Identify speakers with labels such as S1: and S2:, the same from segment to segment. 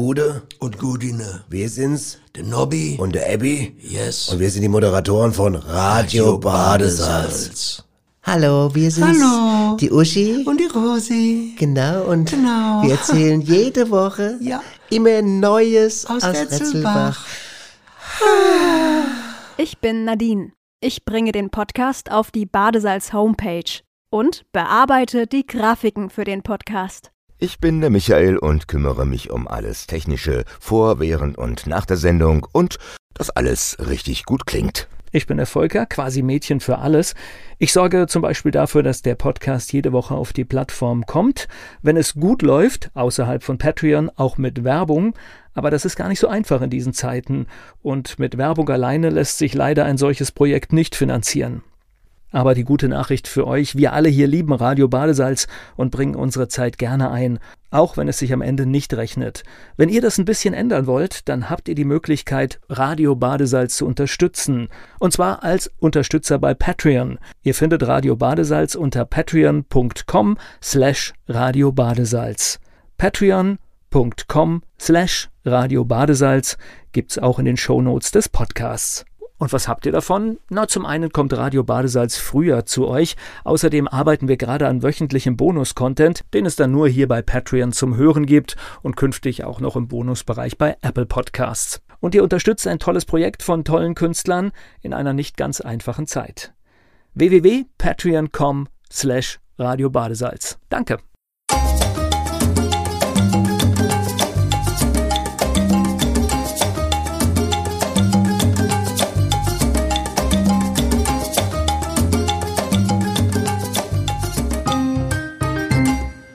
S1: Ude,
S2: und Gudine.
S1: wir sind's
S2: Der Nobby.
S1: und der Abby
S2: yes.
S1: und wir sind die Moderatoren von Radio Badesalz.
S3: Hallo, wir sind
S2: Hallo.
S3: die Uschi.
S2: Und die Rosi.
S3: genau, und
S2: Genau.
S3: wir erzählen jede Woche
S2: Ja.
S3: immer Neues
S2: Aus
S3: aus, aus
S2: Retzelbach.
S3: Retzelbach.
S4: Ich bin Nadine. Ich bringe den Podcast auf die Badesalz-Homepage und bearbeite die Grafiken für den Podcast.
S5: Ich bin der Michael und kümmere mich um alles Technische vor, während und nach der Sendung und dass alles richtig gut klingt.
S6: Ich bin der Volker, quasi Mädchen für alles. Ich sorge zum Beispiel dafür, dass der Podcast jede Woche auf die Plattform kommt. Wenn es gut läuft, außerhalb von Patreon, auch mit Werbung. Aber das ist gar nicht so einfach in diesen Zeiten. Und mit Werbung alleine lässt sich leider ein solches Projekt nicht finanzieren. Aber die gute Nachricht für euch, wir alle hier lieben Radio Badesalz und bringen unsere Zeit gerne ein, auch wenn es sich am Ende nicht rechnet. Wenn ihr das ein bisschen ändern wollt, dann habt ihr die Möglichkeit, Radio Badesalz zu unterstützen. Und zwar als Unterstützer bei Patreon. Ihr findet Radio Badesalz unter patreon.com slash radiobadesalz. patreon.com slash radiobadesalz gibt's auch in den Shownotes des Podcasts. Und was habt ihr davon? Na, zum einen kommt Radio Badesalz früher zu euch. Außerdem arbeiten wir gerade an wöchentlichem Bonus-Content, den es dann nur hier bei Patreon zum Hören gibt und künftig auch noch im Bonusbereich bei Apple Podcasts. Und ihr unterstützt ein tolles Projekt von tollen Künstlern in einer nicht ganz einfachen Zeit. www.patreon.com slash Radio Badesalz. Danke.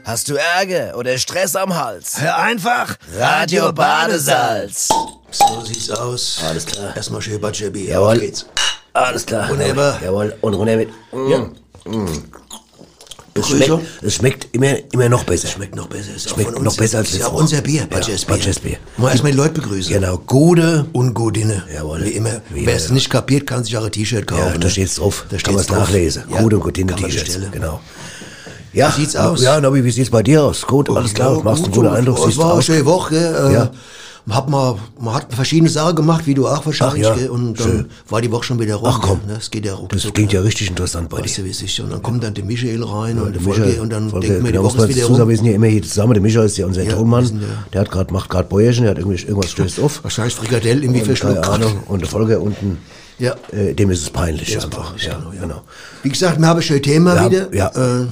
S1: Hast du Ärger oder Stress am Hals?
S2: Hör einfach.
S1: Radio Badesalz.
S2: So sieht's aus.
S1: Alles klar.
S2: Erstmal schön Batscherbi.
S1: Jawohl.
S2: Auf geht's.
S1: Alles klar.
S2: Wunderbar.
S1: Jawohl, und runter mit. Mm. Es,
S2: Grüße.
S1: schmeckt, es schmeckt immer, immer noch besser.
S2: Schmeckt noch besser. Ist auch
S1: Schmeckt
S2: von uns.
S1: noch besser als
S2: Ist ja
S1: bevor.
S2: unser Bier. Badgers
S1: Ja,
S2: Bier.
S1: Badgers Bier.
S2: Mal erstmal die Leute begrüßen.
S1: Genau, Gude.
S2: Und Gudine.
S1: Jawohl.
S2: Wie immer.
S1: Wie immer,
S2: Wer es
S1: ja.
S2: nicht kapiert, kann sich auch ein T-Shirt kaufen.
S1: Ja, da
S2: ne?
S1: steht's drauf.
S2: Da
S1: kann
S2: steht's
S1: man's
S2: drauf.
S1: nachlesen.
S2: Ja,
S1: Gude und Gudine
S2: kann man
S1: T-Shirts.
S2: bestellen.
S1: Genau. Ja, äh,
S2: Wie sieht's aus?
S1: Ja, Nobby, wie sieht's bei dir aus? Gut, alles klar.
S2: Ja,
S1: Machst du einen
S2: gut,
S1: guten
S2: so.
S1: Eindruck?
S2: Es
S1: Siehst
S2: war eine
S1: aus?
S2: schöne Woche. Äh,
S1: Ja.
S2: Hab mal, man hat verschiedene Sachen gemacht, wie du auch wahrscheinlich.
S1: Ach ja,
S2: gell, Und dann
S1: schön.
S2: war die Woche schon wieder rum.
S1: Ach komm.
S2: Ne? Es geht ja ruckzuck.
S1: Das klingt ja richtig interessant bei dir.
S2: Weißt du, wie es ist. Und dann kommt dann der Michael rein und der
S1: Michael,
S2: Folge und dann
S1: Volker,
S2: denken wir, die
S1: genau,
S2: Woche
S1: muss
S2: ist wieder
S1: man zusammen,
S2: rum.
S1: Wir sind ja immer hier zusammen. Der Michael ist ja unser
S2: Ja, wir
S1: Tonmann.
S2: sind ja-
S1: Der hat gerade macht gerade Bäuerchen, der hat irgendwie irgendwas stößt auf.
S2: Wahrscheinlich Frikadell irgendwie
S1: Und
S2: verschluckt.
S1: keine Ahnung. Und der Volker unten,
S2: Ja.
S1: äh, dem ist es peinlich
S2: Der ist
S1: einfach.
S2: peinlich,
S1: ja,
S2: genau,
S1: genau.
S2: ja. Wie gesagt, wir haben ein schönes Thema
S1: Ja,
S2: wieder.
S1: ja.
S2: Äh,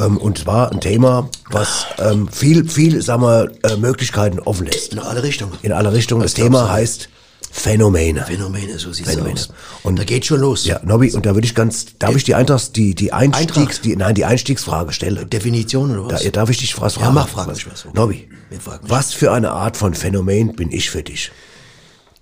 S1: Ähm, und zwar ein Thema, was ähm, viel, viel, sagen wir, äh, Möglichkeiten offen lässt.
S2: in alle Richtungen.
S1: In alle Richtungen. Das
S2: Das glaubst du
S1: Thema
S2: nicht.
S1: heißt Phänomene.
S2: Phänomene, so sieht's
S1: Phänomene.
S2: aus. Und
S1: Und-
S2: da geht schon los.
S1: Ja, Nobby, und da würde ich ganz, darf ich die Eintrags, die, die Einstiegs,
S2: Eintracht.
S1: die, nein, die Einstiegsfrage stellen?
S2: Definition oder
S1: Da,
S2: was?
S1: darf ich dich was fragen?
S2: mach, frag mich was.
S1: Nobby,
S2: Wir fragen mich.
S1: was für eine Art von Phänomen bin ich für dich?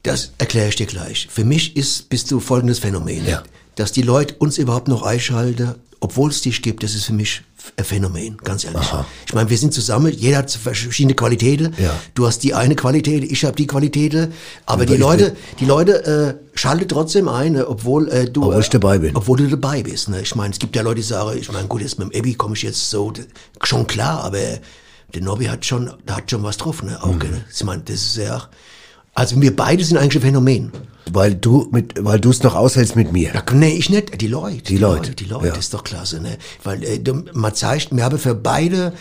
S2: Das erkläre ich dir gleich. Für mich ist, bist du folgendes Phänomen.
S1: Ja.
S2: Dass die Leute uns überhaupt noch einschalten, obwohl es dich gibt, das ist für mich ein Phänomen, ganz ehrlich. Ich meine, wir sind zusammen, jeder hat verschiedene Qualitäten.
S1: Ja.
S2: Du hast die eine Qualität, ich habe die Qualität. Aber die
S1: ich
S2: Leute, die Leute äh, schalten trotzdem ein, ne, obwohl äh, du...
S1: Obwohl ich dabei bin.
S2: Obwohl du dabei bist. Ne? Ich meine, es gibt ja Leute, die sagen, ich meine, gut, jetzt mit dem Abby komme ich jetzt so, d- schon klar, aber der Nobby hat schon, da hat schon was drauf. Ne?
S1: Mhm.
S2: Auch, ne? Ich meine, das ist ja auch... Also wir beide sind eigentlich ein Phänomen.
S1: Weil du mit, weil du es noch aushältst mit mir.
S2: Ja, nee, ich nicht. Die Leute. Die,
S1: Leute,
S2: Die Leute,
S1: ja.
S2: ist doch klasse, ne? Weil äh, du- man zeigt, mir habe für beide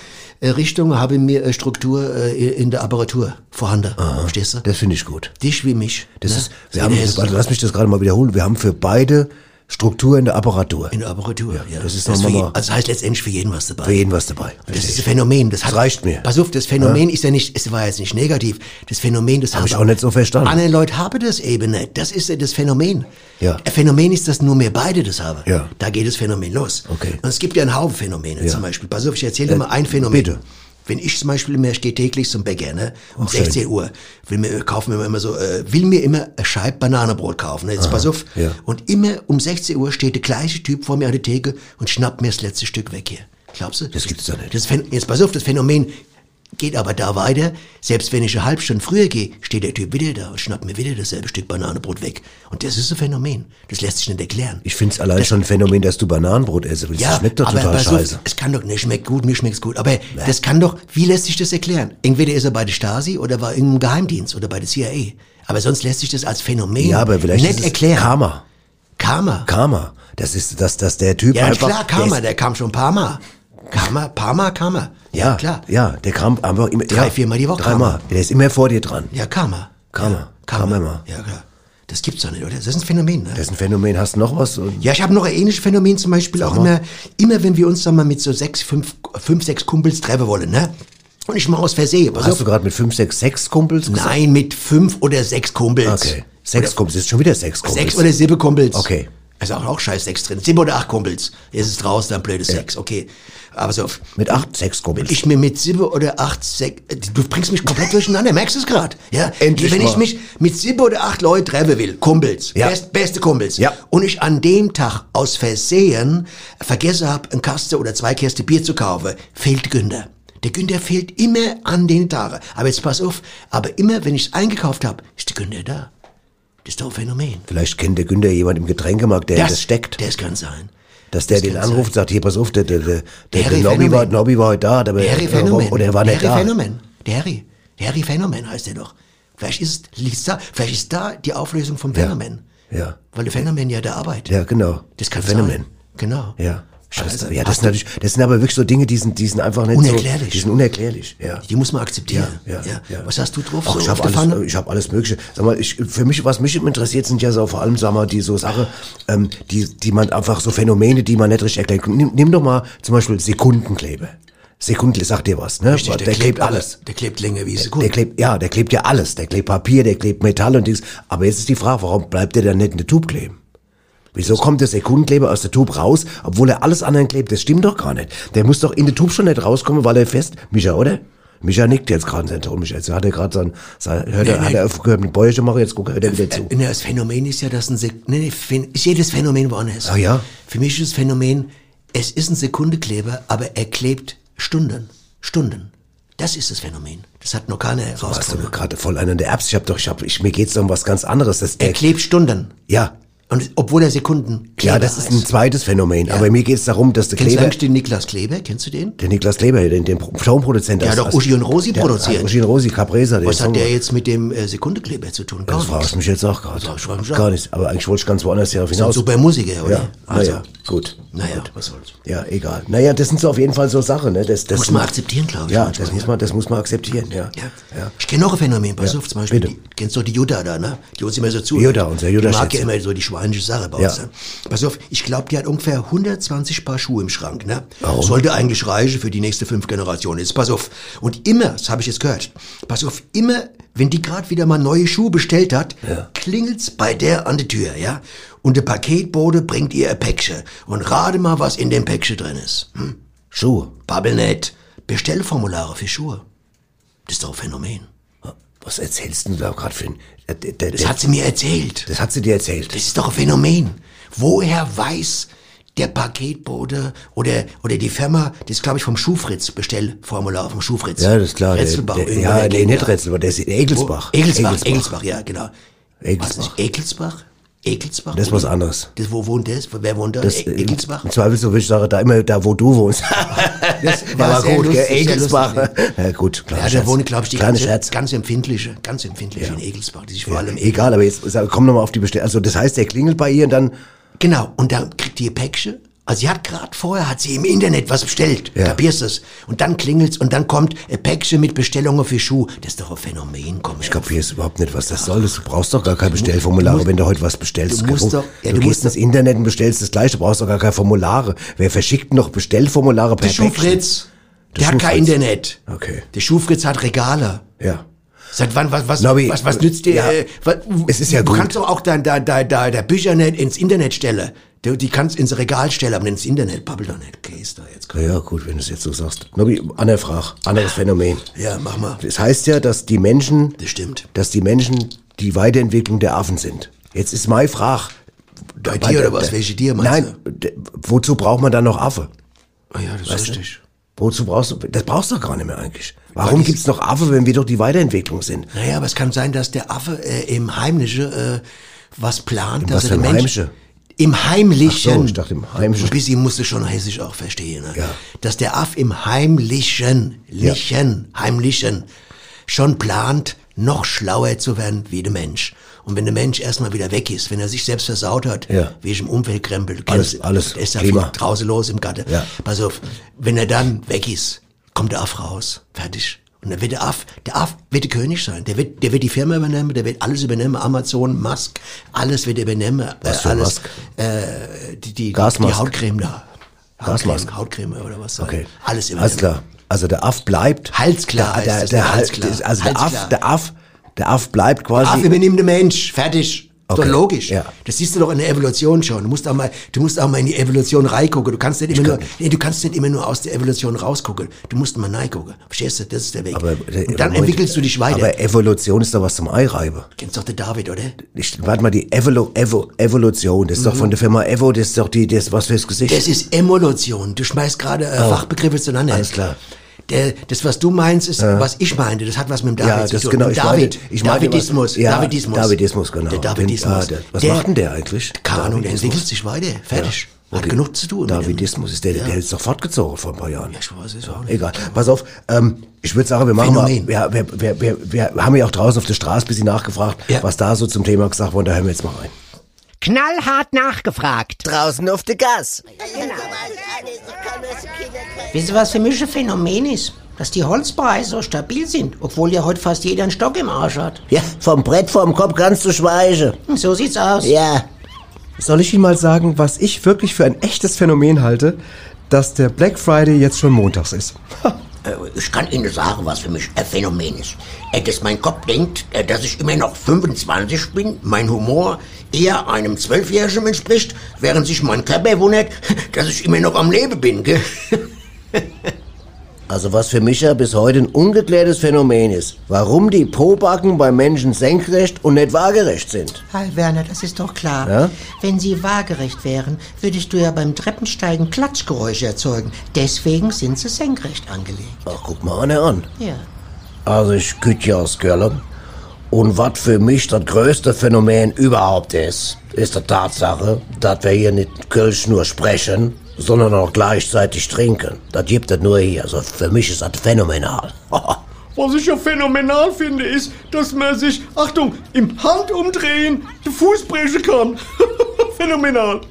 S2: äh, Richtungen habe mir äh, Struktur äh, in der Apparatur vorhanden. Verstehst du?
S1: Das finde ich gut.
S2: Dich wie mich.
S1: Das
S2: ne?
S1: ist,
S2: So
S1: wir haben,
S2: der ist
S1: warte, lass mich das gerade mal wiederholen. Wir haben für beide Struktur in der Apparatur.
S2: in der Apparatur. Ja,
S1: das ist
S2: für
S1: nochmal
S2: jeden,
S1: mal-
S2: also das heißt letztendlich für jeden was dabei.
S1: Für jeden was dabei.
S2: Das ist ein Phänomen. Das, hat,
S1: Das reicht mir.
S2: Pass auf, das Phänomen ist ja nicht, es war jetzt nicht negativ. Das Phänomen, das haben
S1: ich auch nicht so verstanden.
S2: Andere Leute haben das eben nicht. Das ist ja das Phänomen.
S1: Ja.
S2: Ein Phänomen ist, dass nur mehr beide das haben.
S1: Ja.
S2: Da geht das Phänomen los.
S1: Okay. Äh,
S2: Und es gibt ja einen Haufen Phänomene zum Beispiel. Pass auf, ich erzähle dir mal ein Phänomen.
S1: bitte.
S2: Wenn ich zum Beispiel immer, ich gehe täglich zum Bäcker, ne, um
S1: Ach, schön.
S2: 16 Uhr, will mir, kaufen wir immer so, äh, will mir immer eine Scheibe Bananenbrot kaufen, ne, jetzt pass auf.
S1: ja.
S2: Und immer um 16 Uhr steht der gleiche Typ vor mir an der Theke und schnappt mir das letzte Stück weg hier. Glaubst du?
S1: Das gibt's doch nicht.
S2: Das Phänomen, jetzt pass auf, das Phänomen geht aber da weiter. Selbst wenn ich eine halbe Stunde früher gehe, steht der Typ wieder da und schnappt mir wieder dasselbe Stück Bananenbrot weg. Und das ist ein Phänomen. Das lässt sich nicht erklären.
S1: Ich finde es allein schon ein Phänomen, dass du Bananenbrot essen willst. das schmeckt doch total
S2: pass auf,
S1: scheiße.
S2: Es kann doch, ne, schmeckt gut, mir schmeckt's gut. Aber das kann doch, wie lässt sich das erklären? Entweder ist er bei der Stasi oder bei irgendeinem Geheimdienst oder bei der CIA. Aber sonst lässt sich das als Phänomen
S1: Ja, aber vielleicht
S2: nicht
S1: ist es
S2: erklären.
S1: Karma.
S2: Karma.
S1: Karma. Das ist, dass, dass der Typ
S2: Ja,
S1: einfach.
S2: klar, Karma,
S1: Der ist,
S2: der kam schon ein paar Mal. Karma, paar Mal Karma.
S1: ja,
S2: klar.
S1: Ja, der kam einfach immer.
S2: Drei,
S1: ja,
S2: viermal die Woche
S1: Dreimal. Der ist immer vor dir dran.
S2: Ja, Karma.
S1: Karma.
S2: Ja,
S1: Karma immer.
S2: Ja, klar. Das gibt's doch nicht, oder? Das ist ein Phänomen, ne?
S1: Das ist ein Phänomen. Hast du noch was? Und
S2: Ja, ich habe noch ein ähnliches Phänomen zum Beispiel auch immer, immer wenn wir uns dann mal mit so sechs, fünf, fünf, sechs Kumpels treffen wollen, ne? Und ich mal aus Versehen. Pass
S1: hast du
S2: auf.
S1: gerade mit fünf, sechs, sechs Kumpels gesagt?
S2: Nein, mit fünf oder sechs Kumpels.
S1: Okay. Sechs Kumpels. Ist schon wieder sechs Kumpels.
S2: Sechs oder sieben Kumpels.
S1: Okay.
S2: Da Ist auch, auch scheiß sechs drin. Sieben oder acht Kumpels. Jetzt ist draußen dann blödes Sechs. Okay. Aber so.
S1: Mit acht, sechs Kumpels.
S2: Wenn ich mir mit sieben oder acht, sechs, du bringst mich komplett durcheinander, merkst du es gerade? Ja.
S1: Endlich
S2: Wenn ich
S1: mal.
S2: mich mit sieben oder acht Leuten treffen will, Kumpels,
S1: Ja.
S2: best, beste Kumpels,
S1: Ja.
S2: und ich an dem Tag aus Versehen vergessen habe, ein Kaste oder zwei Käste Bier zu kaufen, fehlt Günther. Der Günther fehlt immer an den Tagen. Aber jetzt pass auf, aber immer, wenn ich es eingekauft habe, ist der Günther da. Das ist doch ein Phänomen.
S1: Vielleicht kennt der Günther jemand im Getränkemarkt, der das, steckt.
S2: Das kann sein.
S1: dass der
S2: das
S1: den
S2: kann
S1: anruft und sagt, hier, pass auf, der, der, der, der, der
S2: Harry
S1: Nobby, war,
S2: Phänomen.
S1: Nobby war heute da, aber
S2: Der Harry Phänomen.
S1: Äh, oder er war
S2: der
S1: nicht
S2: Harry
S1: da.
S2: Phänomen. Der Harry. Der Harry Phänomen heißt er doch. Vielleicht ist, liegt's da, vielleicht ist da die Auflösung vom Phänomen.
S1: Ja,
S2: Weil der Phänomen ja da arbeitet.
S1: ja, genau.
S2: Das kann
S1: Phänomen.
S2: Phänomen. Sein. Genau.
S1: Ja. Also,
S2: Scheiße.
S1: Ja, das sind, natürlich, das sind aber wirklich so Dinge, die sind, die sind einfach nicht so...
S2: Unerklärlich.
S1: Die sind unerklärlich. Ja.
S2: Die muss man akzeptieren.
S1: Ja, ja, ja.
S2: Was hast du drauf?
S1: Ach, ich
S2: auf
S1: habe
S2: der
S1: alles,
S2: Pfanne?
S1: ich hab alles Mögliche. Sag mal, ich, für mich, was mich immer interessiert, sind ja so vor allem, sag mal, die so Sache, ähm, die, die man einfach so Phänomene, die man nicht richtig erklären kann. Nimm, nimm doch mal zum Beispiel Sekundenkleber. Sekundenkleber sagt dir was, ne?
S2: Richtig,
S1: der, klebt alles.
S2: Der klebt länger wie
S1: Der
S2: Sekunden.
S1: klebt, ja, der klebt ja alles. Der klebt Papier, der klebt Metall und Dings. Aber jetzt ist die Frage, warum bleibt der dann nicht in der Tube kleben? Wieso kommt der Sekundenkleber aus der Tube raus, obwohl er alles anderen klebt? Das stimmt doch gar nicht. Der muss doch in der Tube schon nicht rauskommen, weil er fest. Micha, oder? Micha nickt jetzt gerade in seinen Ton. Micha, jetzt hat er gerade sein, sein hört er,
S2: Nee,
S1: hat
S2: nee.
S1: er aufgehört mit Bäuche machen, jetzt guckt er wieder zu.
S2: Äh, ne, das Phänomen ist ja, dass ein Sek nee, nee, Phän- ist jedes Phänomen woanders.
S1: Ah, ja.
S2: Für mich ist das Phänomen, es ist ein Sekundekleber, aber er klebt Stunden. Stunden. Das ist das Phänomen. Das hat noch keiner
S1: Oh, Hast du
S2: herausgefunden.
S1: mir gerade voll einen der Erbs? Ich hab doch, ich hab, ich, mir geht's um was ganz anderes. Das,
S2: er
S1: der,
S2: klebt Stunden.
S1: ja.
S2: Und obwohl er Sekunden
S1: Ja, das ist ein zweites Phänomen. Aber mir geht's darum, dass der
S2: Kennst du
S1: Kleber,
S2: eigentlich den Niklas Kleber? Kennst du den?
S1: Der Niklas Kleber, den, den Schaumproduzentin.
S2: Der hat doch Uschi und Rosi produziert.
S1: Uschi und Rosi, Capresa. den
S2: Was
S1: Song-
S2: hat der jetzt mit dem äh, Sekundekleber zu tun? Gar
S1: Das fragst
S2: nichts.
S1: du mich jetzt auch
S2: Das
S1: gerade.
S2: frag ich mich auch.
S1: Gar nicht. Aber eigentlich wollte ich ganz woanders hier
S2: Ein
S1: hinaus.
S2: super Musiker, oder?
S1: Ja,
S2: Also,
S1: naja, gut.
S2: naja,
S1: gut.
S2: was soll's.
S1: Ja, egal. Naja, das sind so auf jeden Fall so Sachen. Ne? Das, das
S2: Muss man akzeptieren, glaube ich.
S1: Ja,
S2: manchmal,
S1: das muss man, das muss man akzeptieren. Ja.
S2: Ja.
S1: ja.
S2: Ich kenne noch ein Phänomen, pass auf, zum Beispiel,
S1: bitte.
S2: die, kennst du die Jutta da, ne? Die uns immer so zu.
S1: Jutta, unser Jutta
S2: Die mag ja
S1: Schätze.
S2: immer so die schweinische Sache bei
S1: Ja.
S2: uns. Ne? Pass auf, ich glaube, die hat ungefähr 120 Paar Schuhe im Schrank, ne? Sollte eigentlich reichen für die nächste fünf Generationen. Jetzt pass auf. Und immer, das habe ich jetzt gehört, pass auf, immer, wenn die gerade wieder mal neue Schuhe bestellt hat, klingelt's bei der an der Tür, ja? Und der Paketbote bringt ihr ein Päckchen. Und rate mal, was in dem Päckchen drin ist. Hm?
S1: Schuhe.
S2: Babbelnet. Bestellformulare für Schuhe. Das ist doch ein Phänomen.
S1: Was erzählst du da gerade für ein... äh, der- der-
S2: Das hat sie mir erzählt.
S1: das hat sie dir erzählt.
S2: Das ist doch ein Phänomen. Woher weiß der Paketbote oder, oder die Firma, das ist, glaube ich, vom Schuhfritz, Bestellformular vom Schuhfritz.
S1: Ja, das ist klar. Der,
S2: Retzelbach.
S1: der,
S2: irgendwo in
S1: ja,
S2: der
S1: nee,
S2: Gegend,
S1: nicht
S2: ja.
S1: Retzelbach. Der ist in Egelsbach.
S2: Wo? Egelsbach, Egelsbach, ja, genau.
S1: Egelsbach.
S2: Was ist Egelsbach? Egelsbach?
S1: Das ist
S2: Wo
S1: was
S2: die-
S1: anderes.
S2: Das, wo wohnt das? Wer wohnt da?
S1: Das,
S2: E-
S1: äh,
S2: Egelsbach?
S1: Im Zweifel so würde ich sagen, da immer da, wo du wohnst.
S2: Das
S1: Ja, aber
S2: sehr
S1: gut, gell?
S2: lustig, sehr
S1: Egelsbach.
S2: lustig.
S1: Ja, gut, kleiner
S2: Ja, da
S1: Scherz.
S2: wohnen, glaube ich, die
S1: kleine
S2: ganz,
S1: Scherz.
S2: ganz empfindliche, ganz empfindliche in Egelsbach, die sich vor allem
S1: Egal, aber jetzt sag, komm nochmal auf die Bestellung. Also das heißt, der klingelt bei ihr und dann
S2: Genau, und dann kriegt die ihr Päckchen. Also sie hat gerade vorher, hat sie im Internet was bestellt.
S1: Ja.
S2: Kapierst du's? Und dann klingelt's und dann kommt ein Päckchen mit Bestellungen für Schuh. Das ist doch ein Phänomen, komm Ich
S1: kapierst du überhaupt nicht, was das soll. Du brauchst doch gar kein Bestellformular, wenn du heute was bestellst.
S2: du musst
S1: Kein
S2: doch-
S1: Problem.
S2: ja,
S1: du,
S2: du
S1: gehst
S2: musst
S1: ins Internet und bestellst das gleiche, du brauchst doch gar keine Formulare. Wer verschickt noch Bestellformulare per
S2: Der
S1: Päckchen?
S2: Schuhfritz, der, hat
S1: Schuhfritz.
S2: kein Internet.
S1: Okay.
S2: Der Schuhfritz hat Regale.
S1: Ja.
S2: Seit wann, was, was,
S1: Nobby,
S2: was, was nützt dir,
S1: ja,
S2: äh, was,
S1: es ist ja
S2: du
S1: gut.
S2: kannst doch auch dein, dein, dein, dein, dein Bücher nicht ins Internet stellen. Du, die kannst ins Regal stellen, aber nicht ins Internet. Babbel doch nicht. Okay, ist da jetzt.
S1: Na Ja, gut, wenn du es jetzt so sagst. Nobby, andere Frage, anderes Phänomen.
S2: Ja, mach mal.
S1: Das heißt ja, dass die Menschen
S2: Das stimmt.
S1: dass die Menschen die Weiterentwicklung der Affen sind. Jetzt ist meine Frage.
S2: Bei dir oder was? Welche dir meinst
S1: Nein, d- wozu braucht man dann noch Affe?
S2: Ah ja, das ist richtig.
S1: Wozu brauchst du, das brauchst du doch gar nicht mehr eigentlich. Warum gibt's noch Affe, wenn wir doch die Weiterentwicklung sind?
S2: Naja, aber es kann sein, dass der Affe äh, im Heimliche äh, was plant,
S1: was
S2: dass er
S1: für
S2: den
S1: ein
S2: Menschen.
S1: Heimische?
S2: Im Heimlichen.
S1: Ach so, ich dachte im Heimischen.
S2: Ein bisschen musst du schon Hessisch auch verstehen. Ne?
S1: Ja.
S2: Dass der Aff im Heimlichen, Lichen, Heimlichen schon plant, noch schlauer zu werden wie der Mensch. Und wenn der Mensch erstmal wieder weg ist, wenn er sich selbst versaut hat,
S1: Ja.
S2: wie ich im Umfeld krempel, du
S1: Alles-
S2: kennst-
S1: alles,
S2: da ist ja viel
S1: Klima.
S2: draußen los im Gatte.
S1: Ja.
S2: Pass auf, wenn er dann weg ist, kommt der Aff raus. Fertig. Und dann wird der Aff, der Aff wird der König sein. Der wird, der wird die Firma übernehmen, der wird alles übernehmen. Amazon, Musk, alles wird er übernehmen.
S1: Was für
S2: alles,
S1: Musk?
S2: Äh, die, die, die
S1: Gasmask.
S2: Hautcreme da.
S1: Gasmask.
S2: Hautcreme, Hautcreme oder was.
S1: Okay.
S2: Alles übernehmen.
S1: Alles klar. Also der Aff bleibt.
S2: Halsklar
S1: Der,
S2: heißt
S1: der,
S2: es,
S1: der,
S2: ne?
S1: Hals,
S2: Halsklar.
S1: also der
S2: Halsklar.
S1: Aff, der Aff, der Aff bleibt quasi.
S2: Aff übernimmt der Mensch. Fertig. Ist
S1: Okay.
S2: Doch logisch.
S1: Ja.
S2: Das siehst du doch in der Evolution schon. Du musst auch mal, du musst auch mal in die Evolution reingucken. Du kannst nicht immer nur, nee, du kannst nicht immer nur aus der Evolution rausgucken. Du musst mal reingucken. Verstehst du? Das ist der Weg.
S1: aber,
S2: Und dann
S1: Moment,
S2: entwickelst du dich weiter.
S1: Aber Evolution ist doch was zum Eireiben.
S2: Kennst doch den David, oder?
S1: Ich, warte mal, die Evolu Evo Evolution, das ist doch von der Firma Evo, das ist doch die, das was fürs Gesicht.
S2: Mhm. Das ist Emulation. Du schmeißt gerade äh, Fachbegriffe zueinander.
S1: alles klar.
S2: Der, das, was du meinst, ist, was ich meinte. Das hat was mit dem David
S1: Ja,
S2: zu
S1: das
S2: tun.
S1: genau,
S2: Mit
S1: ich
S2: David,
S1: meine- ich meine
S2: Davidismus,
S1: was- ja,
S2: Davidismus.
S1: Davidismus, genau.
S2: Der Davidismus.
S1: Den- ah, der- was macht denn der eigentlich?
S2: Keine Ahnung, der
S1: Davidismus.
S2: entwickelt sich weiter. Fertig. Hat
S1: Okay.
S2: genug zu tun. mit dem.
S1: Davidismus ist der, der ist doch fortgezogen vor ein paar Jahren.
S2: Ja, ich weiß es auch nicht.
S1: Egal, pass auf, ähm, ich würde sagen, wir machen
S2: Phänomen.
S1: mal, wir, wir, wir, wir, wir haben ja auch draußen auf der Straße ein bisschen nachgefragt,
S2: Ja.
S1: was da so zum Thema gesagt wurde, da hören wir jetzt mal rein.
S7: Knallhart nachgefragt.
S3: Draußen auf der Gas.
S7: Wissen Sie, was für mich ein Phänomen ist? Dass die Holzpreise so stabil sind, obwohl ja heute fast jeder einen Stock im Arsch hat.
S3: Ja, vom Brett vorm Kopf kannst du schweigen.
S7: Hm, So sieht's aus.
S3: Ja.
S8: Soll ich Ihnen mal sagen, was ich wirklich für ein echtes Phänomen halte, dass der Black Friday jetzt schon montags ist?
S7: Äh,
S9: Ich kann Ihnen sagen, was für mich ein Phänomen ist. Äh, Dass mein Kopf denkt, äh, dass ich immer noch 25 bin, mein Humor eher einem Zwölfjährigen entspricht, während sich mein Körper wundert, dass ich immer noch am Leben bin. Gell?
S1: Also was für mich ja bis heute ein ungeklärtes Phänomen ist, warum die Pobacken bei Menschen senkrecht und nicht waagerecht sind.
S7: Hi Werner, das ist doch klar. Wenn Sie waagerecht wären, würdest du ja beim Treppensteigen Klatschgeräusche erzeugen. Deswegen sind sie senkrecht angelegt.
S1: Ach, guck mal einer an.
S7: Ja.
S1: Also ich küt ja aus Köln. Und was für mich das größte Phänomen überhaupt ist, ist die Tatsache, dass wir hier nicht Kölsch nur sprechen, sondern auch gleichzeitig trinken. Das gibt es nur hier. Also für mich ist das phänomenal.
S10: Was ich ja phänomenal finde, ist, dass man sich, Achtung, im Handumdrehen den Fuß brechen kann. phänomenal.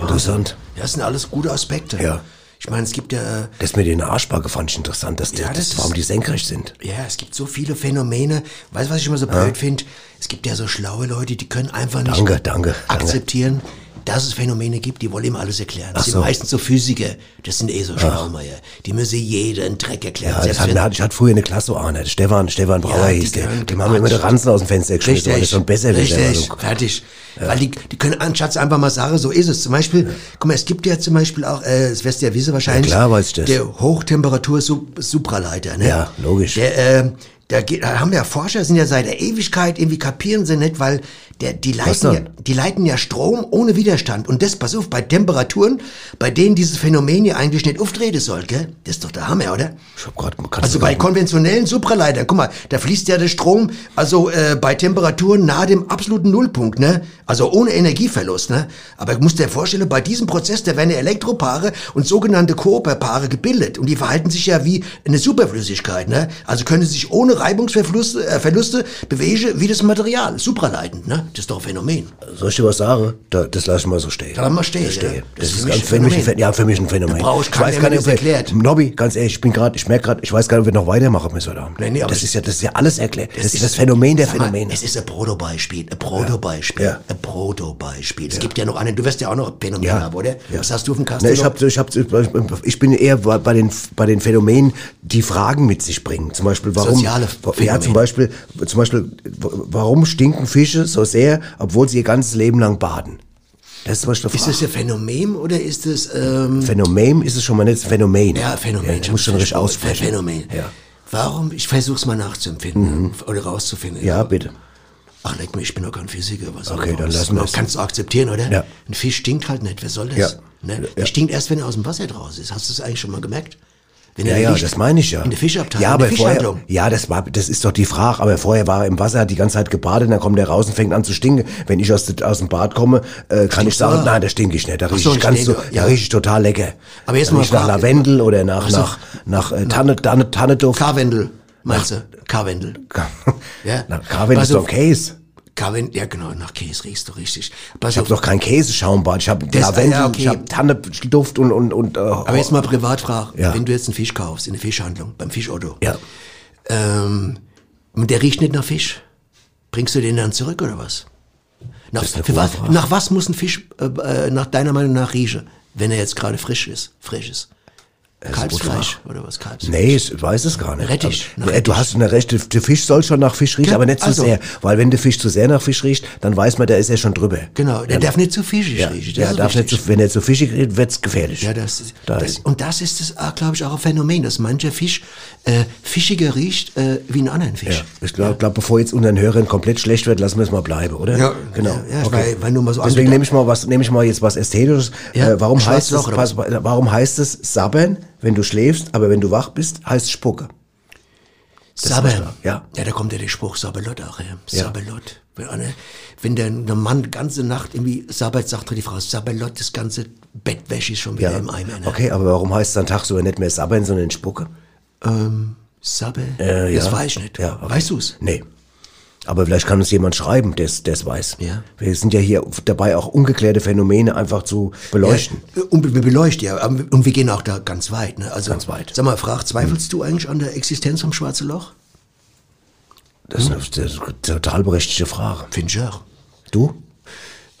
S1: Interessant.
S2: Das sind alles gute Aspekte.
S1: Ja.
S2: Ich meine, es gibt ja, äh,
S1: Das mit den Arschbacke fand ich interessant, dass die,
S2: Ja, das
S1: das warum
S2: ist-
S1: die senkrecht sind.
S2: ja, es gibt so viele Phänomene. Weißt du, was ich immer so blöd finde? Es gibt ja so schlaue Leute, die können einfach nicht
S1: Danke, danke, danke.
S2: akzeptieren, dass es Phänomene gibt, die wollen ihm alles erklären. Das
S1: Ach so.
S2: sind meistens so Physiker. Das sind eh so Schlaumeier. Die müssen jeden Dreck erklären.
S1: Ja,
S2: Selbst
S1: das hat,
S2: wenn-
S1: hat, ich hatte früher eine Klasse ahne. Stefan, Stefan Brauer
S2: die
S1: hieß der.
S2: gehören
S1: Dem haben wir immer den
S2: gequatscht.
S1: Ranzen aus dem Fenster geschmissen, weil das schon besser wird.
S2: richtig, fertig. Weil die, die können anstatt einfach mal sagen, so ist es. Zum Beispiel, guck mal, es gibt ja zum Beispiel auch, äh, das wirst du ja wissen wahrscheinlich,
S1: Ja, klar weiß ich das.
S2: der Hochtemperatur-Supraleiter. Ne?
S1: Ja, logisch.
S2: Der, äh, da, geht, da haben ja Forscher, sind ja seit der Ewigkeit, irgendwie kapieren sie nicht, weil der, die, leiten
S1: denn?
S2: ja, die leiten ja Strom ohne Widerstand. Und das, pass auf, bei Temperaturen, bei denen dieses Phänomen ja eigentlich nicht auftreten soll, gell? Das ist doch der Hammer, oder?
S1: Ich hab grad, kannst
S2: Also
S1: du grad-
S2: bei konventionellen Supraleitern, guck mal, da fließt ja der Strom, also äh, bei Temperaturen nahe dem absoluten Nullpunkt, ne? Also ohne Energieverlust, ne? Aber ich muss dir vorstellen, bei diesem Prozess, da werden ja Elektropaare und sogenannte Kooperpaare gebildet und die verhalten sich ja wie eine Superflüssigkeit, ne? Also können sie sich ohne Reibungsverluste äh, Verluste bewegen wie das Material, supraleitend, ne? Das ist doch ein Phänomen.
S1: Soll ich dir was sagen? Da, das lass ich mal so stehen.
S2: Kann mal stehen,
S1: Das,
S2: ja.
S1: steht. das,
S2: Das ist
S1: ist
S2: für
S1: ganz
S2: mich ein
S1: für mich ein
S2: Phänomen.
S1: Phänomen. Ja, für mich ein Phänomen.
S2: Da brauchst du keinen, der mir
S1: ob
S2: das
S1: wir-
S2: erklärt.
S1: Nobby, ganz ehrlich, ich bin gerade, ich merke gerade, ich weiß gar nicht, ob wir noch weitermachen müssen oder
S2: Nee, nee, aber
S1: das
S2: es-
S1: ist ja, das ist ja alles erklärt. Das, ist das Phänomen der
S2: Sag mal,
S1: Phänomene.
S2: Es ist ein Protobeispiel, ein Protobeispiel,
S1: Ja.
S2: ein Protobeispiel. Es gibt ja noch einen, du wirst ja auch noch Phänomen
S1: Ja.
S2: haben, oder?
S1: Ja.
S2: Was hast du auf dem Kasten?
S1: Ne, ich,
S2: noch?
S1: hab, ich, hab, ich bin eher bei bei den, bei den Phänomenen, die Fragen mit sich bringen. Zum Beispiel, warum,
S2: Soziale
S1: ja,
S2: Phänomene.
S1: zum Beispiel, zum Beispiel, warum stinken Fische so sehr, obwohl sie ihr ganzes Leben lang baden? Das ist zum Beispiel eine
S2: ist
S1: Frage.
S2: das ein Phänomen oder ist es, ähm,
S1: Phänomen ist es schon mal nicht, Phänomen.
S2: ja, Phänomen.
S1: ich muss schon richtig aussprechen.
S2: Phänomen.
S1: Ja. Mhm.
S2: Warum, ich versuch's mal nachzuempfinden oder rauszufinden.
S1: Ja, bitte.
S2: Ach, leck mich, ich bin doch kein Physiker. Was soll
S1: Okay,
S2: das?
S1: dann lassen wir
S2: Aber
S1: es.
S2: Kannst du akzeptieren, oder?
S1: Ja.
S2: Ein Fisch stinkt halt nicht, wer soll das?
S1: Ja.
S2: Ne?
S1: Ja.
S2: Der stinkt erst, wenn er aus dem Wasser draus ist. Hast du es eigentlich schon mal gemerkt? Wenn
S1: ja,
S2: er
S1: ja,
S2: liegt,
S1: das meine ich ja.
S2: in der Fischabteilung,
S1: Ja, aber
S2: in der
S1: vorher,
S2: Fischhandlung.
S1: ja, das war, das ist doch die Frage. Aber vorher war er im Wasser, hat die ganze Zeit gebadet, dann kommt er raus und fängt an zu stinken. Wenn ich aus, de- aus dem Bad komme, äh, kann ich sagen,
S2: du?
S1: nein, da stinke ich nicht. Da
S2: Ach
S1: rieche
S2: so,
S1: ich
S2: ich
S1: ganz so,
S2: denke,
S1: da
S2: ja.
S1: rieche ich total lecker.
S2: Aber jetzt
S1: Da
S2: mal
S1: riech ich nach
S2: Frage-
S1: Lavendel oder nach,
S2: Ach so.
S1: nach, nach, äh, Tanne, Tanne, Tanneduft.
S2: Karwendel, meinst du? Karwendel. Ja.
S1: Na, Karwendel ist
S2: Pass
S1: doch
S2: auf.
S1: Käse.
S2: Karwendel, ja genau, nach Käse riechst du richtig. Pass
S1: Ich habe
S2: auf.
S1: doch keinen Käseschaumbad. Ich habe
S2: Das-
S1: Lavendel,
S2: ja, okay.
S1: ich habe Tanneduft und, und, und, äh,
S2: Aber jetzt mal Privatfrage.
S1: Ja.
S2: Wenn du jetzt einen Fisch kaufst, in der Fischhandlung, beim Fischotto,
S1: ja.
S2: ähm, und der riecht nicht nach Fisch, bringst du den dann zurück oder was? Nach,
S1: ist eine
S2: für
S1: gute
S2: was,
S1: Frage.
S2: nach was muss ein Fisch äh, äh, nach deiner Meinung nach riechen, wenn er jetzt gerade frisch ist? Frisch ist. Kalbsfleisch oder was? Kalbsfleisch.
S1: Nee, ich weiß es gar nicht.
S2: Rettich.
S1: Aber, nee, du hast eine rechte, der Fisch soll schon nach Fisch riechen,
S2: Ja,
S1: aber nicht zu
S2: also.
S1: sehr. Weil wenn der Fisch zu sehr nach Fisch riecht, dann weiß man, da ist er schon drüber.
S2: Genau, der darf nicht zu fischig
S1: Ja,
S2: riechen.
S1: der
S2: ist
S1: darf nicht
S2: wichtig.
S1: zu, wenn er zu fischig riecht, wird's gefährlich.
S2: Ja, das ist,
S1: Da
S2: das,
S1: ist-
S2: und das ist das, glaube ich, auch ein Phänomen, dass mancher Fisch äh, fischiger riecht äh, wie ein anderen Fisch.
S1: Ja. Ich glaube, glaub, bevor jetzt unseren Hörern komplett schlecht wird, lassen wir es mal bleiben, oder?
S2: Ja,
S1: genau.
S2: ja, ja, weil- weil nur mal so
S1: Deswegen
S2: andere-
S1: nehme ich mal was, nehme ich mal jetzt was Ästhetisches.
S2: Ja,
S1: äh, warum heißt
S2: Schwarzloch
S1: es,
S2: oder
S1: pass, warum heißt es sabbern, wenn du schläfst, aber wenn du wach bist, heißt Spucke?
S2: Sabber.
S1: Ja.
S2: ja, da kommt ja der Spruch Sabberlot auch her. Sabberlot. Wenn, eine, wenn der ein Mann ganze Nacht irgendwie sabbert, sagt er die Frau Sabberlot, das ganze Bettwäsche ist schon wieder
S1: Ja.
S2: im Eimer. Ne?
S1: Okay, aber warum heißt es dann tagsüber nicht mehr sabbern, sondern Spucke?
S2: Ähm, Sabber,
S1: Äh,
S2: das
S1: ja.
S2: weiß ich nicht.
S1: Ja, okay.
S2: Weißt du's?
S1: Nee. Aber vielleicht kann uns jemand schreiben, der es weiß.
S2: Ja.
S1: Wir sind ja hier dabei, auch ungeklärte Phänomene einfach zu beleuchten.
S2: Ja, und wir beleuchten ja. Und wir gehen auch da ganz weit. Ne? Also, ganz
S1: weit.
S2: Sag mal, frag, zweifelst du eigentlich an der Existenz vom Schwarzen Loch?
S1: Das ist eine, das ist eine total berechtigte Frage.
S2: Finde ich auch.
S1: Du?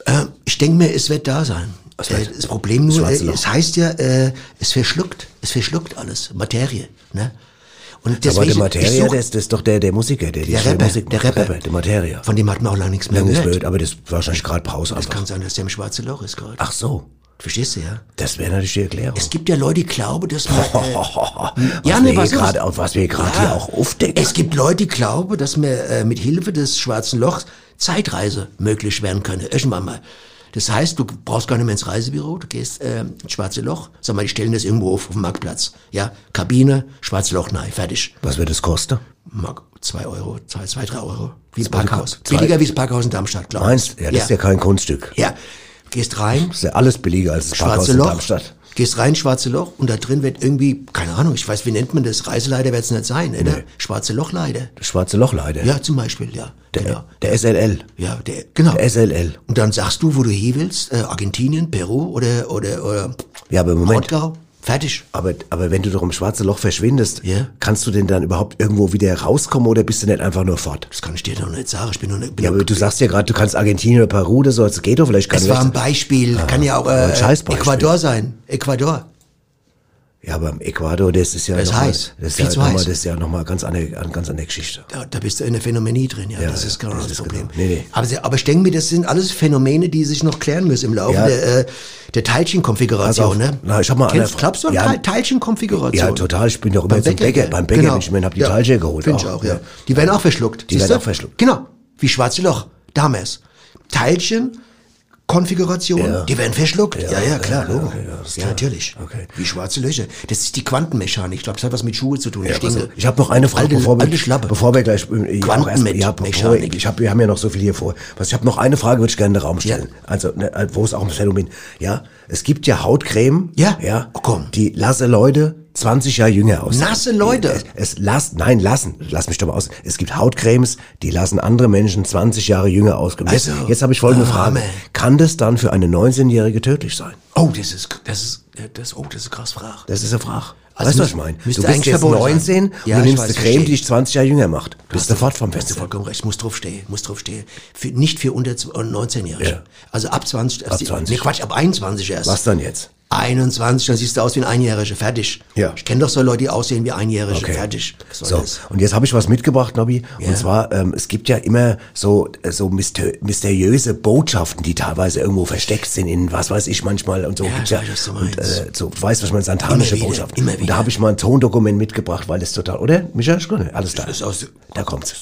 S2: Äh, ich denke mir, es wird da sein. Äh, das Problem nur,
S1: Schwarze
S2: äh,
S1: Loch.
S2: es heißt ja, äh, es verschluckt. Es verschluckt alles. Materie. Ne? Und deswegen,
S1: Aber der
S2: ich
S1: Materia,
S2: such-
S1: der ist, das ist doch der, der Musiker, der die
S2: der
S1: schöne
S2: Rapper,
S1: Musik
S2: der
S1: macht.
S2: Rapper,
S1: Rapper, der Materia.
S2: Von dem hat man auch lange nichts mehr
S1: Lange ist
S2: gehört.
S1: blöd, aber das ist wahrscheinlich gerade Pause
S2: Es
S1: einfach.
S2: kann sein, dass der im Schwarzen Loch ist gerade.
S1: Ach so.
S2: Verstehst du, ja?
S1: Das wäre natürlich die Erklärung.
S2: Es gibt ja Leute, die glauben, dass man... Äh,
S1: was,
S2: Ja,
S1: ja,
S2: nee,
S1: wir
S2: was
S1: hier gerade,
S2: ist-
S1: auf- was wir gerade
S2: Ja.
S1: hier auch aufdecken.
S2: Es gibt Leute, die glauben, dass man äh, mit Hilfe des schwarzen Lochs Zeitreise möglich werden kann. Irgendwann mal. Das heißt, du brauchst gar nicht mehr ins Reisebüro, du gehst äh, ins schwarze Loch, sag mal, die stellen das irgendwo auf, auf dem Marktplatz. Ja, Kabine, schwarze Loch, nein, fertig.
S1: Was wird das kosten?
S2: Mag zwei Euro, zwei, zwei, drei Euro. Wie das
S1: Zwei-
S2: Parkhaus.
S1: zwei-
S2: Billiger wie das Parkhaus in Darmstadt, glaube ich.
S1: Meinst du? Ja, das ist ja kein Kunststück.
S2: Ja. Gehst rein,
S1: Das ist ja alles billiger als das Parkhaus
S2: schwarze
S1: in
S2: Loch.
S1: Darmstadt.
S2: Gehst rein, schwarze Loch, und da drin wird irgendwie, keine Ahnung, ich weiß, wie nennt man das? Reiseleiter wird's nicht sein, oder? Schwarze Lochleiter.
S1: Das schwarze Loch leider.
S2: Ja, zum Beispiel, ja.
S1: Der,
S2: genau.
S1: der SLL.
S2: Ja, der, genau.
S1: Der SLL.
S2: Und dann sagst du, wo du hin willst, äh, Argentinien, Peru oder, oder, oder
S1: Ja, aber Moment.
S2: Rottgau. Fertig.
S1: Aber, aber wenn du doch im schwarzen Loch verschwindest,
S2: Ja.
S1: kannst du denn dann überhaupt irgendwo wieder rauskommen oder bist du nicht einfach nur fort?
S2: Das kann ich dir doch nicht sagen. Ich bin noch nicht. Bin
S1: Ja,
S2: noch-
S1: aber du sagst ja gerade, du kannst Argentinien oder Peru oder so, das geht doch vielleicht gar
S2: es
S1: nicht. Ah,
S2: war ein Beispiel. kann ja auch äh,
S1: ein Scheißbeispiel.
S2: Ecuador sein. Ecuador.
S1: Ja, aber im Ecuador, das ist ja
S2: Das ist
S1: noch mal-
S2: heiß.
S1: Das ist
S2: Viel
S1: ja
S2: zu
S1: nochmal,
S2: heiß.
S1: das ist ja noch mal ganz andere, eine ganz andere Geschichte.
S2: Da, da bist du in der Phänomenie drin. Ja, das
S1: ja,
S2: ist genau
S1: das
S2: das,
S1: ist
S2: Problem.
S1: genau. Nee, nee.
S2: Aber, sie- aber ich denke mir, das sind alles Phänomene, die sich noch klären müssen im Laufe
S1: Ja.
S2: der, äh, der Teilchenkonfiguration.
S1: Pass auf.
S2: ne?
S1: Na, ich hab mal eine
S2: Kennst,
S1: Fra-
S2: glaubst du an
S1: Ja.
S2: Teil- Teilchenkonfiguration?
S1: Ja, total. Ich bin doch immer zum Bäcker. Beim Bäcker bin ich mir und hab die Teilchen geholt.
S2: Genau. Finde ich
S1: Auch,
S2: auch, ja.
S1: ja.
S2: Die werden auch verschluckt.
S1: Die
S2: siehst
S1: werden
S2: du?
S1: auch verschluckt.
S2: Genau. Wie schwarze Loch. Damals. Teilchen. Konfiguration,
S1: Ja.
S2: die werden verschluckt. Ja, ja, klar,
S1: ja,
S2: Logo.
S1: okay, ja,
S2: ja,
S1: ist klar.
S2: natürlich.
S1: Okay.
S2: Wie schwarze Löcher. Das ist die Quantenmechanik. Ich glaube, das hat was mit Schuhe zu tun.
S1: Ja,
S2: Stinke.
S1: also, ich habe noch eine Frage,
S2: alte,
S1: bevor, wir,
S2: alte Schlappe.
S1: bevor wir gleich äh, ja, auch erst- ja, bevor,
S2: Quantenmechanik.
S1: ich hab, wir haben ja noch so viel hier vor. Was ich habe noch eine Frage, würde ich gerne in den Raum stellen.
S2: Ja.
S1: Also ne, äh, wo es auch ums Phänomen. Ja, es gibt ja Hautcreme.
S2: Ja.
S1: ja
S2: Oh, komm.
S1: Die lasse Leute 20 Jahre jünger aus.
S2: Nasse Leute.
S1: Es, es las, nein, lassen. Lass mich doch mal aus. Es gibt Hautcremes, die lassen andere Menschen 20 Jahre jünger aus. Und Jetzt,
S2: Also,
S1: jetzt habe ich folgende
S2: ah,
S1: Frage.
S2: Mann.
S1: Kann das dann für eine 19-Jährige tödlich sein?
S2: Oh, das ist, das ist, äh, das, oh, das ist krass Frage.
S1: Das ist eine Frage.
S2: Also
S1: weißt du, was ich
S2: müsste-
S1: meine?
S2: müsste
S1: Du bist
S2: eigentlich
S1: jetzt
S2: verboten
S1: 19
S2: sein. Ja,
S1: und du
S2: ich
S1: nimmst
S2: weiß,
S1: eine
S2: verstehe.
S1: Creme, die dich 20 Jahre jünger macht. Bist du fort vom
S2: Hast du
S1: Fenster.
S2: vollkommen recht, muss draufstehen, muss draufstehen. Für, nicht für unter 19-Jährige.
S1: Ja.
S2: Also ab 20,
S1: Ab 20.
S2: Nee, Quatsch, ab 21 erst.
S1: Was dann jetzt?
S2: 21, dann siehst du aus wie ein Einjähriger, fertig.
S1: Ja.
S2: Ich kenne doch so Leute, die aussehen wie Einjährige,
S1: Okay.
S2: fertig. Was soll
S1: So,
S2: das?
S1: und jetzt habe ich was mitgebracht, Nobby. Und zwar, ähm, es gibt ja immer so, so mystö- mysteriöse Botschaften, die teilweise irgendwo versteckt sind in was weiß ich manchmal und so.
S2: Ja,
S1: gibt's
S2: ich weiß, was du
S1: und, äh,
S2: meinst.
S1: so, du weißt, was man santanische
S2: Immer wieder,
S1: Botschaften.
S2: immer
S1: Und da
S2: wieder.
S1: habe ich mal ein Tondokument mitgebracht, weil das total, oder? Micha, Skunde, alles klar.
S2: Das ist aus,
S1: Da kommt's.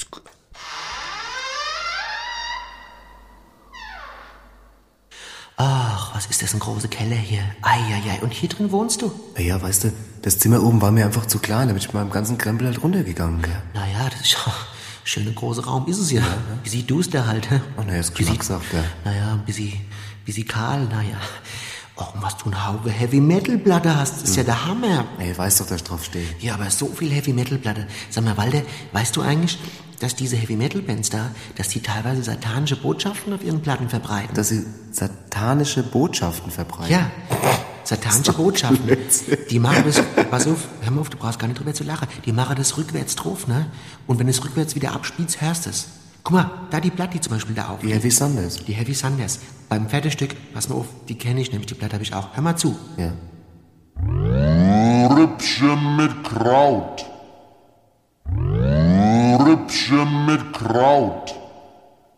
S11: Ach, was ist das, ein großer Keller hier? Eieiei, und hier drin wohnst du?
S12: Ja, weißt du, das Zimmer oben war mir einfach zu klein, da bin ich mit meinem ganzen Krempel halt runtergegangen. Gell?
S11: Naja, das ist ja... Schöner großer Raum ist es ja. ne? Wie sie duster halt. hä?
S12: Oh, naja, ist gesagt, ja.
S11: Naja, ein bisschen, bisschen kahl, naja. Oh, und was du ein Hauge Heavy Metal Platte hast, ist ja der Hammer.
S12: Ey, weiß doch, dass ich drauf stehe.
S11: Ja, aber so viel Heavy Metal Platte. Sag mal, Walde, weißt du eigentlich, dass diese Heavy Metal Bands da, dass die teilweise satanische Botschaften auf ihren Platten verbreiten?
S12: Dass sie satanische Botschaften verbreiten.
S11: Ja. Satanische Botschaften. Die machen das, pass auf, hör mal auf, du brauchst gar nicht drüber zu lachen. Die machen das rückwärts drauf, ne? Und wenn es rückwärts wieder abspielst, hörst es. Guck mal, da die Platte die zum Beispiel da auf.
S12: Die Heavy Sundays.
S11: Die Heavy Sundays. Beim Pferdestück, pass mal auf, die kenne ich nämlich, die Platte habe ich auch. Hör mal zu.
S12: Ja.
S13: Rippchen mit Kraut. Rippchen mit Kraut.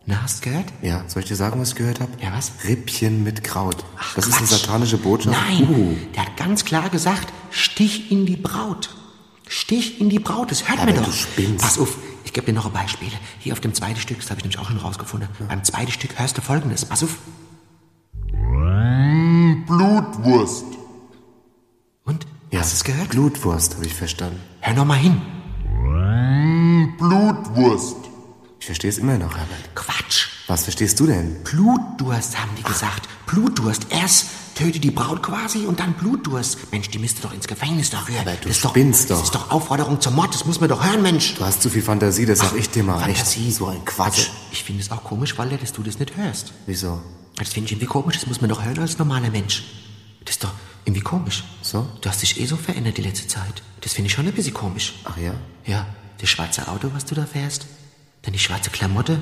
S11: Na, hast du gehört?
S12: Ja, soll ich dir sagen, was ich gehört habe?
S11: Ja, was?
S12: Rippchen mit Kraut. das ist eine
S11: Quatsch.
S12: satanische Botschaft. Uh.
S11: Nein, der hat ganz klar gesagt, stich in die Braut. Stich in die Braut, das hört
S12: Aber
S11: man doch.
S12: du spinnst.
S11: Pass auf, ich gebe dir noch ein Beispiel. Hier auf dem zweiten Stück, das habe ich nämlich auch schon rausgefunden. Beim zweiten Stück hörst du folgendes. Pass auf.
S13: Blutwurst.
S12: Ja, Hast du es gehört? Blutwurst, habe ich verstanden.
S11: Hör noch mal hin.
S13: Blutwurst.
S12: Ich verstehe es immer noch, Herbert.
S11: Quatsch.
S12: Was verstehst du denn?
S11: Blutdurst, haben die gesagt. Blutdurst. Erst töte die Braut quasi und dann Blutdurst. Mensch, die müsste doch ins Gefängnis dafür. Aber du das ist doch,
S12: spinnst
S11: Das
S12: doch.
S11: ist doch Aufforderung zum Mord. Das muss man doch hören, Mensch.
S12: Du hast zu viel Fantasie, das sag ich dir mal.
S11: Fantasie.
S12: Echt, so ein Quatsch.
S11: Also, Ich finde es auch komisch, Walter, dass du das nicht hörst.
S12: Wieso?
S11: Das finde ich irgendwie komisch. Das muss man doch hören als normaler Mensch. Das ist doch irgendwie komisch.
S12: So?
S11: Du hast dich eh so verändert die letzte Zeit. Das finde ich schon ein bisschen komisch.
S12: Ach ja?
S11: Ja, das schwarze Auto, was du da fährst. Dann die schwarze Klamotte.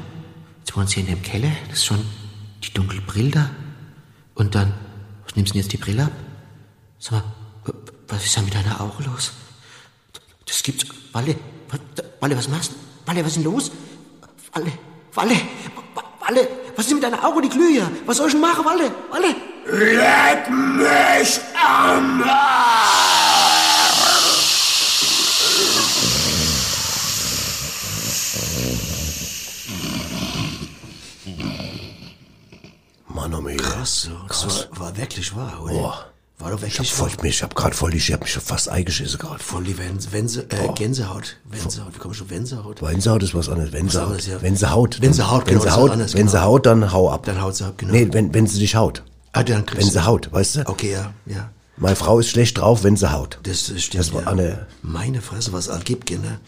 S11: Jetzt wohnst du hier in dem Keller. Das ist schon die dunkle Brille da. Und dann, was nimmst du denn jetzt die Brille ab? Sag mal, w- w- was ist da mit deiner Auge los? Das gibt's. Walle, wa- da- Walle, was machst du? Walle, was ist denn los? Walle, Walle, Wa- Walle, was ist denn mit deiner Auge, die Glühe? Was soll ich denn machen, Walle? Walle!
S13: Leck mich am
S1: Mann, oh mein
S2: Krass, so. Das war, war wirklich wahr, oder?
S1: Boah.
S2: War doch
S1: Ich hab
S2: wirklich
S1: voll, ich hab grad voll, ich hab mich schon fast eingeschissen gerade.
S2: Voll die Wense, Wense, äh, Gänsehaut. Wensehaut, wie komme ich schon Wensehaut?
S1: Wensehaut ist was anderes. Wenn sie,
S2: anderes, ja.
S1: wenn sie haut.
S2: Wenn sie haut,
S1: wenn
S2: genau,
S1: sie
S2: das ist
S1: haut,
S2: anders,
S1: wenn sie
S2: genau.
S1: haut, dann hau ab.
S2: Dann haut sie ab, genau.
S1: Nee, wenn, wenn sie dich haut.
S2: Ah, dann
S1: Wenn
S2: kriegst
S1: sie haut, weißt du?
S2: Okay, ja, ja.
S1: Meine Frau ist schlecht drauf, wenn sie haut.
S2: Das äh, stimmt.
S1: Das war
S2: ja.
S1: eine.
S2: Meine Fresse, was es alles gibt, gell, ne?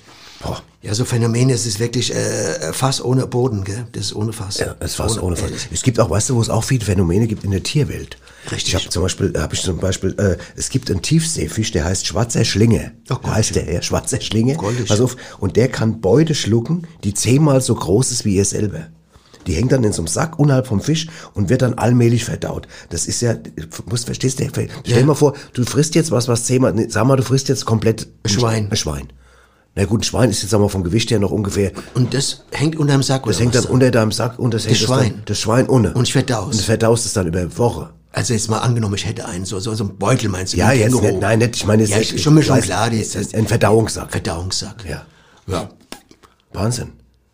S1: Boah.
S2: Ja, so Phänomene, es ist wirklich äh, Fass ohne Boden, gell? Das ist ohne Fass.
S1: Ja, es war ohne, ohne Fall.
S2: Äh,
S1: Es gibt auch, weißt du, wo es auch viele Phänomene gibt in der Tierwelt.
S2: Richtig.
S1: Ich habe zum Beispiel, habe ich zum Beispiel, äh, es gibt einen Tiefseefisch, der heißt schwarzer Schlinge.
S2: Oh Gott.
S1: heißt der, ja, schwarzer Schlinge.
S2: Goldig.
S1: Pass auf, und der kann Beute schlucken, die zehnmal so groß ist wie ihr selber. Die hängt dann in so einem Sack unterhalb vom Fisch und wird dann allmählich verdaut. Das ist ja, musst, verstehst du, stell dir mal vor, du frisst jetzt was, was zehnmal, nee, sag mal, du frisst jetzt komplett ein
S2: Schwein.
S1: Ein Schwein. Na gut, ein Schwein ist jetzt aber vom Gewicht her noch ungefähr
S2: Und das hängt unterm Sack,
S1: das hängt dann unter deinem Sack und das,
S2: Das
S1: hängt das
S2: Schwein.
S1: Dann, das Schwein ohne.
S2: Und ich verdaust.
S1: Und du verdaust es dann über eine Woche.
S2: Also jetzt mal angenommen, ich hätte einen, so, so, so einen Beutel meinst du?
S1: Ja,
S2: mit
S1: jetzt
S2: Känguru.
S1: nicht, nein, nicht, ich meine, jetzt
S2: ja,
S1: nicht-
S2: ich, schon mir schon
S1: weißt,
S2: klar, die,
S1: es ist ein Verdauungssack.
S2: Verdauungssack.
S1: Ja.
S2: ja.
S1: Wahnsinn.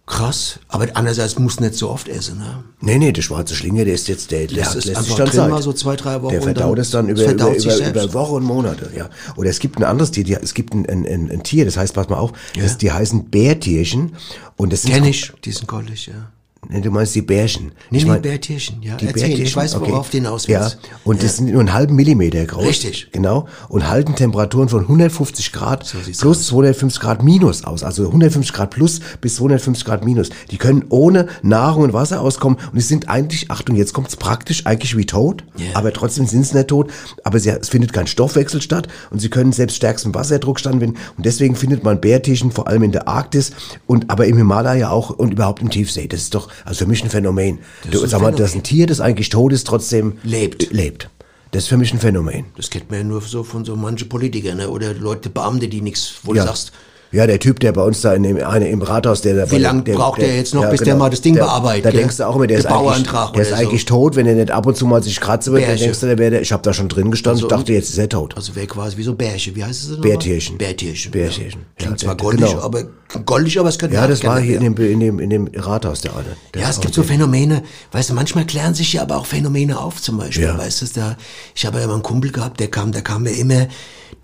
S2: Krass. Aber andererseits musst du nicht so oft essen, ne?
S1: Nee, nee, der schwarze Schlinge, der ist jetzt, der
S2: Lässt
S1: lässt,
S2: es
S1: lässt sich
S2: einfach
S1: dann
S2: drin
S1: Zeit.
S2: mal so zwei, drei Wochen
S1: Der
S2: und
S1: verdaut
S2: dann-
S1: es dann über,
S2: es verdaut
S1: über,
S2: sich
S1: über,
S2: selbst.
S1: über Wochen und Monate, ja. Oder es gibt ein anderes Tier, die, es gibt ein, ein, ein, ein Tier, das heißt, pass mal auf, das, die heißen Bärtierchen. Und das sind,
S2: Kenn ich, diesen Goldig, ja.
S1: Nee, du meinst die Bärchen.
S2: Nee,
S1: Ich
S2: nee,
S1: mein-
S2: Bärtierchen, ja.
S1: Die
S2: Erzähl,
S1: Bärtierchen,
S2: ich weiß,
S1: okay.
S2: worauf du hinaus
S1: Ja,
S2: willst.
S1: und die sind nur einen halben Millimeter groß.
S2: Richtig.
S1: Genau. Und halten Temperaturen von 150 Grad
S2: sieht's
S1: plus 250 Grad minus aus. Also 150 Grad plus bis 250 Grad minus. Die können ohne Nahrung und Wasser auskommen und die sind eigentlich, Achtung, jetzt kommt's praktisch eigentlich wie tot,
S2: Ja.
S1: aber trotzdem sind sie nicht tot. Aber sie, es findet kein Stoffwechsel statt und sie können selbst stärkstem Wasserdruck standwinden. Und deswegen findet man Bärtischen vor allem in der Arktis und aber im Himalaya auch und überhaupt im Tiefsee. Das ist doch also für mich ein Phänomen. Du,
S2: ist ein
S1: sag mal, dass ein
S2: Phänomen.
S1: Tier, das eigentlich tot ist, trotzdem Äh,
S2: Lebt.
S1: lebt. Das ist für mich ein Phänomen.
S2: Das kennt man ja nur so von so manche Politiker, ne? Oder Leute, Beamte, die nichts, wo du
S1: Ja.
S2: sagst,
S1: Ja, der Typ, der bei uns da in dem, eine, im Rathaus, der da
S2: Wie lange braucht der jetzt noch, bis der mal das Ding bearbeitet,
S1: Da
S2: gell?
S1: denkst du auch immer, der
S2: Der
S1: ist eigentlich,
S2: Bauantrag
S1: der ist
S2: oder so.
S1: eigentlich tot, wenn er nicht ab und zu mal sich kratzen wird, dann
S2: Bärchen.
S1: denkst du, der wäre, der- ich habe da schon drin gestanden, ich dachte, jetzt ist er tot.
S2: Also wäre quasi wie so Bärchen. Wie heißt es denn? nochmal?
S1: Bärtierchen.
S2: Bärtierchen.
S1: Bärtierchen.
S2: Ja. Klingt
S1: Ja,
S2: zwar
S1: der-
S2: goldig,
S1: genau.
S2: aber goldig, aber es könnte
S1: Ja,
S2: man
S1: das war
S2: abkennen,
S1: hier
S2: ja.
S1: in, dem, in, dem, in dem Rathaus, der eine. Der
S2: Ja, es
S1: ist
S2: gibt
S1: auch
S2: so Phänomene, weißt du, manchmal klären sich ja aber auch Phänomene auf, zum Beispiel,
S1: Ja.
S2: weißt du, da, ich habe ja mal einen Kumpel gehabt, der kam, der kam mir immer,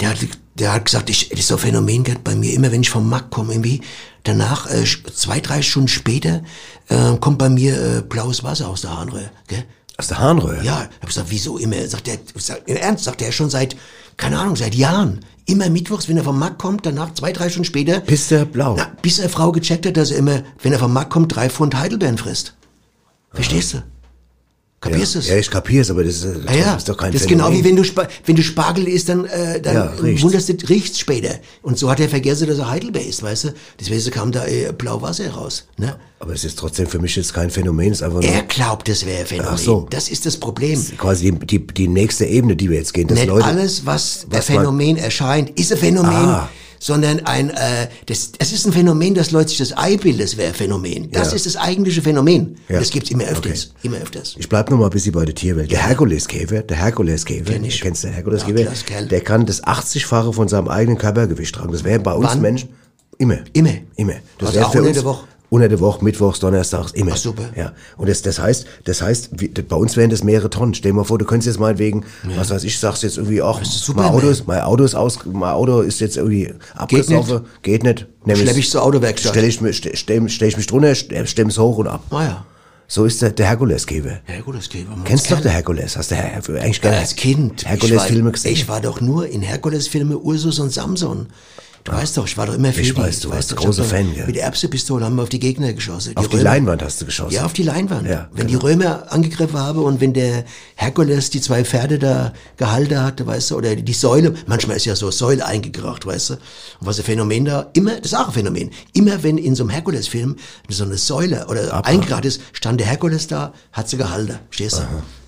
S2: der hat, der hat gesagt, ich, das ist so ein Phänomen gehabt bei mir, immer wenn ich vom Markt komme, irgendwie, danach, äh, sch- zwei, drei Stunden später, äh, kommt bei mir äh, blaues Wasser aus der Harnröhre, gell?
S1: Aus der Harnröhre?
S2: Ja, hab gesagt, wieso immer, sagt er, sagt, im Ernst, sagt er schon seit, keine Ahnung, seit Jahren, immer mittwochs, wenn er vom Markt kommt, danach, zwei, drei Stunden später,
S1: Bist du blau?
S2: na, bis eine Frau gecheckt hat, dass er immer, wenn er vom Markt kommt, drei Pfund Heidelbeeren frisst. Verstehst du? Kapierst
S1: ja.
S2: du's?
S1: Ja, ich kapier's, aber das ist,
S2: Ah ja,
S1: ist doch kein
S2: das ist
S1: Phänomen.
S2: genau wie wenn du, Spa wenn du Spargel isst, dann, äh, dann
S1: Ja, riecht's.
S2: wunderst du, riecht's später. Und so hat er vergessen, dass er Heidelbeer ist, weißt du? Deswegen kam da äh, Blauwasser raus. Ne?
S1: Aber es ist trotzdem für mich jetzt kein Phänomen, es ist einfach nur
S2: Er glaubt, das wäre ein Phänomen.
S1: Ach so.
S2: Das ist das Problem.
S1: quasi die, die, die nächste Ebene, die wir jetzt gehen. dass
S2: Nicht
S1: Leute-
S2: alles, was,
S1: was
S2: ein Phänomen erscheint, ist ein Phänomen,
S1: Ah.
S2: sondern ein, äh, das, das ist ein Phänomen, dass Leute sich das Ei bilden, das wäre ein Phänomen. Das
S1: Ja.
S2: ist das eigentliche Phänomen.
S1: Ja.
S2: Das gibt's immer öfters, immer öfters.
S1: Ich bleib noch mal ein bisschen bei der Tierwelt. Der Herkuleskäfer, der Herkuleskäfer,
S2: Kenn ich.
S1: kennst du den
S2: Ja,
S1: Herkuleskäfer?
S2: klasse Kerl.
S1: der kann das 80-fache von seinem eigenen Körpergewicht tragen. Das wäre bei uns
S2: Wann?
S1: Menschen immer.
S2: Immer.
S1: Immer. Das
S2: Also
S1: wäre
S2: auch
S1: für
S2: unter
S1: uns
S2: der Woche?
S1: Unter der Woche, Mittwochs, Donnerstags, immer.
S2: Ach, super.
S1: Ja. Und das, das heißt, das heißt, wie, das, bei uns wären das mehrere Tonnen. Stell dir mal vor, du könntest jetzt meinetwegen, was weiß ich, sagst jetzt irgendwie auch, mein Auto,
S2: Superman.
S1: ist, mein Auto ist aus, mein Auto ist jetzt irgendwie abgesoffen, geht nicht. Nehm
S2: Schlepp ich zur Autowerkstatt.
S1: Stell ich, mir- ste- stell, stell ich mich drunter, ste- stemm es hoch und ab.
S2: Ah ja.
S1: So ist der, der Herkuleskäfer.
S2: Ja gut, das geht.
S1: Kennst du doch den Herkules? Hast du Her eigentlich
S2: Ja,
S1: gerne
S2: als Kind.
S1: Herkules-Filme
S2: ich war,
S1: gesehen?
S2: Ich war doch nur in Herkules-Filme Ursus und Samson. Du weißt doch, ich war doch immer viel.
S1: Ah. weiß, du warst ein großer Fan, gell?
S2: Mit der Erbsepistole haben wir auf die Gegner geschossen.
S1: auf die
S2: Römer.
S1: Leinwand hast du geschossen.
S2: Ja, auf die Leinwand.
S1: Ja,
S2: wenn
S1: genau.
S2: die Römer angegriffen haben und wenn der Herkules die zwei Pferde da gehalten hatte, weißt du, oder die Säule, manchmal ist ja so Säule eingekracht, weißt du. Und was ein Phänomen da, immer, das ist auch ein Phänomen, immer wenn in so einem Herkules-Film so eine Säule oder eingekracht ist, stand der Herkules da, hat sie gehalten, stehst du?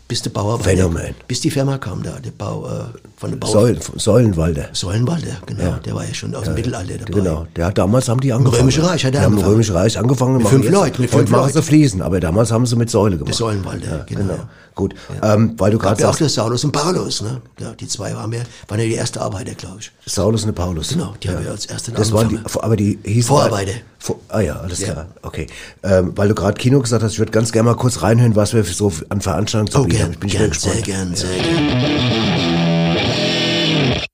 S2: Bis der Bauer war
S1: Phänomen.
S2: weg. bis die Firma kam da, der Bau, äh, von der Bau.
S1: Säulen, Säulenwalder.
S2: Säulenwalder, genau, der war ja schon aus dem Mittelalter dabei.
S1: Genau, der hat damals haben die angefangen.
S2: Römische Reich hat
S1: Die
S2: er
S1: haben im
S2: angefangen.
S1: Römische Reich angefangen.
S2: Mit
S1: machen
S2: fünf
S1: jetzt-
S2: Leuten, mit
S1: Heute
S2: fünf
S1: machen sie
S2: Leuten.
S1: Fliesen, aber damals haben sie mit Säule gemacht.
S2: Säulenwalder, genau.
S1: genau. Gut, ähm, weil du gerade
S2: Gab ja auch
S1: sagst,
S2: der Saulus und Paulus, ne? Ja, die zwei waren ja, waren ja die erste Arbeiter, glaube ich.
S1: Saulus und Paulus.
S2: Genau, die haben wir als erste
S1: Das waren die,
S2: angefangen.
S1: aber die hießen...
S2: Vorarbeiter.
S1: Vor, ah ja, alles
S2: Ja.
S1: klar, okay. Ähm, weil du gerade Kino gesagt hast, ich würde ganz gerne mal kurz reinhören, was wir so an Veranstaltungen zu
S2: Oh,
S1: bieten
S2: gern,
S1: haben. Ich bin
S2: gern,
S1: sehr gespannt.
S2: sehr gern, sehr gern.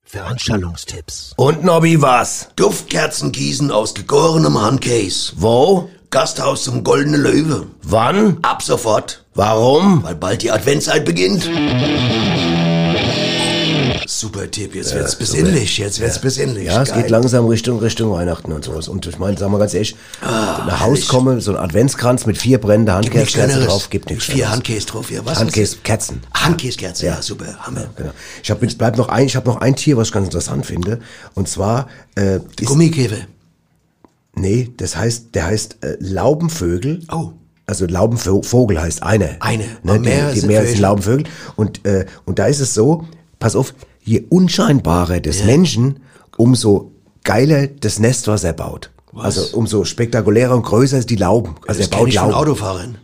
S2: Veranstaltungstipps.
S1: Und Nobby, was?
S2: Duftkerzen gießen aus gegorenem Handkäse.
S1: Wo?
S2: Gasthaus zum Goldenen Löwe.
S1: Wann?
S2: Ab sofort,
S1: Warum?
S2: weil bald die Adventszeit beginnt. Super Tipp, jetzt wird's besinnlich, jetzt wird's besinnlich.
S1: Ja, es
S2: Geil.
S1: geht langsam Richtung, Richtung Weihnachten und sowas. Und ich meine, sagen wir ganz ehrlich, nach Haus komme, so ein Adventskranz mit vier brennende
S2: Gibt Ah, nichts
S1: Handkerzen
S2: Schöneres.
S1: drauf, gibt nichts
S2: Vier
S1: Schöneres.
S2: Handkäse drauf, ja, was?
S1: Handkäse, Kerzen.
S2: Handkäsekerze, ja. super, Hammer.
S1: Genau. Ich habe jetzt bleibt noch ein, ich habe noch ein Tier, was ich ganz interessant finde. Und zwar äh, ist,
S2: Gummikäfer.
S1: nee, das heißt, der heißt äh, Laubenvögel.
S2: Oh.
S1: Also Laubenvogel heißt einer.
S2: Eine.
S1: Ne,
S2: Aber mehrere
S1: die, die
S2: sind
S1: mehr als
S2: Vögel.
S1: Laubenvögel. Und äh, und da ist es so, pass auf, je unscheinbarer des Menschen, umso geiler das Nest, was er baut.
S2: Was?
S1: Also umso spektakulärer und größer ist die Lauben. Also
S2: Das
S1: er
S2: kenne
S1: baut
S2: ich von
S1: Lauben.
S2: Autofahrern.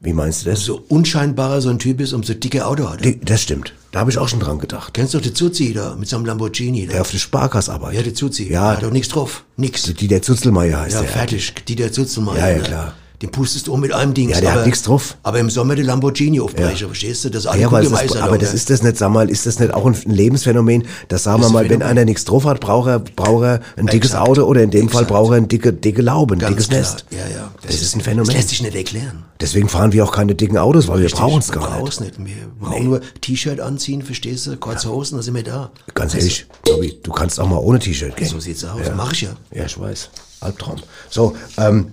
S1: Wie meinst du das?
S2: So unscheinbarer so ein Typ ist, umso dicker Auto hat er.
S1: Die, das stimmt. Da habe ich auch schon dran gedacht.
S2: Kennst du den Zuzi da mit seinem Lamborghini? ne?
S1: Der
S2: Da?
S1: auf der Sparkasse arbeitet.
S2: Ja, der Zuzi.
S1: Ja.
S2: Hat doch nichts drauf. Nix.
S1: Die der Zutzelmeier heißt
S2: Ja,
S1: der.
S2: fertig. Die der Zutzelmeier.
S1: Ja, ja,
S2: ne?
S1: klar.
S2: Den pustest du um mit einem Ding.
S1: Ja, der hat
S2: aber-
S1: nix drauf.
S2: Aber im Sommer den Lamborghini aufbrechen, verstehst du? Das ist alle
S1: Ja, aber,
S2: gute
S1: ist das,
S2: Meister,
S1: aber
S2: Leute.
S1: das ist das nicht, sag mal, ist das nicht auch ein Lebensphänomen? Das sagen wir
S2: Das ist ein
S1: mal, wenn
S2: Phänomen.
S1: einer nichts drauf hat, braucht er, braucht er ein dickes
S2: Exakt.
S1: Auto oder in dem Fall
S2: Exakt.
S1: braucht er ein dicke, dicke Laube, ein
S2: Ganz
S1: dickes
S2: klar.
S1: Nest.
S2: Ja, ja.
S1: Das, ist, ein Phänomen.
S2: Das lässt sich nicht erklären.
S1: Deswegen fahren wir auch keine dicken Autos, weil wir brauchen es gar nicht.
S2: Brauchst nicht mehr. Brauchen nur T-Shirt anziehen, verstehst du? Kurze Hosen, da sind wir da.
S1: Ganz
S2: Weißt
S1: ehrlich, Tobi, du kannst auch mal ohne T-Shirt
S2: du?
S1: gehen.
S2: So sieht's aus.
S1: Ja.
S2: Mach ich ja.
S1: Ja, ich weiß. Albtraum. So, ähm,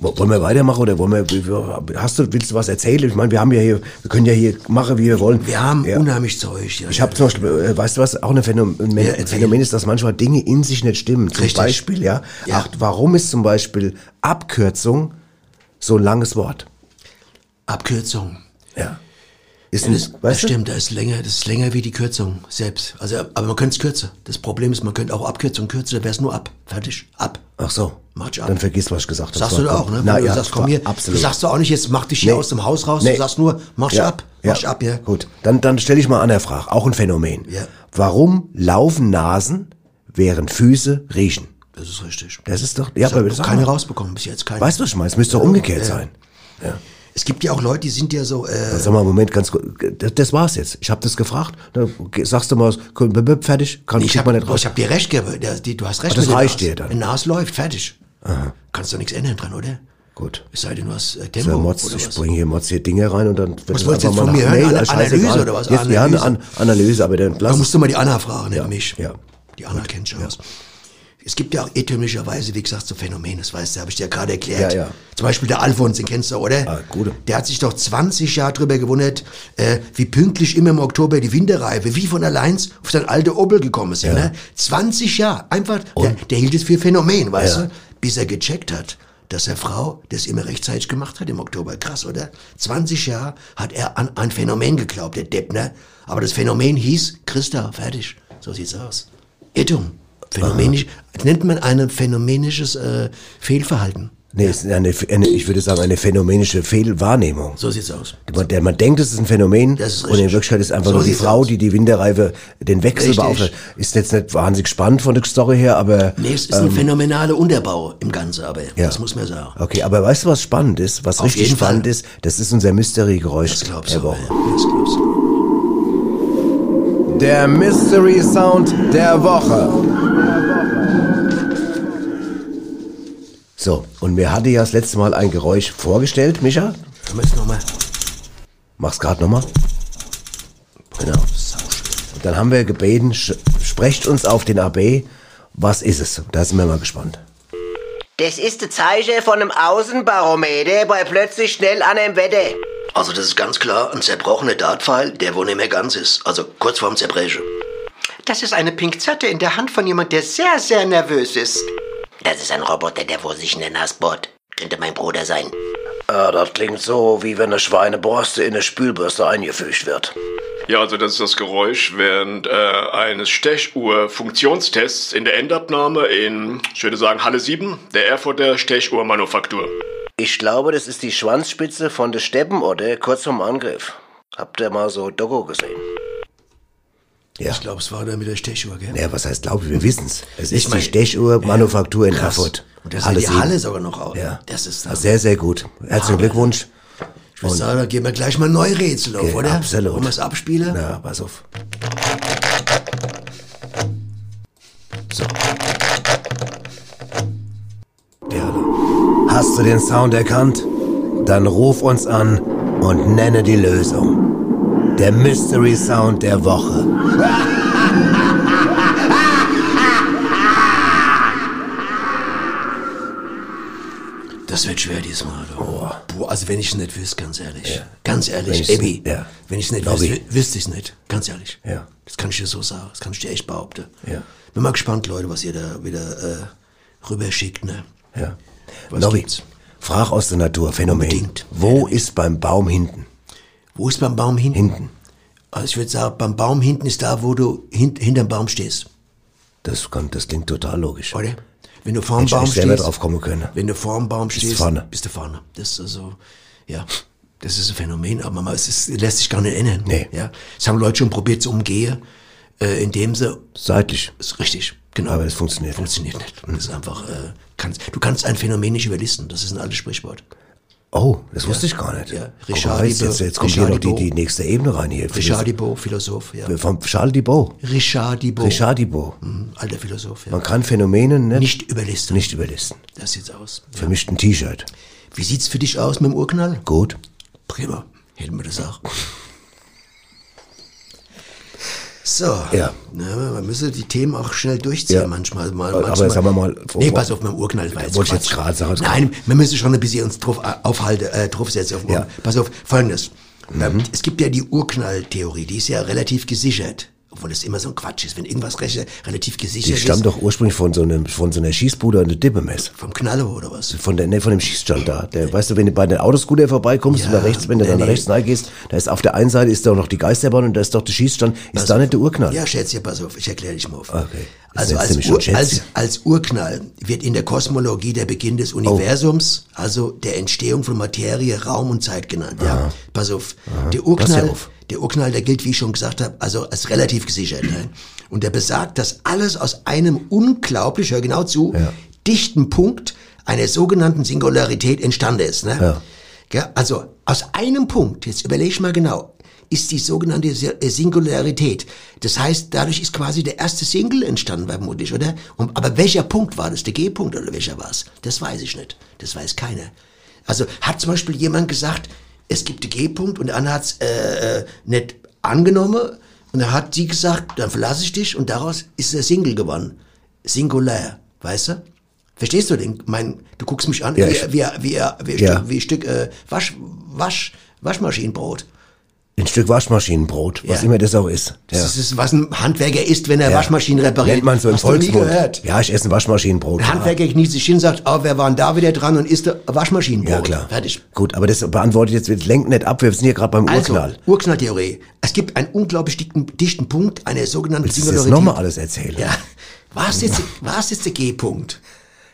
S1: wo- wollen wir weitermachen oder wollen wir, wie- wie- hast du, willst du was erzählen? Ich meine, wir haben ja hier, wir können ja hier machen, wie wir wollen.
S2: Wir haben
S1: ja.
S2: unheimlich Zeug. Ja,
S1: Ich habe zum Beispiel, äh, weißt du was, auch ein Phänomen,
S2: Ja,
S1: ein
S2: erzähl.
S1: Phänomen ist, dass manchmal Dinge in sich nicht stimmen. Zum
S2: Richtig.
S1: Beispiel, ja,
S2: Ja.
S1: Ach, warum ist zum Beispiel Abkürzung so ein langes Wort?
S2: Abkürzung.
S1: Ja. Ist
S2: Ja, das,
S1: ein,
S2: das
S1: weißt du?
S2: stimmt, das ist länger, das ist länger wie die Kürzung selbst. Also, aber man könnte es kürzer. Das Problem ist, man könnte auch Abkürzung kürzen, dann wäre es nur ab. Fertig. Ab.
S1: Ach so.
S2: Matsch ab.
S1: Dann vergiss, was ich gesagt habe.
S2: Sagst du da auch, ne?
S1: Na,
S2: du
S1: ja,
S2: sagst, komm hier,
S1: absolut.
S2: du sagst du auch nicht, jetzt mach dich hier
S1: Nee.
S2: aus dem Haus raus,
S1: Nee.
S2: du sagst nur, mach
S1: ja,
S2: ab, mach
S1: ja.
S2: ab, ja.
S1: Gut, dann, dann stelle ich mal an der Frage, auch ein Phänomen.
S2: Ja.
S1: Warum laufen Nasen, während Füße riechen?
S2: Das ist richtig.
S1: Das ist doch- ja,
S2: ich habe
S1: aber
S2: noch
S1: sag
S2: keine
S1: mal.
S2: rausbekommen, bis jetzt keine.
S1: Weißt du, was ich meine? Es müsste doch umgekehrt sein.
S2: Es gibt ja auch Leute, die sind ja so, äh,
S1: Sag mal, Moment, ganz kurz. Das, das war's jetzt. Ich habe das gefragt. Da sagst du mal, komm, bip, bip, fertig, kann
S2: ich
S1: schick mal
S2: habe
S1: nicht raus.
S2: hab dir recht gegeben, der- die- du hast recht.
S1: Ach, das
S2: mit der
S1: reicht
S2: Nas.
S1: dir dann.
S2: Eine Nas läuft, fertig.
S1: Aha.
S2: Kannst du nichts ändern dran, oder?
S1: Gut.
S2: Es sei denn, du hast äh,
S1: Sag,
S2: Tempo
S1: Motz,
S2: oder
S1: ich
S2: was.
S1: bringe hier Motz hier Dinge rein und dann wird
S2: Was
S1: es
S2: wolltest du
S1: einfach
S2: jetzt
S1: mal
S2: von
S1: nach-
S2: mir hören? Ana-
S1: scheißegal.
S2: Analyse oder was?
S1: Jetzt, ja, eine An
S2: Analyse.
S1: Analyse, aber dann lass
S2: Da
S1: es-
S2: musst du mal die Anna fragen, nicht mich.
S1: Ja.
S2: Die Anna kennt schon was. Es gibt ja auch irrtümlicherweise, wie gesagt, so Phänomene, das weißt du, habe ich dir gerade erklärt.
S1: Ja, ja.
S2: Zum Beispiel der Alfons, den kennst du, oder? Ah,
S1: gute.
S2: Der hat sich doch 20 Jahre drüber gewundert, äh, wie pünktlich immer im Oktober die Winterreife, wie von allein auf sein alter Opel gekommen ist. Ja. Ne? 20 Jahre, einfach, der, der hielt es für Phänomen, weißt
S1: Ja.
S2: du? Bis er gecheckt hat, dass er Frau das immer rechtzeitig gemacht hat im Oktober. Krass, oder? 20 Jahre hat er an ein Phänomen geglaubt, der Depp, ne? Aber das Phänomen hieß Christa, fertig. So sieht's aus. Irrtum. Phänomenisch, nennt man ein phänomenisches äh, Fehlverhalten.
S1: Nee, es ist eine, eine, ich würde sagen, eine phänomenische Fehlwahrnehmung.
S2: So sieht's aus.
S1: Man, der, man denkt, es ist ein Phänomen
S2: Das ist
S1: und in
S2: richtig.
S1: Wirklichkeit ist einfach
S2: So
S1: nur die
S2: sieht's
S1: Frau, die die Winterreife, den Wechsel
S2: Richtig.
S1: beauftragt. Ist jetzt nicht wahnsinnig spannend von der Story her, aber...
S2: Nee, es ist
S1: Ähm.
S2: ein phänomenaler Unterbau im Ganzen, aber das muss man sagen.
S1: Okay, aber weißt du, was spannend ist? Was
S2: Auf
S1: richtig
S2: jeden Fall.
S1: spannend ist, das ist unser Mystery-Geräusch der Woche.
S8: Der Mystery Sound der Woche.
S1: So, und mir hatte ja das letzte Mal ein Geräusch vorgestellt, Micha.
S2: Können wir jetzt nochmal.
S1: Mach's gerade nochmal. Genau. Und dann haben wir gebeten, sch- sprecht uns auf den AB, was ist es? Da sind wir mal gespannt.
S3: Das ist das Zeichen von einem Außenbarometer bei plötzlich schnell an dem Wetter.
S2: Also das ist ganz klar ein zerbrochener Dartpfeil, der wohl nicht mehr ganz ist. Also kurz vorm Zerbrechen.
S7: Das ist eine Pinzette in der Hand von jemand, der sehr, sehr nervös ist.
S9: Das ist ein Roboter, der vor sich in der Nase bohrt. Könnte mein Bruder sein.
S1: Ah, das klingt so, wie wenn eine Schweineborste in eine Spülbürste eingefügt wird.
S10: Ja, also das ist das Geräusch während äh, eines Stechuhr-Funktionstests in der Endabnahme in, ich würde sagen, Halle 7, der Erfurter Stechuhr-Manufaktur.
S1: Ich glaube, das ist die Schwanzspitze von der Steppenodde kurz vorm Angriff. Habt ihr mal so Dogo gesehen? Ja.
S2: Ich glaube, es war da mit der Stechuhr, gell?
S1: Ja, was heißt glaube ich? Wir wissen's. Es
S2: Ich
S1: ist
S2: mein-
S1: die Stechuhr-Manufaktur in
S2: Krass.
S1: Erfurt.
S2: Und da ist ja die
S1: sieben.
S2: Halle sogar noch auf.
S1: Ja.
S2: Das ist
S1: Also sehr, sehr gut. Herzlichen Glückwunsch.
S2: Ich würde sagen, da geben wir gleich mal neue Rätsel auf,
S1: Okay,
S2: oder?
S1: absolut.
S2: Wollen wir es abspielen?
S1: Na, pass auf. So. Ja. Hast du den Sound erkannt? Dann ruf uns an und nenne die Lösung. Der Mystery Sound der Woche.
S2: Das wird schwer diesmal. du. Boah, also wenn ich es nicht wüsste, ganz ehrlich. Ganz
S1: Oh. Wenn
S2: ehrlich,
S1: ich's-
S2: Ebi.
S1: ja.
S2: Wenn ich es nicht
S1: Lobby.
S2: wüsste, wü- wüsste ich es nicht. Ganz ehrlich.
S1: Ja.
S2: Das kann ich dir so sagen. Das kann ich dir echt behaupten.
S1: Ja.
S2: Bin mal gespannt, Leute, was ihr da wieder äh, rüberschickt, ne?
S1: Ja.
S2: Was
S1: Lobby,
S2: gibt's?
S1: frag aus der Natur, Phänomen.
S2: Unbedingt.
S1: Wo ist beim Baum hinten?
S2: Wo ist beim Baum hinten?
S1: Hinten.
S2: Also ich würde sagen, beim Baum hinten ist da, wo du hin, hinterm Baum stehst.
S1: Das, kann, das klingt total logisch.
S2: Oder? Wenn du vorm
S1: Hätte ich
S2: Baum
S1: echt selber
S2: stehst.
S1: drauf kommen können.
S2: Wenn du vorm Baum stehst,
S1: vorne.
S2: bist du vorne. Das ist also, ja, das ist ein Phänomen, aber man, es ist, lässt sich gar nicht ändern.
S1: Nee.
S2: Ja, das haben Leute schon probiert zu umgehen, äh, indem sie,
S1: Seitlich.
S2: ist richtig, genau.
S1: Aber es funktioniert. Mhm.
S2: funktioniert nicht. Das ist einfach, äh, kannst, du kannst ein Phänomen nicht überlisten, das ist ein altes Sprichwort.
S1: Oh, das wusste ich gar nicht.
S2: Ja,
S1: Guck mal,
S2: Richard
S1: jetzt, jetzt, jetzt kommt hier noch die, die nächste Ebene rein hier.
S2: Richardibo, Philosoph, ja.
S1: Äh, Vom Charles Dibot.
S2: Richardibo.
S1: Richardibo.
S2: Mhm, Alter Philosoph, ja.
S1: Man kann Phänomene ne?
S2: Nicht überlisten.
S1: Nicht überlisten.
S2: Das sieht's aus.
S1: Für mich ein T-Shirt.
S2: Wie sieht's für dich aus mit dem Urknall?
S1: Gut.
S2: Prima. Hätten wir das auch. So.
S1: Ja.
S2: Na, man müsste die Themen auch schnell durchziehen
S1: Ja.
S2: manchmal. Mal,
S1: Aber
S2: manchmal.
S1: sagen wir mal, vor-
S2: Nee, pass auf, mit dem Urknall war jetzt
S1: Wollte ich
S2: Quatsch.
S1: jetzt gerade sagen, das
S2: Nein, wir müssen schon ein bisschen uns drauf aufhalten, äh, draufsetzen. Auf den
S1: Mhm.
S2: Urknall. Pass auf, folgendes. Ähm, Es gibt ja die Urknalltheorie, die ist ja relativ gesichert. obwohl das immer so ein Quatsch ist, wenn irgendwas recht, relativ
S1: Die
S2: gesichert
S1: stammt
S2: ist.
S1: doch ursprünglich von so, einem, von so einer Schießbude an der Dippemess.
S2: Vom Knalle oder was?
S1: Von, der, nee, von dem Schießstand da. Der, weißt du, wenn du bei den Autoscooter vorbeikommst und nach rechts, wenn du dann nach rechts rein gehst, da ist auf der einen Seite ist doch noch die Geisterbahn und da ist doch der Schießstand. Ist da nicht der Urknall?
S2: Ja, Schätzchen, pass auf, ich erkläre dich mal auf.
S1: Okay. Das nennst
S2: Also
S1: du
S2: als,
S1: mich schon
S2: Ur
S1: Schätzchen.
S2: als, als Urknall wird in der Kosmologie der Beginn des
S1: Oh.
S2: Universums, also der Entstehung von Materie, Raum und Zeit genannt. Ja. Pass auf. Der
S1: Pass
S2: Urknall,
S1: ja auf.
S2: der Urknall, der gilt, wie ich schon gesagt habe, also als relativ gesichert. Ne? Und der besagt, dass alles aus einem unglaublich, hör genau zu, dichten Punkt einer sogenannten Singularität entstanden ist. Ne?
S1: Ja.
S2: Gell? Also aus einem Punkt, jetzt überlege ich mal genau, ist die sogenannte Si- äh, Singularität. Das heißt, dadurch ist quasi der erste Single entstanden bei Mutig, oder? Und, aber welcher Punkt war das? Der G-Punkt oder welcher war es? Das weiß ich nicht. Das weiß keiner. Also hat zum Beispiel jemand gesagt, es gibt den G-Punkt und der andere hat's äh, äh, nicht angenommen und dann hat sie gesagt, dann verlasse ich dich und daraus ist der Single geworden. Singulär, weißt du? Verstehst du den? Mein, du guckst mich an,
S1: Ja,
S2: wie,
S1: ich-
S2: wie, wie, wie,
S1: Ja.
S2: Stück, wie Stück äh, Wasch, Wasch, Waschmaschinenbrot.
S1: Ein Stück Waschmaschinenbrot, was
S2: Ja.
S1: immer das auch ist.
S2: Das
S1: Ja.
S2: ist, es, was ein Handwerker isst, wenn er
S1: Ja.
S2: Waschmaschinen repariert.
S1: Nennt man so im
S2: Hast du nie
S1: Volksmund.
S2: gehört.
S1: Ja, ich esse ein Waschmaschinenbrot.
S2: Ein Handwerker kniet sich hin und sagt, oh, wer war denn da wieder dran und isst Waschmaschinenbrot.
S1: Ja, klar.
S2: Fertig.
S1: Gut, aber das beantwortet jetzt, wir lenken nicht ab, wir sind hier gerade beim Urknall.
S2: Also, Urknalltheorie. Es gibt einen unglaublich dichten, dichten Punkt, eine sogenannte
S1: Willst du das nochmal alles erzählen?
S2: Ja. Was ist, was ist der G-Punkt?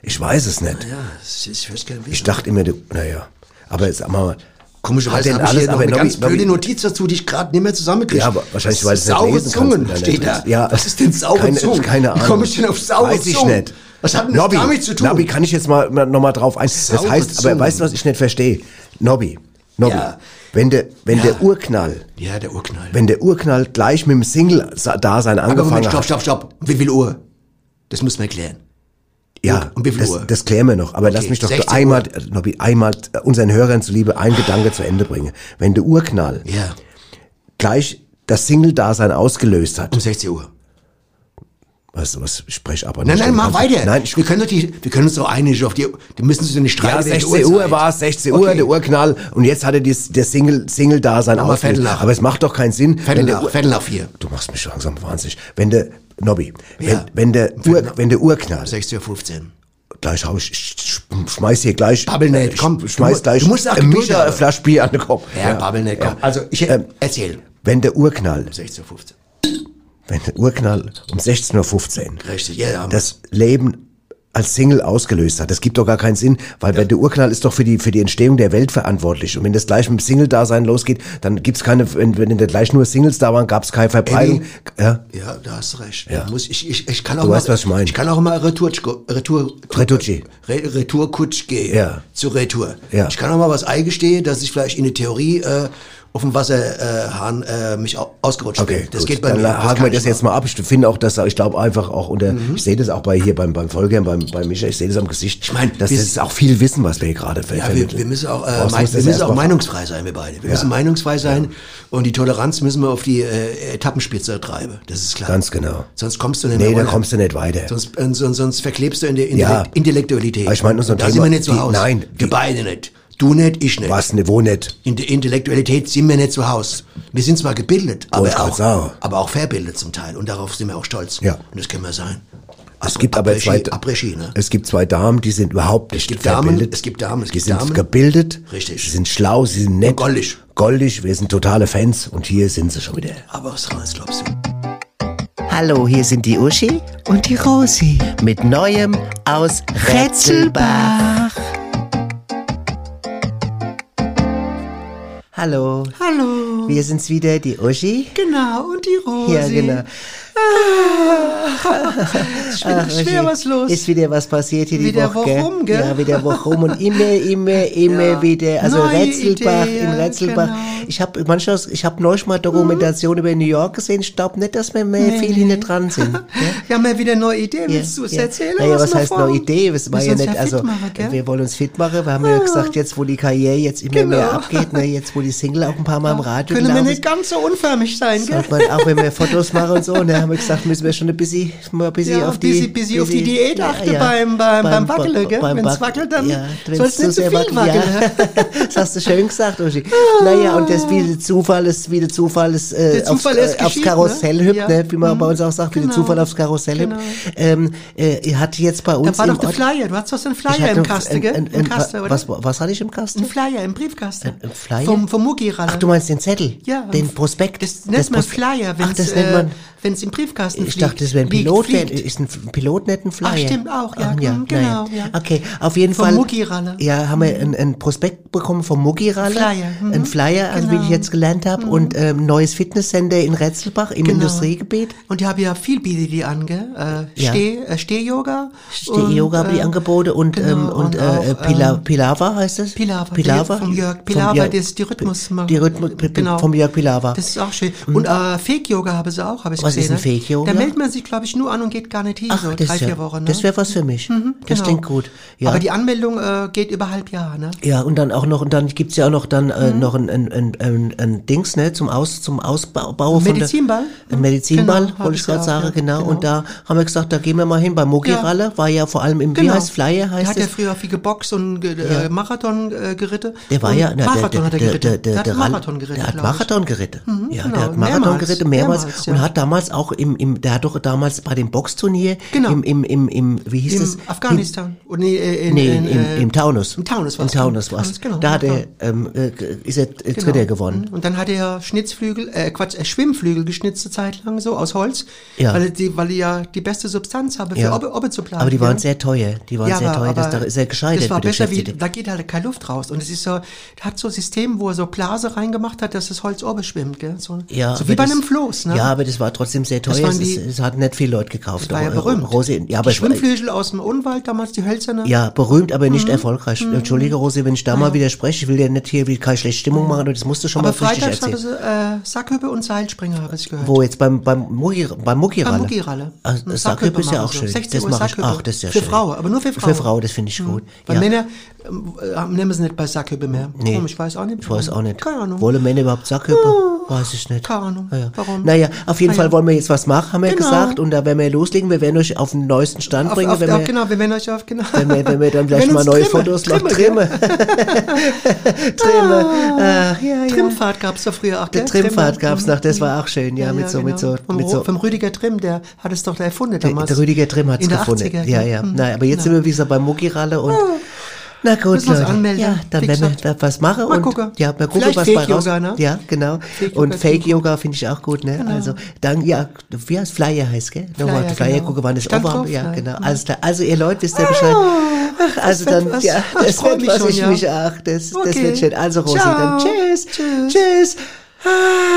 S1: Ich weiß es nicht.
S2: Ja, das ist, ich weiß gar nicht.
S1: Ich dachte immer, du, naja. Aber jetzt sag mal,
S2: Komischerweise
S1: hat
S2: habe
S1: denn
S2: ich
S1: alles,
S2: hier noch
S1: aber
S2: eine
S1: Nobby-
S2: ganz blöde
S1: Nobby-
S2: Notiz dazu, die ich gerade nicht mehr zusammenkriege.
S1: Ja, aber wahrscheinlich, weil du es nicht
S2: Saure
S1: lesen kannst
S2: Zungen
S1: mit deiner
S2: steht da.
S1: Notiz. Ja.
S2: Was ist denn saure
S1: keine,
S2: Zungen?
S1: keine Ahnung.
S2: Wie komme ich denn auf saure
S1: Weiß ich
S2: Zungen?
S1: nicht.
S2: Was hat denn das
S1: Nobby,
S2: damit zu tun?
S1: Nobby, kann ich jetzt mal mal noch mal drauf ein. Das
S2: Saure
S1: heißt,
S2: Zungen.
S1: aber weißt du, was ich nicht verstehe? Nobby, Nobby,
S2: Ja.
S1: wenn, der, wenn
S2: Ja.
S1: der Urknall,
S2: Ja, der Urknall.
S1: wenn der Urknall gleich mit dem Single-Dasein
S2: Aber
S1: angefangen
S2: Moment, stopp,
S1: hat,
S2: stopp, stopp. Wie viel Uhr? Das müssen wir klären.
S1: Ja,
S2: Und wie viel
S1: das,
S2: Uhr?
S1: das klären wir noch. Aber
S2: Okay,
S1: lass mich doch
S2: 16
S1: einmal, äh, Nobby, einmal äh, unseren Hörern zuliebe einen Gedanke zu Ende bringen. Wenn der Urknall
S2: Ja,
S1: gleich das Single-Dasein ausgelöst hat.
S2: um 16 Uhr.
S1: Weißt du was, ich sprech aber
S2: Nein,
S1: nicht.
S2: nein, mach weiter.
S1: Nein,
S2: wir, können doch die, wir können uns doch einig auf die. Wir müssen uns doch nicht streiten.
S1: ja,
S2: wegen der
S1: 16
S2: Uhrzeit.
S1: Uhr war es, 16 Uhr,
S2: Okay.
S1: der Urknall. Und jetzt hatte dies, der Single- Single-Dasein
S2: Aber
S1: ausgelöst.
S2: Viertel nach.
S1: Aber es macht doch keinen Sinn.
S2: Viertel
S1: wenn der
S2: nach,
S1: Ur-
S2: Viertel nach vier.
S1: Du machst mich langsam wahnsinnig. Wenn der, Nobby,
S2: Ja.
S1: wenn, wenn, der Ur, wenn der Urknall,
S2: 16 Uhr 15.
S1: gleich hab ich, ich sch- schmeiß hier gleich,
S2: Babbel nicht,
S1: ich
S2: komm,
S1: schmeiß
S2: du mu-
S1: gleich
S2: du musst auch
S1: eine
S2: geduscht
S1: Meter
S2: haben.
S1: Flasche Bier an den Kopf.
S2: Ja, babbel nicht, komm. Also, ich,
S1: Ähm,
S2: erzähl.
S1: Wenn der Urknall,
S2: 16 Um Uhr 15.
S1: wenn der Urknall um 16.15 Uhr
S2: Richtig, ja, ja.
S1: das Leben als Single ausgelöst hat, das gibt doch gar keinen Sinn, weil wenn der Urknall ist doch für die, für die Entstehung der Welt verantwortlich. Und wenn das gleich mit dem Single-Dasein losgeht, dann gibt's keine, wenn, wenn da gleich nur Singles da waren, gab's keine Verbreitung. Ja,
S2: Ja, da hast du recht.
S1: Ja.
S2: Da Muss ich, ich, ich kann auch
S1: Du
S2: mal,
S1: weißt, was ich meine.
S2: kann auch mal Retour, Retour,
S1: Retucci.
S2: Re- Retourkutsch gehen.
S1: Ja.
S2: Zu Retour.
S1: Ja.
S2: Ich kann auch mal was eingestehen, dass ich vielleicht in der Theorie äh, auf dem Wasserhahn äh, mich au- ausgerutscht
S1: Okay,
S2: bin. Das
S1: gut.
S2: geht bei
S1: dann
S2: mir.
S1: haken
S2: kann
S1: wir
S2: ich Mhm.
S1: das jetzt mal ab. Ich finde auch, dass ich glaube einfach auch unter, ich sehe das auch bei hier beim beim Volker, beim beim Micha, ich sehe das am Gesicht. Ich
S2: meine,
S1: das,
S2: wir-
S1: das ist auch viel Wissen, was wir hier gerade ver-
S2: Ja, wir,
S1: vermitteln.
S2: wir müssen auch,
S1: Brauchst du
S2: äh, mein,
S1: uns
S2: wir
S1: das
S2: müssen
S1: erst
S2: auch
S1: mal-
S2: meinungsfrei sein, wir beide. Wir müssen meinungsfrei sein und die Toleranz müssen wir auf die äh, Etappenspitze treiben. Das ist klar.
S1: Ganz genau.
S2: Sonst kommst du nicht
S1: Nee,
S2: mehr
S1: da
S2: weiter.
S1: kommst du nicht weiter.
S2: Sonst, äh, sonst, sonst verklebst du in der Intellekt
S1: Ja.
S2: Intellektualität.
S1: Aber ich meine, unser
S2: da
S1: Thema-
S2: sind wir nicht zu
S1: die-
S2: Hause.
S1: nein,
S2: wir
S1: die-
S2: beide nicht. Du nicht, ich nicht.
S1: Was ne, wo nicht?
S2: In der Intellektualität sind wir nicht zu Hause. Wir sind zwar gebildet,
S1: Wollte ich
S2: aber
S1: grad
S2: auch,
S1: sagen.
S2: aber auch verbildet zum Teil. Und darauf sind wir auch stolz.
S1: Ja.
S2: Und das können wir sein.
S1: Es gibt aber zwei,
S2: Abregie, ne?
S1: es gibt zwei Damen, die sind überhaupt nicht
S2: gibt Damen,
S1: verbildet.
S2: es gibt Damen, es
S1: die
S2: gibt
S1: sind
S2: Damen.
S1: gebildet,
S2: Richtig.
S1: sie sind schlau, sie sind nett,
S2: goldig.
S1: goldig. Wir sind totale Fans und hier sind sie schon wieder.
S2: Aber was Rares glaubst du?
S14: Hallo, hier sind die Uschi und die Rosi mit Neuem aus Rätselbach. Hallo. Hallo. Wir sind's wieder, die Uschi.
S7: Genau, und die Rosi.
S14: Ja, genau.
S7: Es ist wieder schwer
S14: Uschi,
S7: was los.
S14: Ist wieder was passiert hier
S7: Wieder
S14: die Woche.
S7: warum, gell?
S14: Ja, wieder warum und immer, immer, immer wieder. Also
S7: Neue genau.
S14: Rätselbach,
S7: Idee,
S14: in
S7: ja,
S14: Rätselbach. Ich habe manchmal, ich habe neulich mal
S7: Mhm.
S14: Dokumentation über New York gesehen. Ich glaube nicht, dass wir mehr viel hinter dran sind.
S7: Wir haben ja wieder neue Ideen. Willst du es
S14: Ja.
S7: erzählen?
S14: Naja, was
S7: wir
S14: heißt
S7: vorhaben?
S14: neue Idee? Das war
S7: Müssen
S14: ja
S7: uns
S14: nicht,
S7: fit
S14: also,
S7: machen, gell? Ah.
S14: wir wollen uns fit machen. Wir haben ja gesagt, jetzt, wo die Karriere jetzt immer mehr
S7: Genau.
S14: abgeht, ne, jetzt, wo die Single auch ein paar Mal im Radio
S7: Können wir
S14: gelaufen
S7: nicht ganz so unförmig sein,
S14: ist,
S7: gell?
S14: sollte man auch, wenn wir Fotos machen und so, ne, haben wir gesagt, müssen wir schon ein bisschen, mal ein bisschen
S11: Ja,
S14: auf die...
S11: bisschen- bisschen auf die Diät achten beim- beim- beim Wackeln, gell? Wenn's wackelt, dann soll's nicht zu
S14: sehr
S11: viel wackeln. ne?
S14: Ja. das hast du schön gesagt, Uschi. Naja, und das, wie der Zufall ist, wie der Zufall ist, äh,
S11: Der Zufall
S14: aufs,
S11: ist
S14: aufs
S11: geschieht,
S14: Karussell
S11: ne?
S14: hüpft,
S11: Ja. Genau.
S14: ne? wie man bei uns auch sagt, wie der Zufall aufs Karussell hüpft. Ähm, äh, hat jetzt bei uns
S11: Da war
S14: im
S11: doch der
S14: Ort-
S11: Flyer. Du hast doch so einen
S14: Ich
S11: Flyer
S14: hatte
S11: im
S14: noch
S11: Kasten,
S14: ein-
S11: gell?
S14: ein-
S11: Im
S14: ein-
S11: Kasten, oder?
S14: was, was hatte ich im Kasten?
S11: Ein Flyer im Briefkasten.
S14: Ein Flyer?
S11: Vom, vom Mugi-Ralle.
S14: Ach, du meinst den Zettel?
S11: Ja.
S14: Den Prospekt? Das
S11: nennt man
S14: Pros-
S11: Flyer,
S14: Ach,
S11: wenn
S14: das
S11: es
S14: nennt
S11: äh,
S14: man...
S11: wenn's im Briefkasten
S14: Ich
S11: fliegt.
S14: dachte, das wäre ein
S11: Liegt,
S14: Pilot, wär,
S11: fliegt.
S14: ist ein F- Pilot nicht ein Flyer.
S11: Ach, stimmt auch, ja.
S14: Ach, ja
S11: Hm, genau,
S14: naja.
S11: ja.
S14: Okay, auf jeden
S11: Vom
S14: Fall.
S11: Muckiralle.
S14: Ja, haben wir einen, einen Prospekt bekommen vom Muckiralle.
S11: Ein Flyer, mhm.
S14: Ein Flyer, also wie ich jetzt gelernt habe. Und ähm, neues Fitnesscenter in Retzelbach im
S11: Genau.
S14: Industriegebiet.
S11: Und die haben ja viel bietet die an, gell? Äh,
S14: Ja.
S11: Steh, äh, Steh-Yoga. und,
S14: Steh-Yoga haben die
S11: äh, genau,
S14: Angebote und, ähm, und, äh, Pila, Pilava heißt das? Pilava. Pilava.
S11: ähm, Der vom Jörg
S14: Vom
S11: Pilawa,
S14: Jörg-
S11: der ist die Rhythmus.
S14: Die Rhythmus,
S11: Genau.
S14: vom Jörg Pilava.
S11: Das ist auch schön. Und äh, Fake-Yoga habe sie auch, habe ich
S14: Mhm. Was
S11: gesehen.
S14: ist ein
S11: ne?
S14: Fake-Yoga?
S11: Da meldet man sich, glaube ich, nur an und geht gar nicht hin,
S14: Ach,
S11: so
S14: das
S11: drei,
S14: ist ja-
S11: vier Wochen. Ne?
S14: das wäre was für mich. Das
S11: genau.
S14: klingt gut. Ja.
S11: Aber die Anmeldung äh, geht über halb Jahr, ne?
S14: Ja, und dann auch noch, und dann gibt's ja auch noch dann
S11: Mhm.
S14: äh, noch ein, ein, ein, ein, ein Dings, ne, zum Aus, zum Ausbau Bau von
S11: Medizinball?
S14: Der, ein Medizinball,
S11: Genau, hab
S14: wollte
S11: ich
S14: ich gerade
S11: auch,
S14: sagen,
S11: ja,
S14: genau. Und da haben wir gesagt, da gehen wir mal hin. Bei Mogi
S11: Ja.
S14: Ralle war ja vor allem im, wie heißt Flyer
S11: Der
S14: heißt
S11: Genau. hat ja
S14: es?
S11: früher viel geboxt und ge
S14: Ja.
S11: äh, Marathon äh, geritten.
S14: Der war
S11: Und
S14: ja, na,
S11: Marathon
S14: der,
S11: hat er
S14: der,
S11: geritten.
S14: der, der,
S11: hat
S14: der,
S11: Marathon geritten,
S14: der hat
S11: glaub ich.
S14: Marathon geritten. ja,
S11: genau,
S14: der hat Marathon
S11: mehrmals,
S14: geritten, mehrmals.
S11: mehrmals, ja.
S14: Und hat damals auch im, im, der hat doch damals bei dem Boxturnier
S11: Genau.
S14: im, im, im, im, wie hieß
S11: Im
S14: es?
S11: Afghanistan. Oder nee, äh, in,
S14: nee,
S11: in,
S14: im,
S11: äh,
S14: im Taunus.
S11: Im Taunus
S14: Im
S11: war's.
S14: Taunus war's.
S11: Taunus, genau,
S14: da hat
S11: genau.
S14: er, ähm, äh, ist er, äh,
S11: Genau.
S14: Dritter gewonnen.
S11: Und dann hat er Schnitzflügel, äh, Quatsch, äh, Schwimmflügel geschnitzte Zeit lang, so aus Holz,
S14: Ja.
S11: weil, er die, weil er ja die beste Substanz habe, für
S14: Ja.
S11: Obbe, Obbe zu planen.
S14: Aber die waren
S11: ja.
S14: sehr teuer. Die waren
S11: Ja,
S14: sehr
S11: aber-
S14: teuer. Das, da
S11: aber
S14: ist er gescheitert.
S11: Das war
S14: mit der
S11: besser, wie,
S14: Geschäftsidee.
S11: da geht halt keine Luft raus. Und es ist so, hat so ein System, wo er so Blase reingemacht hat, dass das Holz oben schwimmt, gell? So,
S14: ja,
S11: so
S14: aber
S11: wie bei
S14: das-
S11: einem Floß, ne?
S14: Ja, aber das war trotzdem sehr
S11: Das
S14: teuer. Es,
S11: waren die-
S14: ist- es hat nicht viele Leute gekauft.
S11: das war ja
S14: Ro-
S11: berühmt.
S14: Rose, ja, aber
S11: die
S14: es war,
S11: Schwimmflügel ne? Mhm. aus dem Unwald, damals die hölzerne.
S14: ja, berühmt, aber nicht erfolgreich. Entschuldige, Rose, wenn ich da mal widerspreche. Ich will dir nicht hier will keine schlechte Stimmung machen. Und das musst du schon
S11: Mhm. aber
S14: mal richtig
S11: freitags hatte
S14: erzählen.
S11: sie äh, Sackhüppe und Seilspringer, habe ich gehört.
S14: Wo jetzt beim, beim Mucki, beim Mucki-Ralle?
S11: Beim Mucki-Ralle.
S14: Ah,
S11: Eine
S14: Sackhüppe ist ja
S11: machen
S14: auch
S11: sie.
S14: schön.
S11: 16
S14: Das
S11: Uhr
S14: mache ich.
S11: Sackhüppe.
S14: Ach, das ist ja
S11: Für
S14: schön.
S11: Frauen, aber nur für
S14: Für
S11: Frauen. Hm. Mhm.
S14: Frauen, das finde ich gut.
S11: Weil
S14: Ja.
S11: Männer ähm, äh, nehmen sie nicht bei Sackhüppe mehr.
S14: Nee.
S11: Warum? Ich weiß auch nicht.
S14: Ich weiß auch nicht.
S11: Keine Ahnung.
S14: Wollen Männer überhaupt Sackhüpper? Weiß ich nicht.
S11: Keine Ahnung.
S14: Ah, Ja.
S11: Warum?
S14: Naja, auf jeden
S11: Ah,
S14: Fall
S11: ja.
S14: wollen wir jetzt was machen, haben wir
S11: Genau.
S14: gesagt. Und da werden wir loslegen. Wir werden euch auf den neuesten Stand
S11: Auf,
S14: bringen.
S11: auf,
S14: wenn,
S11: auf,
S14: wir,
S11: genau, wir werden euch auf, genau.
S14: wenn, wir, wenn wir dann gleich
S11: Wenn
S14: mal
S11: uns
S14: neue
S11: Trimme,
S14: Fotos noch
S11: Trimme,
S14: trimmen. Trimme.
S11: Ah.
S14: Ach, ja, ja.
S11: Trimfahrt gab es da früher auch.
S14: Der
S11: gell?
S14: Trimfahrt
S11: Trimme.
S14: gab's noch, das war auch schön,
S11: Mhm.
S14: ja,
S11: Ja,
S14: mit
S11: ja,
S14: so, mit so,
S11: genau. Vom,
S14: mit
S11: Ru-
S14: so.
S11: vom Rüdiger Trimm, der hat es doch da erfunden
S14: Der,
S11: damals.
S14: der Rüdiger Trimm hat's
S11: In der
S14: gefunden.
S11: 80er,
S14: ja, ja.
S11: Hm.
S14: Nein, aber jetzt sind wir wieder bei Muckiralle und. Na gut,
S11: Ah. Müssen wir uns
S14: Leute.
S11: anmelden.
S14: Ja, dann
S11: Wie
S14: werden wir
S11: gesagt.
S14: da was machen
S11: Mal
S14: und
S11: gucken.
S14: ja, mal gucken,
S11: Vielleicht
S14: was bei raus.
S11: Fake-Yoga, ne?
S14: Ja, genau.
S11: Fake-Yoga
S14: und
S11: ist
S14: Fake Yoga finde ich auch gut, ne? Also, dann ja, wie heißt Flyer heißt, gell? Nochmal
S11: Genau. Flyer,
S14: Flyer,
S11: genau.
S14: gucken, wann das
S11: Stand
S14: Oberarm.
S11: drauf,
S14: Ja,
S11: ja.
S14: genau. Alles klar. Also ihr Leute, wisst ihr Bescheid. Ach, also
S11: wird
S14: dann
S11: was.
S14: ja,
S11: Ach,
S14: das
S11: ich freu
S14: wird
S11: mich
S14: was
S11: schon,
S14: ich
S11: ja.
S14: mich ach, das, das
S11: Okay.
S14: wird schön. Also Rosi, dann
S11: Ciao.
S14: tschüss. Tschüss. tschüss.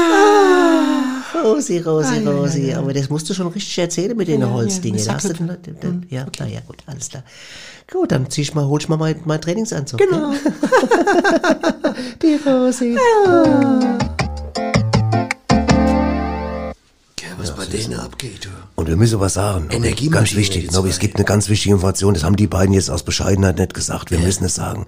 S14: Ah, Rosi, Rosi, Rosi. Aber das musst du schon richtig erzählen mit den
S11: Ja, ja,
S14: Holzdingen.
S11: mit
S14: Da hast du
S11: Sackhüpfen.
S14: den- den- ja, klar, ja, gut, alles klar. Gut, dann zieh ich mal, hol ich mal meinen meinen Trainingsanzug. Genau. Die Rosi.
S11: Was bei denen abgeht, du.
S14: Und wir müssen was sagen. Nobby.
S11: Energiemaschine,
S14: Ganz wichtig.
S11: die
S14: Nobby, es gibt eine ganz wichtige Information. Das haben die beiden jetzt aus Bescheidenheit nicht gesagt. Wir müssen es sagen.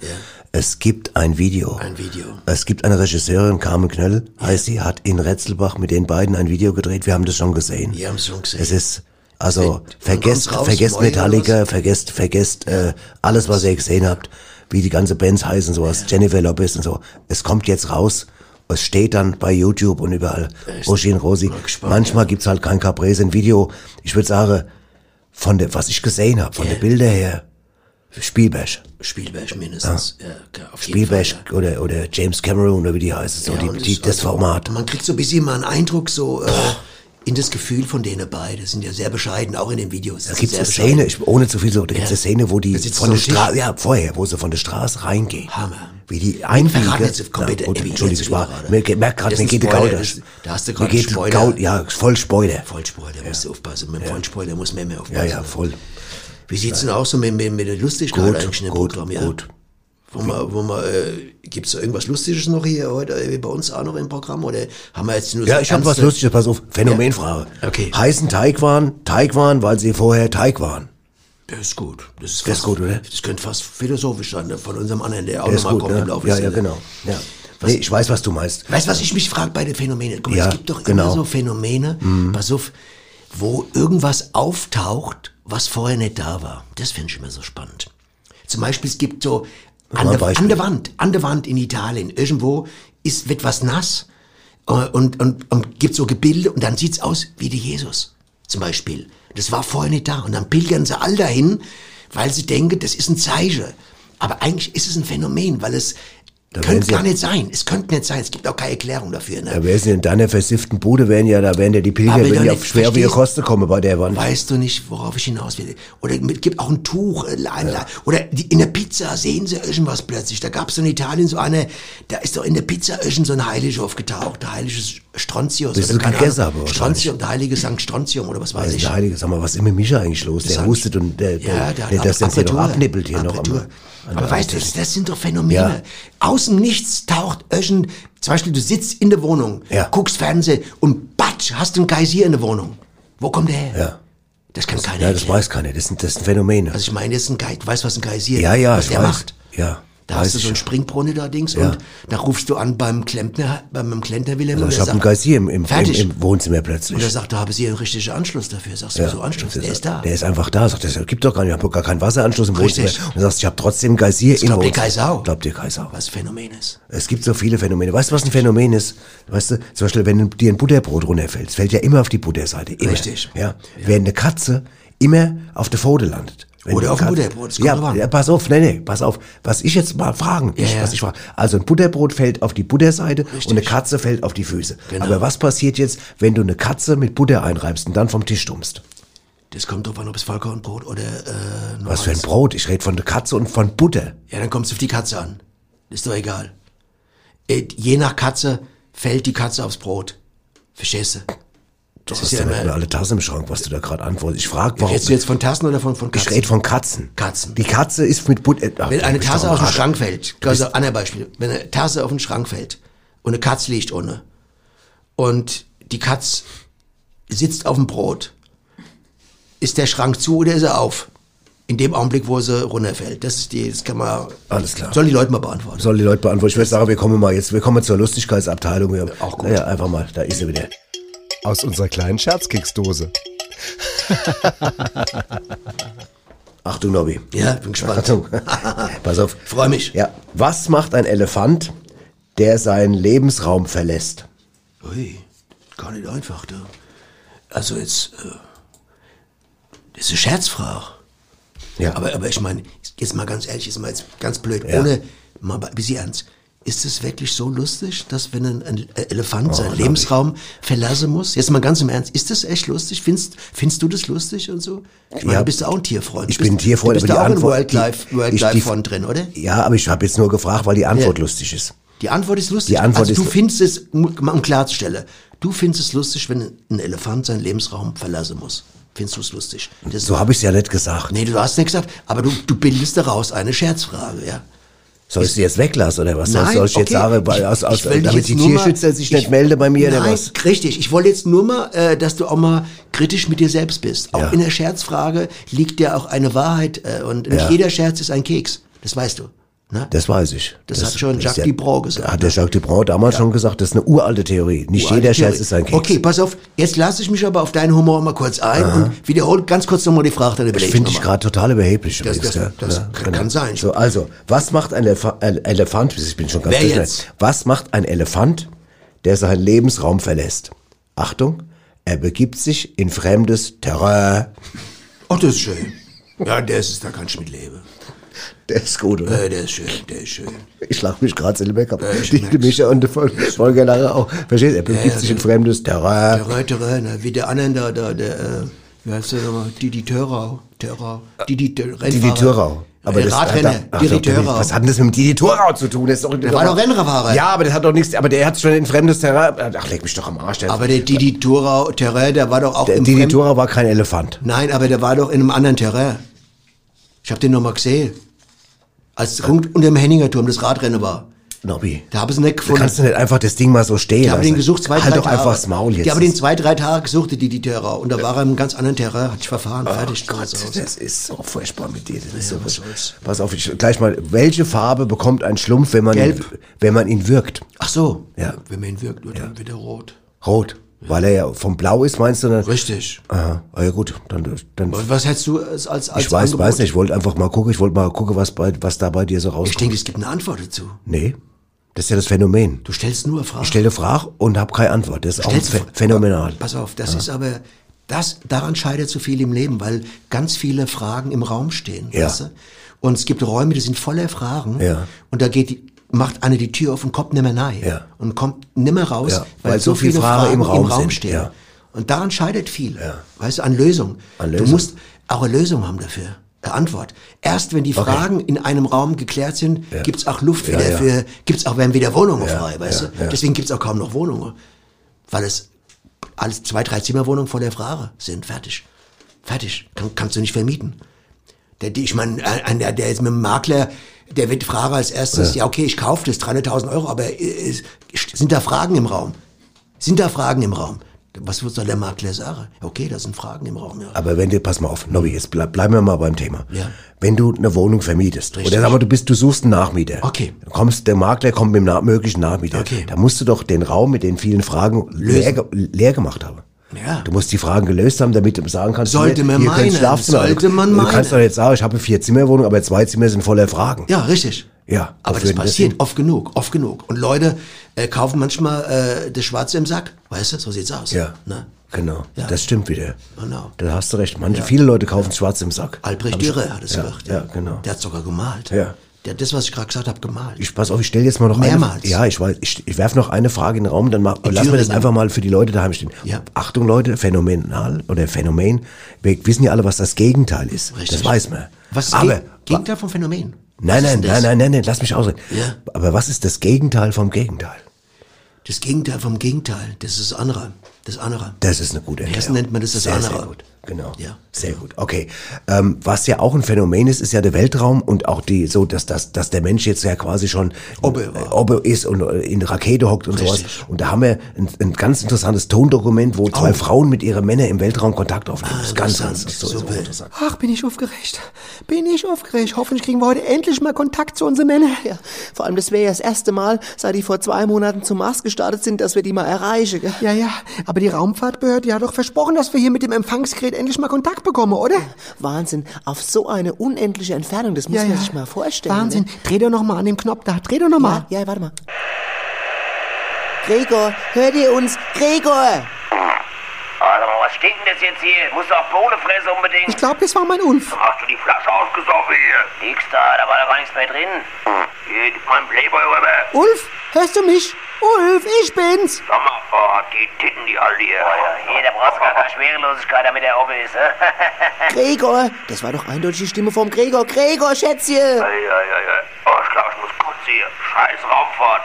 S14: Es gibt ein Video.
S11: Ein Video.
S14: Es gibt eine Regisseurin, Carmen Knöll, heißt sie, hat in Retzelbach mit den beiden ein Video gedreht. Wir haben das schon gesehen.
S11: Wir haben's schon gesehen.
S14: Es ist, also, vergesst,
S11: kommt raus,
S14: vergesst
S11: neu oder
S14: Metallica, vergesst, vergesst, äh, alles, was ihr gesehen habt. Wie die ganze Bands heißen, sowas. Jennifer Lopez und so. Es kommt jetzt raus. Es steht dann bei YouTube und überall. Roshi und Rosi. Manchmal gibt's halt kein Caprese ein Video. Ich würde sagen, von der, was ich gesehen habe, von den Bildern her, Spielbash.
S11: Spielberg mindestens. Ja, klar, auf jeden
S14: Spielbash
S11: Fall,
S14: oder, oder James Cameron oder wie die heißt, so
S11: Ja,
S14: die,
S11: und
S14: die,
S11: es-
S14: das Format.
S11: ja. Man kriegt so ein bisschen mal einen Eindruck, so äh, in das Gefühl von denen beide. Sind ja sehr bescheiden, auch in den Videos.
S14: Da gibt's eine Szene, ich, ohne zu viel so, da gibt's
S11: Ja.
S14: eine Szene, wo die
S11: Da sitzt
S14: von
S11: so
S14: der
S11: ein Tisch.
S14: Straße, ja, vorher, wo sie von der Straße reingehen.
S11: Hammer.
S14: Wie die einbiegen.
S11: Verrat jetzt auf komplette
S14: Na, gut,
S11: Abby,
S14: Entschuldigung,
S11: jetzt
S14: ich war,
S11: überrate.
S14: mir ge- merk grad,
S11: Das
S14: mir
S11: ist
S14: geht die
S11: Spoiler,
S14: Gauder.
S11: das- da hast du
S14: Mir
S11: grad
S14: geht die
S11: Spoiler.
S14: Gaud- Ja, voll Spoiler.
S11: Vollspoiler, musst du aufpassen. Mit dem Vollspoiler muss man mehr
S14: Ja,
S11: aufpassen.
S14: ja, voll.
S11: Wie sieht's denn aus so mit, mit, mit der Lustigkeit
S14: Gut,
S11: eigentlich in dem
S14: gut,
S11: Programm? Ja?
S14: gut.
S11: Wo man, wo man, äh, gibt's da irgendwas Lustiges noch hier heute äh, bei uns auch noch im Programm? Oder haben wir jetzt nur
S14: Ja,
S11: so
S14: ich habe was
S11: ernste-
S14: Lustiges, pass auf, Phänomenfrage.
S11: Okay.
S14: Heißen Teig waren, Teig waren, weil sie vorher Teig waren.
S11: Das ist gut. Das ist,
S14: Das ist gut, oder?
S11: Das könnte fast philosophisch sein, ne? von unserem anderen, der auch
S14: Der ist
S11: nochmal
S14: gut,
S11: kommt
S14: ne?
S11: im Laufe
S14: Ja,
S11: des
S14: ja,
S11: Senders.
S14: genau. Ja. Nee, ich weiß, was du meinst.
S11: Weißt du, was ich mich frage bei den Phänomenen? Guck mal,
S14: Ja,
S11: es gibt doch
S14: genau.
S1: Mhm.
S11: immer so Phänomene, pass auf,
S2: wo irgendwas auftaucht, was vorher nicht da war. Das finde ich immer so spannend. Zum Beispiel, es gibt so
S1: Mal
S2: an,
S1: ein
S2: der,
S1: Beispiel.
S2: an der Wand, an der Wand in Italien, irgendwo ist, wird was nass äh, und, und, und gibt so Gebilde und dann sieht's aus wie der Jesus zum Beispiel. Das war vorher nicht da und dann pilgern sie all dahin, weil sie denken, das ist ein Zeichen. Aber eigentlich ist es ein Phänomen, weil es
S1: wären
S2: könnte
S1: sie-
S2: gar nicht sein. Es könnte nicht sein. Es gibt auch keine Erklärung dafür. Ne?
S1: Da wären sie in deiner versifften Bude, wären ja, da wären ja die Pilger,
S2: Aber
S1: wenn
S2: doch
S1: die
S2: nicht,
S1: auf schwere
S2: verstehst-
S1: Kosten kommen bei der Wand.
S2: Weißt du nicht, worauf ich hinaus will? Oder mit, gibt auch ein Tuch. Äh, la- la- Oder die, in der Pizza sehen sie irgendwas plötzlich. Da gab es in Italien so eine, da ist doch in der Pizza irgend so ein Heilig aufgetaucht. Der heilige Strontius.
S1: Bist du
S2: keine
S1: gegessen
S2: Ahnung.
S1: aber
S2: Strontium, der heilige St. Strontium oder was weiß
S1: Also
S2: ich.
S1: der Heilige, sag mal, was ist mit Micha eigentlich los?
S2: Das
S1: Der
S2: hat-
S1: hustet und der, der,
S2: Ja,
S1: ja,
S2: der
S1: der,
S2: hat
S1: der, dass der sich noch
S2: Apertur.
S1: abnippelt hier noch am, an
S2: Aber
S1: der
S2: weißt du,
S1: Tisch.
S2: das, das sind doch Phänomene.
S1: Ja.
S2: Aus dem Nichts taucht irgend, zum Beispiel du sitzt in der Wohnung, guckst Fernsehen und batsch, hast du einen Geysir in der Wohnung. Wo kommt der her?
S1: Ja.
S2: Das kann keiner
S1: Ja, das weiß keiner. Das sind, das sind Phänomene.
S2: Also ich meine, das ist ein Geist, du weißt, was ein Geysir
S1: ja, ja,
S2: was
S1: ich
S2: der
S1: weiß.
S2: macht.
S1: Ja.
S2: Da
S1: weiß
S2: hast du
S1: ich
S2: so einen Springbrunnen da Dings
S1: Ja.
S2: und da rufst du an beim Klempner, beim Klempner Wilhelm.
S1: Also
S2: und
S1: ich
S2: der
S1: habe einen
S2: sagt-
S1: Geysir im, im, im,
S2: Fertig.
S1: im Wohnzimmer
S2: Und er
S1: plötzlich.
S2: sagt, da habe ich hier einen richtigen Anschluss dafür. Sagst du,
S1: Ja,
S2: so Anschluss, der ist da.
S1: Der ist einfach da, sagt, das gibt doch gar nicht, ich hab doch gar keinen Wasseranschluss im
S2: Richtig.
S1: Wohnzimmer. Und du sagst, ich habe trotzdem Geysir im
S2: glaubt dir
S1: Wohnzimmer.
S2: keine Sau.
S1: Glaubt dir Kaisau.
S2: Was Phänomen ist.
S1: Es gibt so viele Phänomene. Weißt du, was ein Phänomen ist? Weißt du, zum Beispiel, wenn dir ein Butterbrot runterfällt, es fällt ja immer auf die Butterseite. Immer.
S2: Richtig.
S1: Ja. Während eine Katze immer auf der Pfote landet. Wenn
S2: Oder
S1: die
S2: auf dem
S1: Katze-
S2: Butterbrot, das kommt drauf
S1: Ja,
S2: an.
S1: ja, pass auf, nee, nee, pass auf. Was ich jetzt mal fragen,
S2: Ja,
S1: ich,
S2: ja.
S1: was ich frage. Also ein Butterbrot fällt auf die Butterseite und eine Katze fällt auf die Füße.
S2: Genau.
S1: Aber was passiert jetzt, wenn du eine Katze mit Butter einreibst und dann vom Tisch stummst?
S2: Das kommt drauf an, ob es Vollkornbrot oder äh,
S1: Was für ein
S2: normales-
S1: Brot? Ich rede von der Katze und von Butter.
S2: Ja, dann kommst du auf die Katze an. Ist doch egal. Äh, Je nach Katze fällt die Katze aufs Brot. Verstehst du?
S1: Du
S2: Das
S1: hast
S2: ist ja
S1: ja nicht
S2: immer.
S1: mehr alle Tassen im Schrank, was du da gerade antwortest. Ich frage, warum.
S2: Redest du jetzt von Tassen oder von, von Katzen?
S1: Ich rede von Katzen.
S2: Katzen.
S1: Die Katze ist mit Butter. äh, ach,
S2: Wenn
S1: du
S2: eine
S1: bist
S2: Tasse
S1: doch ein
S2: aus dem
S1: Arsch.
S2: Schrank fällt,
S1: Du
S2: also
S1: bist-
S2: anderes Beispiel, wenn eine Tasse auf den Schrank fällt und eine Katze liegt ohne und die Katz sitzt auf dem Brot, ist der Schrank zu oder ist er auf? In dem Augenblick, wo sie runterfällt. Das ist die, das kann man.
S1: Alles klar.
S2: Sollen die Leute mal beantworten.
S1: Sollen die Leute beantworten? Ich würde sagen, wir kommen mal jetzt, wir kommen zur Lustigkeitsabteilung. Ja, auch gut. Ja, einfach mal, da ist sie wieder.
S8: Aus unserer kleinen Scherzkeksdose.
S1: Achtung, Nobby.
S2: Ja, bin gespannt.
S1: Achtung. Pass auf.
S2: Freue mich.
S1: Ja. Was macht ein Elefant, der seinen Lebensraum verlässt?
S2: Ui, gar nicht einfach, du. Also jetzt, äh, das ist eine Scherzfrage.
S1: Ja.
S2: Aber, aber ich meine, jetzt mal ganz ehrlich, jetzt mal jetzt ganz blöd,
S1: Ja.
S2: ohne, mal ein bisschen ernst. Ist es wirklich so lustig, dass wenn ein, ein Elefant
S1: Oh,
S2: seinen
S1: glaub
S2: Lebensraum verlassen muss? Jetzt mal ganz im Ernst, ist das echt lustig? Findest, findest du das lustig und so? Ich meine,
S1: Ja.
S2: du bist auch ein Tierfreund.
S1: Ich
S2: Du bist-
S1: bin ein Tierfreund,
S2: Du bist
S1: aber
S2: da
S1: die
S2: auch
S1: Antwort-
S2: in Wildlife,
S1: die- ich-
S2: Wildlife
S1: die-
S2: von drin, oder?
S1: Ja, aber ich habe jetzt nur gefragt, weil die Antwort lustig ist.
S2: Die Antwort ist lustig.
S1: Die Antwort
S2: also du
S1: ist-
S2: findest es, mal um klarzustellen, du findest es lustig, wenn ein Elefant seinen Lebensraum verlassen muss. Findest du es lustig? Das
S1: So habe ich es ja nicht gesagt.
S2: Nee, du hast nicht gesagt, aber du, du bildest daraus eine Scherzfrage, ja.
S1: Soll ich sie jetzt weglassen oder was? Soll-
S2: Nein,
S1: soll ich jetzt
S2: okay.
S1: sagen, weil- aus, aus,
S2: Ich will dich
S1: damit
S2: jetzt
S1: die
S2: nur mal-
S1: Tierschützer sich
S2: ich-
S1: nicht melden bei mir oder
S2: Nein,
S1: was?
S2: richtig. Ich wollte jetzt nur mal, äh, dass du auch mal kritisch mit dir selbst bist. Auch
S1: Ja.
S2: in der Scherzfrage liegt ja auch eine Wahrheit äh, und nicht
S1: Ja.
S2: jeder Scherz ist ein Keks. Das weißt du.
S1: Das weiß ich.
S2: ne? Das hat schon Jacques Dubron gesagt, ne?
S1: Hat der Jacques Dubron damals schon gesagt, das ist eine uralte Theorie. Nicht
S2: Uralte
S1: jeder Scherz
S2: Theorie.
S1: ist ein Keks.
S2: Okay, pass auf, jetzt lasse ich mich aber auf deinen Humor mal kurz ein
S1: Aha.
S2: und wiederhole ganz kurz nochmal die Frage, dann
S1: Das
S2: überlege
S1: finde ich
S2: nochmal.
S1: gerade total überheblich.
S2: Das- das-
S1: gell?
S2: das kann sein.
S1: So, also, was macht ein Elef El- Elefant, ich bin schon ganz
S2: Wer
S1: durcheinander.
S2: jetzt?
S1: was macht ein Elefant, der seinen Lebensraum verlässt? Achtung, er begibt sich in fremdes Terrain.
S2: Oh, das ist schön. Ja, der ist es, da kann ich mitleben.
S1: Der ist gut, oder?
S2: Äh, der ist schön, der ist schön.
S1: Ich lache mich gerade selber kaputt.
S2: Ja, ich
S1: Die die Micha und der Vol- Volker lachen auch. Verstehst du? Er begibt
S2: Ja, ja,
S1: sich
S2: ja.
S1: in fremdes Terrain.
S2: Der Rötere, ne? wie der andere da, da der, äh, wie heißt der nochmal? Didi Törau. Törau. Didi Tö- Rennfahrer.
S1: Didi Thürau.
S2: Äh, Radrenner.
S1: Ach,
S2: Didi
S1: doch, doch,
S2: Törau.
S1: Was hat denn das mit dem Didi Thürau zu tun? Der, ist doch
S2: Der war doch Rennradfahrer.
S1: Ja, aber das hat doch nichts. Aber der hat schon in fremdes Terrain. Ach, leg mich doch am Arsch. Der
S2: Aber der Didi Törau, Terrain, der war doch auch
S1: Der
S2: im
S1: Didi
S2: Fremden-
S1: Thürau war kein Elefant.
S2: Nein, aber der war doch in einem anderen Terrain. Ich habe den nochmal gesehen. Als rund unter dem Henningerturm das Radrennen war.
S1: Nobby.
S2: Da habe ich ihn nicht
S1: Du
S2: gefunden.
S1: kannst du nicht einfach das Ding mal so stehen
S2: Die haben den
S1: lassen.
S2: gesucht zwei,
S1: Halt
S2: drei
S1: doch
S2: Tage.
S1: einfach das Maul jetzt.
S2: Die haben den zwei, drei Tage gesucht, die Didi Terra. Und da war er im ganz anderen Terrain, hat sich verfahren, fertig. so sieht's aus.
S1: das ist so furchtbar mit dir. Das ist so was Pass auf, ich, gleich mal. Welche Farbe bekommt ein Schlumpf, wenn man,
S2: Gelb.
S1: Ihn, wenn man ihn wirkt?
S2: Ach so.
S1: Ja.
S2: Wenn man ihn wirkt, wird er wieder rot.
S1: Rot. Weil er ja vom Blau ist, meinst du? Dann,
S2: Richtig.
S1: Aha. Ah, ja gut, dann, dann
S2: Was hättest du als, als, als
S1: ich weiß,
S2: Angebot?
S1: weiß nicht, ich wollte einfach mal gucken, ich wollte mal gucken, was, bei, was da bei dir so rauskommt.
S2: Ich denke, es gibt eine Antwort dazu.
S1: Nee, das ist ja das Phänomen.
S2: Du stellst nur Fragen.
S1: Ich stelle Frage und habe keine Antwort. Das ist auch
S2: Stellst du
S1: ph phänomenal.
S2: Pass auf, das
S1: Ja.
S2: ist aber, das, daran scheitert so viel im Leben, weil ganz viele Fragen im Raum stehen.
S1: Ja.
S2: Weißt du? Und es gibt Räume, die sind voller Fragen.
S1: Ja.
S2: Und da geht die, macht einer die Tür auf und kommt nimmer rein.
S1: Ja.
S2: Und kommt nimmer raus,
S1: Ja, weil so viele Fragen im Raum sind,
S2: stehen.
S1: ja.
S2: Und daran scheitert viel. Weißt du, an Lösung.
S1: An Lösung.
S2: Du musst auch eine Lösung haben dafür. Eine Antwort. Erst wenn die
S1: Okay.
S2: Fragen in einem Raum geklärt sind,
S1: Ja.
S2: gibt's auch Luft
S1: Ja,
S2: wieder
S1: ja.
S2: für, gibt's auch, werden wieder Wohnungen
S1: Ja,
S2: frei, weißt
S1: ja,
S2: du?
S1: ja.
S2: Deswegen gibt's auch kaum noch Wohnungen. Weil es alles zwei, drei Zimmerwohnungen voller Frage sind. Fertig. Fertig. Kann, kannst du nicht vermieten. Der, die, ich meine, ein- der, der ist mit dem Makler, der wird Frage als erstes,
S1: Ja.
S2: ja, okay, ich kaufe das, 300.000 Euro, aber äh, es- sind da Fragen im Raum? Sind da Fragen im Raum? Was soll der Makler sagen? Okay, da sind Fragen im Raum, ja.
S1: Aber wenn du, pass mal auf, Nobby, jetzt bleib, bleiben wir mal beim Thema.
S2: Ja.
S1: Wenn du eine Wohnung vermietest,
S2: Richtig.
S1: oder sag mal, du bist, du suchst einen Nachmieter.
S2: Okay.
S1: Dann kommst, der Makler kommt mit dem na möglichen Nachmieter. Okay. Da musst du doch den Raum mit den vielen Fragen leer, ge- leer gemacht haben.
S2: Ja.
S1: Du musst die Fragen gelöst haben, damit du sagen kannst,
S2: Sollte
S1: hier,
S2: man
S1: hier könnt
S2: meinen,
S1: Schlafzimmer.
S2: sollte man
S1: Du kannst doch
S2: meinen.
S1: jetzt sagen, ich habe vier Zimmerwohnung, aber zwei Zimmer sind voller Fragen.
S2: Ja, richtig.
S1: Ja.
S2: Aber
S1: was
S2: das
S1: würden
S2: passiert
S1: denn?
S2: oft genug, oft genug. Und Leute äh, kaufen manchmal äh, das Schwarze im Sack. Weißt du, so sieht's aus.
S1: Ja.
S2: Ne?
S1: Genau.
S2: Ja.
S1: Das stimmt wieder.
S2: Genau.
S1: Da hast du recht. Manche,
S2: Ja.
S1: viele Leute kaufen schwarz im Sack.
S2: Albrecht
S1: Hab ich-
S2: Dürer hat es
S1: ja,
S2: gemacht.
S1: Ja, genau.
S2: Der hat sogar gemalt.
S1: Ja.
S2: Der hat das, was ich gerade gesagt habe, gemalt.
S1: Ich pass auf, ich stelle jetzt mal noch
S2: Mehrmals.
S1: eine. Ja, ich weiß. Ich, ich werfe noch eine Frage in den Raum, dann mach,
S2: In
S1: lassen wir das
S2: Thüringen.
S1: einfach mal für die Leute daheim stehen.
S2: Ja.
S1: Achtung, Leute, phänomenal oder Phänomen. Wir wissen ja alle, was das Gegenteil ist. Das weiß man.
S2: Was ist
S1: Aber
S2: das Geg- Gegenteil vom Phänomen?
S1: nein, nein,
S2: Was ist denn
S1: nein,
S2: das?
S1: nein, nein, nein, lass mich ausreden.
S2: Ja.
S1: Aber was ist das Gegenteil vom Gegenteil?
S2: Das Gegenteil vom Gegenteil. Das ist das andere. Das andere.
S1: Das ist eine gute Erklärung.
S2: Das nennt man das, das
S1: sehr,
S2: andere.
S1: Sehr gut. Genau. Ja. Sehr gut. Okay. Ähm, was ja auch ein Phänomen ist, ist ja der Weltraum und auch die, so, dass, dass, dass der Mensch jetzt ja quasi schon Obbe, Obbe ist und äh, in der Rakete hockt und sowas. Und da haben wir ein, ein ganz interessantes Tondokument, wo
S2: Oh.
S1: zwei Frauen mit ihren Männern im Weltraum Kontakt aufnehmen. das ist ganz, ganz so, so interessant.
S15: Ach, bin ich aufgeregt. Bin ich aufgeregt. Hoffentlich kriegen wir heute endlich mal Kontakt zu unseren Männern. Ja, vor allem, das wäre ja das erste Mal, seit die vor zwei Monaten zum Mars gestartet sind, dass wir die mal erreichen. Gell? Ja, ja.
S7: Aber die Raumfahrtbehörde hat doch versprochen, dass wir hier mit dem Empfangsgerät endlich mal Kontakt bekommen, oder?
S15: Wahnsinn. Auf so eine unendliche Entfernung, das muss
S7: Ja,
S15: man
S7: ja.
S15: sich mal vorstellen.
S7: Wahnsinn.
S15: Ne?
S7: Dreh doch noch mal an dem Knopf da. Dreh doch noch mal.
S15: Ja, ja, warte mal. Gregor, hört ihr uns? Gregor!
S16: Also, was stinkt denn das jetzt hier? Muss doch Bohle fressen unbedingt.
S7: Ich glaube, das war mein Ulf.
S16: Hast du die Flasche ausgesoffen hier? Nix da, da war doch gar nichts mehr drin. Hier, gib mal einen Playboy rüber.
S7: Ulf, hörst du mich? Ulf, ich bin's.
S16: Sag mal, oh, hat die Titten, die alte hier. Oh, ja, hier, da brauchst du gar keine Schwerelosigkeit, damit er offen ist, hä?
S15: Gregor! Das war doch eindeutig die Stimme vom Gregor. Gregor, Schätzchen!
S16: Ei, ei, ei, ei. Oh, ich glaub, ich muss kurz hier. Scheiß Raumfahrt.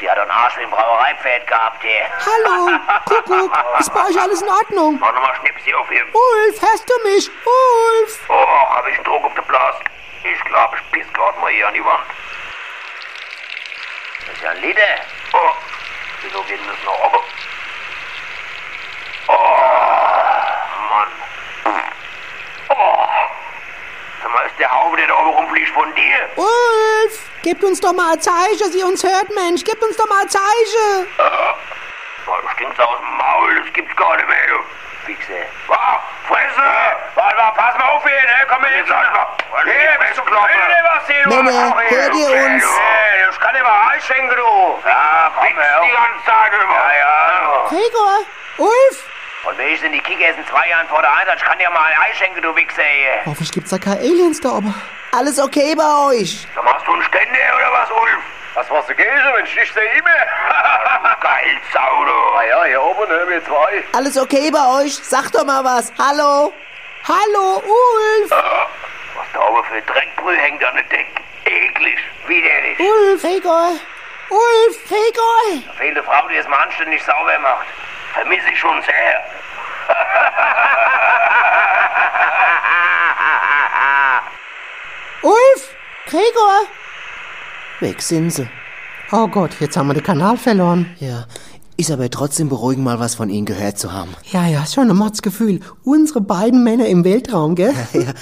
S16: Die hat doch einen Arsch wie ein Brauereipferd gehabt, hier.
S7: Hallo, Kuckuck, ist bei euch alles in Ordnung?
S16: Mach nochmal Schnipsi auf ihm.
S7: Ulf, hörst du mich? Ulf!
S16: Oh, hab ich einen Druck auf der Blase. Ich glaub, ich piss grad mal hier an die Wand. Das ist ja ein Lieder. Oh, wieso geht denn das noch oben? Oh, Mann. Oh. Sag mal, ist der Haufen, der da oben rumfliegt, von dir?
S7: Ulf! Gebt uns doch mal ein Zeichen, dass ihr uns hört, Mensch. Gebt uns doch mal ein Zeichen.
S16: Boah, du stinkst aus dem Maul, das gibt's gar nicht mehr, du Wichse. Wow, Fresse! Warte mal, pass mal auf hier, ne? Komm her jetzt. Halt mal. Hier, bist du ne? klopfen? Will dir was hier, du
S15: Männer,
S16: Arschloch hier,
S15: hört
S16: du
S15: ihr
S16: Fell,
S15: uns?
S16: du. Ey, Ich kann dir mal einschenken, du. Ja, komm her. die ganze Zeit über. Ja, ja.
S7: Gregor! Ulf!
S16: Und welche sind die Kickers in zwei Jahren vor der Einsatz? Ich kann dir mal ein Ei schenken, du Wichse hier.
S15: Hoffentlich gibt's da keine Aliens da oben. Alles okay bei euch?
S16: Da machst du einen Ständer oder was, Ulf? Was machst du Käse, Mensch? Ich sehe immer. Geil, Sau, du. Na ja, hier oben hören wir zwei.
S15: Alles okay bei euch? Sag doch mal was. Hallo?
S7: Hallo, Ulf!
S16: Was da oben für Dreckbrühe hängt an der Decke. Eklig, widerlich.
S7: Ulf! Gregor! Ulf! Gregor!
S16: Da fehlt eine Frau, die es mal anständig sauber macht. Vermisse ich schon sehr.
S7: Ulf! Gregor!
S15: Weg sind sie.
S7: Oh Gott, jetzt haben wir den Kanal verloren.
S15: Ja.
S17: Ist aber trotzdem beruhigend, mal was von Ihnen gehört zu haben.
S15: Ja, ja, schon ein Mordsgefühl. Unsere beiden Männer im Weltraum, gell?
S17: Ja,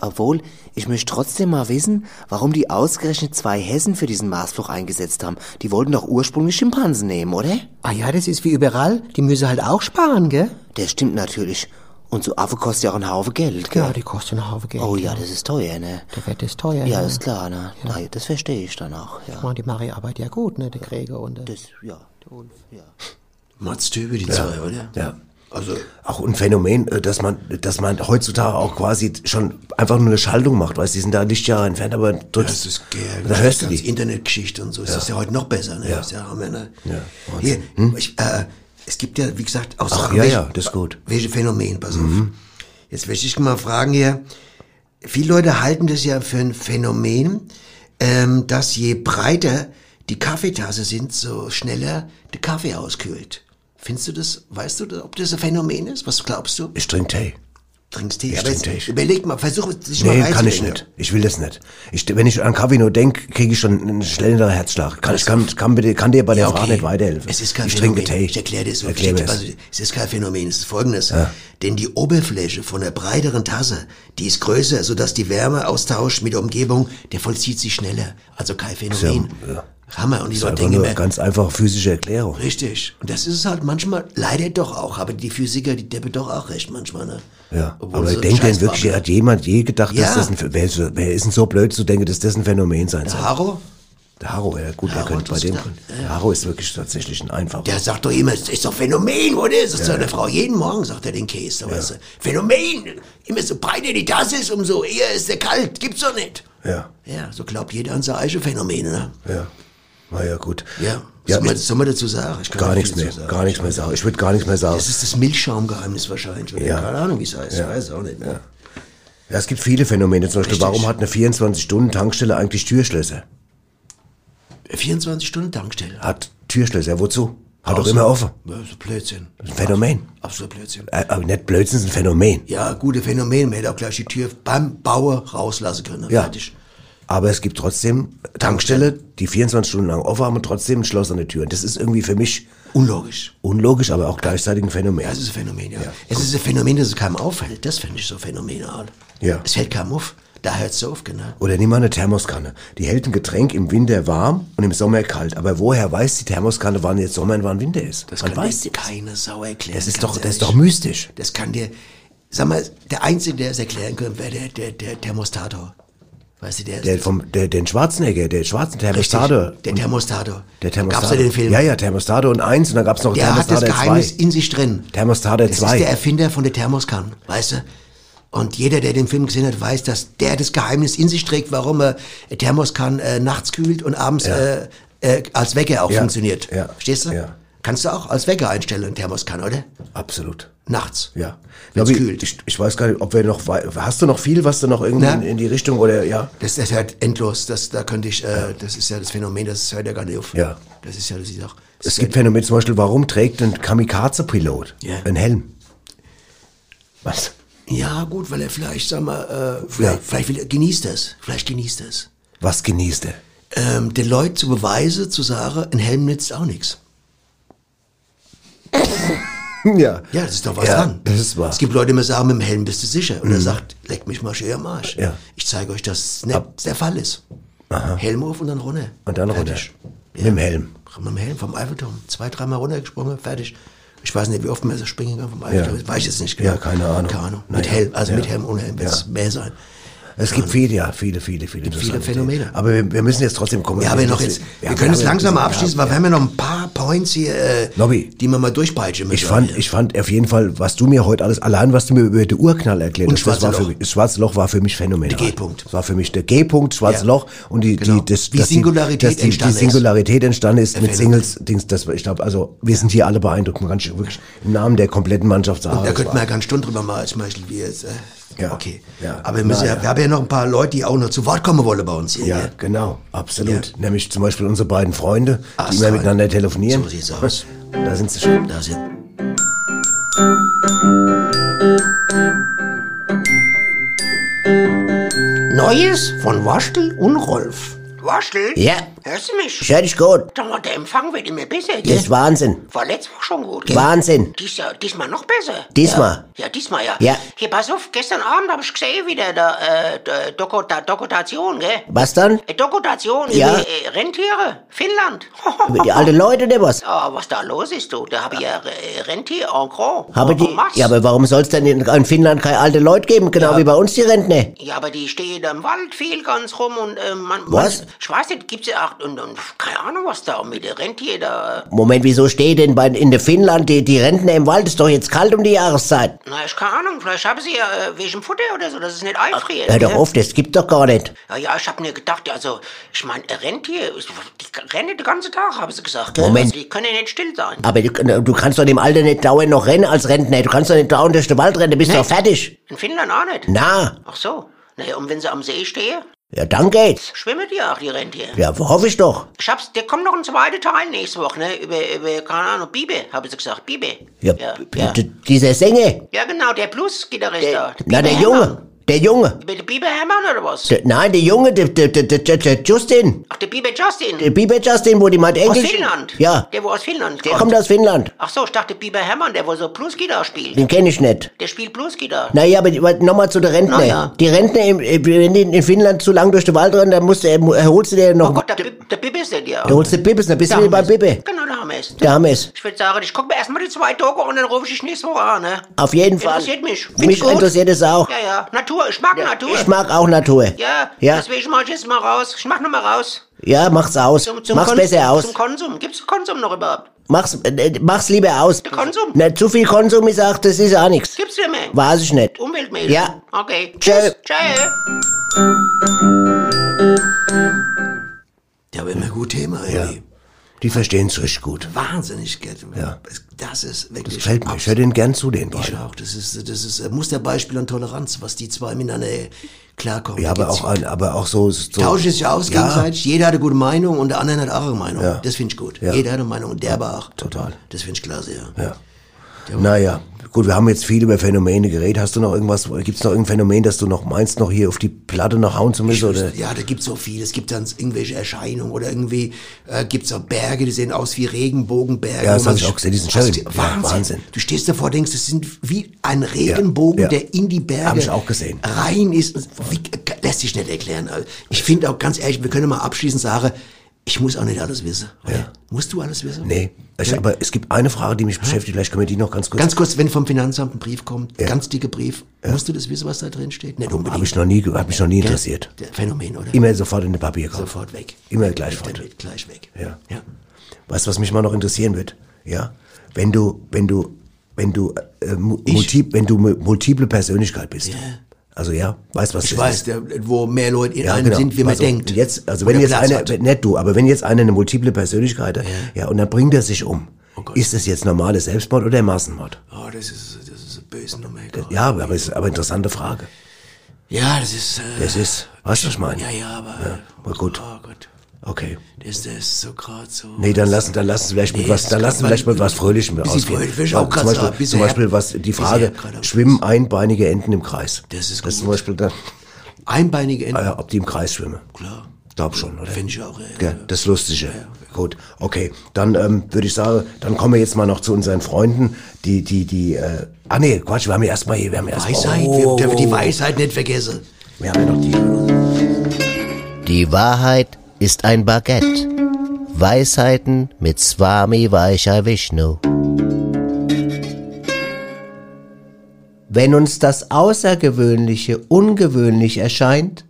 S17: obwohl, ich möchte trotzdem mal wissen, warum die ausgerechnet zwei Hessen für diesen Marsflug eingesetzt haben. Die wollten doch ursprünglich Schimpansen nehmen, oder?
S15: Ah ja, das ist wie überall. Die müssen halt auch sparen, gell?
S17: Das stimmt natürlich. Und so Affe kostet ja auch einen Haufen Geld, gell?
S15: Ja, die kosten einen Haufen Geld.
S17: Oh ja, das ist teuer, ne?
S15: Der Wert ist teuer.
S17: Ja, ist klar, ne? Na, das verstehe ich dann auch, ja.
S15: Ich meine, die Marie arbeitet ja gut, ne? Der Gregor
S11: äh,
S15: und der...
S17: Das, ja, der Ulf, ja.
S2: Matztöbe, die zwei, oder?
S1: Ja.
S2: Also,
S1: Auch ein Phänomen, äh, dass man, dass man heutzutage auch quasi schon einfach nur eine Schaltung macht, weißt du, die sind da Lichtjahre entfernt, aber drückst.
S2: das ist geil.
S1: Da hörst du
S2: Ganz
S1: die.
S2: Internetgeschichte und so. Ist
S1: Ja.
S2: das ja heute noch besser, ne?
S1: Ja.
S2: Ist ja Hammer, ne?
S1: Ja. Hm?
S2: Hier, ich, äh, es gibt ja, wie gesagt, auch
S1: Ach,
S2: Sachen,
S1: ja,
S2: welche-
S1: ja, das ist gut. Mhm.
S2: Welche Phänomen, pass auf. Jetzt möchte ich mal fragen hier. Viele Leute halten das ja für ein Phänomen, ähm, dass je breiter die Kaffeetasse sind, so schneller der Kaffee auskühlt. Findest du das, weißt du, ob das ein Phänomen ist? Was glaubst du?
S1: Ich trinke Tee.
S2: Trinkst Tee?
S1: Ich
S2: Aber
S1: trinke
S2: jetzt
S1: Tee.
S2: Überleg mal, versuch es sich
S1: Nee,
S2: mal
S1: kann ich
S2: reinzudenken.
S1: nicht. Ich will das nicht. Ich, wenn ich an Kaffee nur denk, kriege ich schon einen schnelleren Herzschlag. Kann, ich kann, kann, bitte, kann dir bei der
S2: Ja,
S1: Frage
S2: okay.
S1: nicht weiterhelfen.
S2: Es ist kein
S1: ich
S2: Phänomen.
S1: trinke Tee.
S2: Also Ich erkläre dir so.
S1: Erklär mir's.
S2: also, es ist kein Phänomen. Es ist folgendes. Denn die Oberfläche von der breiteren Tasse, die ist größer, sodass die Wärmeaustausch mit der Umgebung, der vollzieht sich schneller. Also kein Phänomen. Hammer. Und die
S1: ist
S2: Leute
S1: einfach
S2: denken
S1: nur
S2: immer,
S1: eine ganz einfache physische Erklärung.
S2: richtig. Und das ist es halt manchmal, leider doch auch. Aber die Physiker, die deppen doch auch recht manchmal, ne?
S1: Ja.
S2: Obwohl
S1: Aber
S2: so
S1: denkt
S2: scheiß
S1: denn wirklich,
S2: Bubble.
S1: hat jemand je gedacht, dass
S2: Ja.
S1: das ein, wer, ist- wer ist denn so blöd zu denken, dass das ein Phänomen sein soll?
S2: Der Haro?
S1: Der Haro, ja gut, der
S2: Haro
S1: könnte
S2: hat
S1: bei
S2: das
S1: dem.
S2: gedacht. Ja,
S1: Der Haro ist wirklich tatsächlich ein einfacher.
S2: Der sagt doch immer, es ist doch Phänomen, oder? Das ist
S1: Ja,
S2: ja, eine
S1: ja.
S2: Frau. Jeden Morgen sagt er den Käse. da Weißt du. Phänomen! Immer so breiter die Tasse ist, umso eher ist er kalt. Gibt's doch nicht.
S1: Ja,
S2: Ja, so glaubt jeder an seine eigenen Phänomene. Ne?
S1: ja. Na ja, gut.
S2: Ja.
S1: Ja,
S2: soll, man,
S1: ich-
S2: soll man dazu sagen? Ich kann
S1: Gar
S2: nicht
S1: nichts
S2: viel
S1: mehr,
S2: dazu sagen.
S1: gar nichts mehr sagen. Ich würde gar nichts mehr sagen.
S2: Das ist das Milchschaumgeheimnis wahrscheinlich. Oder?
S1: Ja.
S2: Keine Ahnung, wie es heißt.
S1: Ja.
S2: Weiß auch nicht. Ne?
S1: Ja, es gibt viele Phänomene. Zum Beispiel,
S2: Richtig.
S1: warum hat eine 24-Stunden-Tankstelle eigentlich Türschlösser?
S2: 24 Stunden Tankstelle.
S1: Hat Türschlösser, wozu? Hat doch
S2: Außen.
S1: immer offen.
S2: Ja, so Blödsinn.
S1: Ein Phänomen.
S2: Absolut Blödsinn.
S1: Äh, aber nicht Blödsinn, es ist ein Phänomen.
S2: Ja, gute Phänomen. Man hätte auch gleich die Tür beim Bauer rauslassen können.
S1: Ja.
S2: Fertig.
S1: Aber es gibt trotzdem Tankstelle, die 24 Stunden lang offen haben und trotzdem ein Schloss an der Tür. Und das ist irgendwie für mich
S2: unlogisch.
S1: Unlogisch, aber auch gleichzeitig ein Phänomen.
S2: Das ist ein Phänomen, ja. Es ist ein Phänomen, das es keinem auffällt. Das finde ich so phänomenal.
S1: Ja.
S2: Es fällt keinem auf. Da hört es auf, genau.
S1: Oder nimm mal eine Thermoskanne. Die hält ein Getränk im Winter warm und im Sommer kalt. Aber woher weiß die Thermoskanne, wann jetzt Sommer und wann Winter ist?
S2: Das
S1: Man
S2: kann
S1: weiß
S2: dir keine Sau erklären.
S1: Das ist
S2: ganz
S1: doch- das ist
S2: ehrlich.
S1: doch mystisch.
S2: Das kann dir, sag mal, der Einzige, der es erklären könnte, wäre der, der, der Thermostator. Weißt du, der,
S1: Der vom, der, den Schwarzenegger, der schwarzen
S2: Richtig,
S1: Thermostator.
S2: Der
S1: Und-
S2: Thermostator.
S1: Der Thermostator.
S2: Gab's ja den Film.
S1: Ja, ja, Thermostator und eins und dann gab's noch
S2: Der hat das
S1: Thermostator
S2: Geheimnis
S1: 2.
S2: in sich drin.
S1: Thermostator
S2: Das ist der
S1: 2.
S2: Erfinder von der Thermoskanne, weißt du? Und jeder, der den Film gesehen hat, weiß, dass der das Geheimnis in sich trägt, warum er Thermoskanne äh, nachts kühlt und abends
S1: Ja.
S2: äh, äh, als Wecker auch
S1: Ja,
S2: funktioniert.
S1: ja,
S2: Verstehst du?
S1: ja.
S2: Kannst du auch als Wecker einstellen, eine Thermoskanne, oder?
S1: Absolut.
S2: Nachts.
S1: Ja.
S2: Wenn's
S1: Lobby,
S2: kühlt.
S1: Ich, ich weiß gar nicht, ob wir noch, wei- hast du noch viel, was du noch irgendwie
S2: Na?
S1: in, in die Richtung oder, ja?
S2: Das, das hört endlos. Das, da könnte ich, äh, das ist ja das Phänomen, das hört ja gar nicht auf.
S1: Ja.
S2: Das ist ja, das ist auch.
S1: Es gibt Phänomene, zum Beispiel, warum trägt ein Kamikaze-Pilot
S2: Ja.
S1: einen Helm? Was?
S2: Ja, gut, weil er vielleicht, sag mal, äh,
S1: Ja.
S2: vielleicht, vielleicht will, er- genießt das. Vielleicht genießt das.
S1: Was genießt er?
S2: Ähm, den Leuten zu beweisen, zu sagen, ein Helm nützt auch nichts.
S1: Ja.
S2: Ja, das ist doch was
S1: Ja,
S2: dran.
S1: das ist wahr. Mhm.
S2: Es gibt Leute, die immer sagen, mit dem Helm bist du sicher. Und er sagt, leck mich mal schön am Arsch.
S1: Ja.
S2: Ich zeige euch, dass es nicht der Fall ist. Helm auf und dann runter.
S1: Und dann runter.
S2: Fertig.
S1: Mit dem Helm.
S2: Mit dem Helm vom Eiffelturm. Zwei, dreimal runtergesprungen, fertig. Ich weiß nicht, wie oft man so springen kann vom Eiffelturm.
S1: Ja.
S2: Das weiß ich jetzt nicht genau.
S1: Ja, keine Ahnung.
S2: Keine Ahnung.
S1: Na
S2: Mit
S1: ja.
S2: Helm, also mit
S1: Ja.
S2: Helm, ohne Helm wird es
S1: Ja.
S2: mehr sein.
S1: Es gibt viele, ja, viele, viele, viele.
S2: viele
S1: interessante
S2: Phänomene.
S1: Dinge. Aber wir, wir müssen jetzt trotzdem kommen.
S2: Ja, aber noch jetzt, wir können es langsam mal abschließen, weil wir haben ja noch ein paar Points hier, äh,
S1: Lobby,
S2: die wir mal durchpeitschen müssen.
S1: Ich fand, ich fand auf jeden Fall, was du mir heute alles, allein was du mir über den Urknall erklärt
S2: Und
S1: hast, das
S2: Schwarze
S1: war für
S2: Loch.
S1: mich, das Schwarze Loch war für mich phänomenal.
S2: Der G-Punkt.
S1: Das war für mich der G-Punkt, Schwarze
S2: Ja.
S1: Loch und die,
S2: Genau.
S1: die, das,
S2: Wie
S1: dass die-
S2: Singularität
S1: dass die, die
S2: entstanden ist.
S1: Singularität entstanden ist
S2: Der
S1: mit
S2: Phänomen.
S1: Singles, Dings, das, ich glaube, also, wir sind hier alle beeindruckt. Man kann schon wirklich im Namen der kompletten Mannschaft sagen.
S2: Und da
S1: das
S2: könnten
S1: war-
S2: wir ja ganz Stunden drüber mal, zum Beispiel, wie jetzt, äh,
S1: Ja.
S2: okay.
S1: Ja.
S2: Aber wir, müssen
S1: Na
S2: ja,
S1: ja.
S2: wir haben ja noch ein paar Leute, die auch noch zu Wort kommen wollen bei uns hier.
S1: Ja,
S2: gell?
S1: genau, absolut. Nämlich zum Beispiel unsere beiden Freunde, die immer miteinander telefonieren.
S2: So sieht's aus.
S1: Da sind sie schon.
S2: Da sind.
S9: Neues von Waschtel und Rolf. Waschel?
S3: Ja.
S9: Hörst du mich?
S3: Ich hör dich gut.
S9: Sag mal, der Empfang wird immer besser,
S3: Das ist Wahnsinn.
S9: War letztes Mal schon gut, gell?
S3: Wahnsinn.
S9: Dies, Jahr- diesmal noch besser.
S3: Diesmal.
S9: Ja, ja diesmal ja.
S3: Ja.
S9: Hier, pass auf, gestern Abend habe ich gesehen wieder da, äh, da, Doku, da, Dokutation, gell?
S3: Was dann?
S9: Äh, Dokutation
S3: Ja.
S9: über äh, Rentiere, Finnland.
S3: Über die alten Leute oder was?
S9: Ah, was da los ist, du? Da habe ich ja äh, Rentier en gros.
S3: Habe
S9: En
S3: die,
S9: masse.
S3: ja, aber warum soll es denn in, in Finnland keine alte Leute geben? Genau wie bei uns die Rentner.
S9: Ja, aber die stehen da im Wald viel ganz rum und äh, man,
S3: Was?
S9: Man, ich weiß nicht, gibt's ja auch und, und keine Ahnung, was da mit den Rentier da.
S3: Moment, wieso steht denn bei, in der Finnland die, die Rentner im Wald? Ist doch jetzt kalt um die Jahreszeit.
S9: Na, ich keine Ahnung, vielleicht haben sie ja äh, wegen Futter oder so, dass es nicht einfriert.
S3: Hör doch
S9: ne?
S3: auf, das gibt doch gar nicht.
S9: Ja, ja, ich hab mir gedacht, also, ich mein, Rentier, die rennen den ganzen Tag, haben sie gesagt. gell?
S3: Moment.
S9: Also, die können ja nicht still sein.
S3: Aber du, du kannst doch im Alter nicht dauernd noch rennen als Rentner. Du kannst doch nicht dauernd durch den Wald rennen, du bist
S9: Nee.
S3: doch fertig.
S9: In Finnland auch nicht.
S3: Na.
S9: Ach so. Naja, und wenn sie am See stehen,
S3: Ja, dann geht's.
S9: schwimmen die auch, die Rentier.
S3: Ja, hoffe ich doch.
S9: Ich hab's, der kommt noch ein zweiter Teil nächste Woche, ne? Über, über, keine Ahnung, Bibe, haben sie gesagt, Bibe.
S3: Ja,
S9: ja.
S3: d- Dieser Sänger.
S9: Ja, genau, der Blues-Gitarrist da.
S3: Na, der Junge. Der Junge.
S9: Bibe, Bibe Hermann oder was?
S3: Der, nein, der Junge, der, der, der, der, der, der Justin.
S9: Ach, der Bibe Justin.
S3: Der Biber Justin, wo die meint
S9: aus
S3: Englisch.
S9: Finnland?
S3: Ja,
S9: Der, wo aus Finnland
S3: der kommt aus Finnland.
S9: Ach so, ich dachte Biber Hermann, der wohl so Bluesgitarre spielt.
S3: Den kenne ich nicht.
S9: Der spielt Bluesgitarre.
S3: Naja, aber nochmal zu den Rentner.
S9: Na ja.
S3: Die Rentner, im, äh, wenn die in Finnland zu lang durch den Wald rennen, dann musst du, äh, holst du dir noch...
S9: Oh Gott, der, Bib- der Bibe ist der ja.
S3: da holst du Bibbes, dann bist du wieder bei Bibbe.
S9: Genau, da haben wir es.
S3: Da haben wir es.
S9: Ich würde sagen, ich gucke mir erstmal die zwei Doku und dann rufe ich dich nächste Woche an, ne?
S3: Auf jeden Fall.
S9: Interessiert mich. Find's
S3: Mich
S9: gut.
S3: interessiert es auch.
S9: Ja, ja. Natur, ich mag Natur.
S3: Ich mag auch Natur.
S9: Ja,
S3: Ja.
S9: deswegen mach ich jetzt mal raus. Ich mach nochmal raus.
S3: Ja, mach's aus. mach's
S9: Kon-
S3: besser aus.
S9: Zum Konsum. Gibt's Konsum noch überhaupt?
S3: Mach's, äh, äh, mach's lieber aus.
S9: Konsum?
S3: Na, zu viel Konsum ist auch, das ist auch nichts.
S9: Gibt's ja mehr.
S3: Weiß ich nicht.
S9: Umweltmäßig.
S3: Ja.
S9: Okay.
S3: Tschö.
S9: Tschö.
S2: Der war immer gut Thema, ey.
S1: Ja. Die verstehen es richtig gut.
S2: Wahnsinnig, gell?
S1: Ja.
S2: Das ist
S1: Das
S2: wirklich.
S1: gefällt mir. Ich höre den gern zu, den
S2: Ich
S1: beiden.
S2: auch. Das ist, das ist äh, ein Musterbeispiel an Toleranz, was die zwei miteinander äh, klarkommen.
S1: Ja,
S2: Da
S1: aber
S2: gibt's-
S1: auch, ein- aber auch so... so
S2: Tauschen sich aus
S1: Ja.
S2: gegenseitig. Jeder hat eine gute Meinung und der andere hat auch eine Meinung.
S1: Ja.
S2: Das finde ich gut.
S1: Ja.
S2: Jeder hat eine Meinung und der aber auch.
S1: Total.
S2: Das finde ich klasse, ja.
S1: Ja. Naja, gut, wir haben jetzt viel über Phänomene geredet. Hast du noch irgendwas, gibt's noch irgendein Phänomen, das du noch meinst, noch hier auf die Platte noch hauen zu müssen? Oder?
S2: Ja, da gibt's so viel. Es gibt dann irgendwelche Erscheinungen oder irgendwie äh, gibt's auch Berge, die sehen aus wie Regenbogenberge.
S1: Ja, das
S2: wo man
S1: hab ich
S2: sich-
S1: auch gesehen, die sind
S2: Was
S1: schön.
S2: die-
S1: Ja,
S2: Wahnsinn.
S1: Wahnsinn.
S2: Du stehst davor, denkst, das sind wie ein Regenbogen,
S1: ja.
S2: der in die Berge
S1: Hab ich auch gesehen.
S2: rein ist. Und Wie, lässt sich nicht erklären. Also, Ich finde auch ganz ehrlich, wir können mal abschließend sagen, ich muss auch nicht alles wissen. oder? Musst du alles wissen?
S1: Nee, ich,
S2: Ja.
S1: aber es gibt eine Frage, die mich beschäftigt. Vielleicht können wir die noch ganz kurz.
S2: Ganz kurz, wenn vom Finanzamt ein Brief kommt,
S1: Ja.
S2: ganz dicker Brief, musst du das wissen, was da drin steht? Nicht
S1: Habe
S2: unbedingt.
S1: ich noch nie, ge- hat mich noch nie interessiert.
S2: Phänomen, oder?
S1: Immer sofort in den Papierkorb.
S2: Sofort weg.
S1: Immer gleich fort.
S2: Damit gleich weg.
S1: Ja.
S2: Ja.
S1: Weißt du, was mich mal noch interessieren wird? Ja, wenn du, wenn du, wenn du, äh, mu- multi, wenn du mu- multiple Persönlichkeit bist. Also ja, weißt du, was
S2: Ich
S1: das
S2: weiß,
S1: ist?
S2: der, wo mehr Leute in einem sind, wie man
S1: Also,
S2: denkt.
S1: Jetzt, also
S2: Wo
S1: wenn
S2: der
S1: jetzt
S2: Platz
S1: einer,
S2: hat.
S1: wenn- nicht du, aber wenn jetzt einer eine multiple Persönlichkeit hat, ja, und dann bringt er sich um. ist das jetzt normaler Selbstmord oder Massenmord?
S2: Oh, das ist, das ist eine böse Nummer.
S1: Ja, aber ist aber interessante Frage.
S2: Ja, das ist. Äh,
S1: Das ist, weißt du, was ich meine?
S2: Ja, ja, aber.
S1: Ja, aber gut.
S2: Oh Gott.
S1: Okay.
S2: Das, das ist so gerade so.
S1: Nee, dann lassen, dann lassen vielleicht mit
S2: Nee,
S1: was,
S2: das
S1: dann
S2: kann
S1: lassen
S2: man-
S1: vielleicht mit was Fröhlichem
S2: Bisschen
S1: ausgehen.
S2: fröhlich, will ich
S1: Weil
S2: auch grad
S1: zum Beispiel,
S2: sagen, bisschen
S1: zum Beispiel
S2: herb-
S1: was, die
S2: bisschen
S1: Frage,
S2: herb gerade am
S1: schwimmen einbeinige Enten im Kreis?
S2: Das ist
S1: Das ist
S2: gut.
S1: zum Beispiel dann,
S2: Einbeinige Enten.
S1: äh, ob die im Kreis schwimmen.
S2: Klar.
S1: Glaub schon, oder?
S2: Finde ich auch. Äh,
S1: Gell, das Lustige. Gut, okay. Dann ähm, würde ich sagen, dann kommen wir jetzt mal noch zu unseren Freunden, die, die, die, äh, ah nee, Quatsch, wir haben ja erstmal hier, wir haben ja erstmal. Oh.
S2: Weisheit. Wir dürfen die Weisheit nicht vergessen.
S1: Wir haben ja noch die.
S14: Die Wahrheit ist ein Baguette. Weisheiten mit Swami Vaishya Vishnu.
S18: Wenn uns das Außergewöhnliche ungewöhnlich erscheint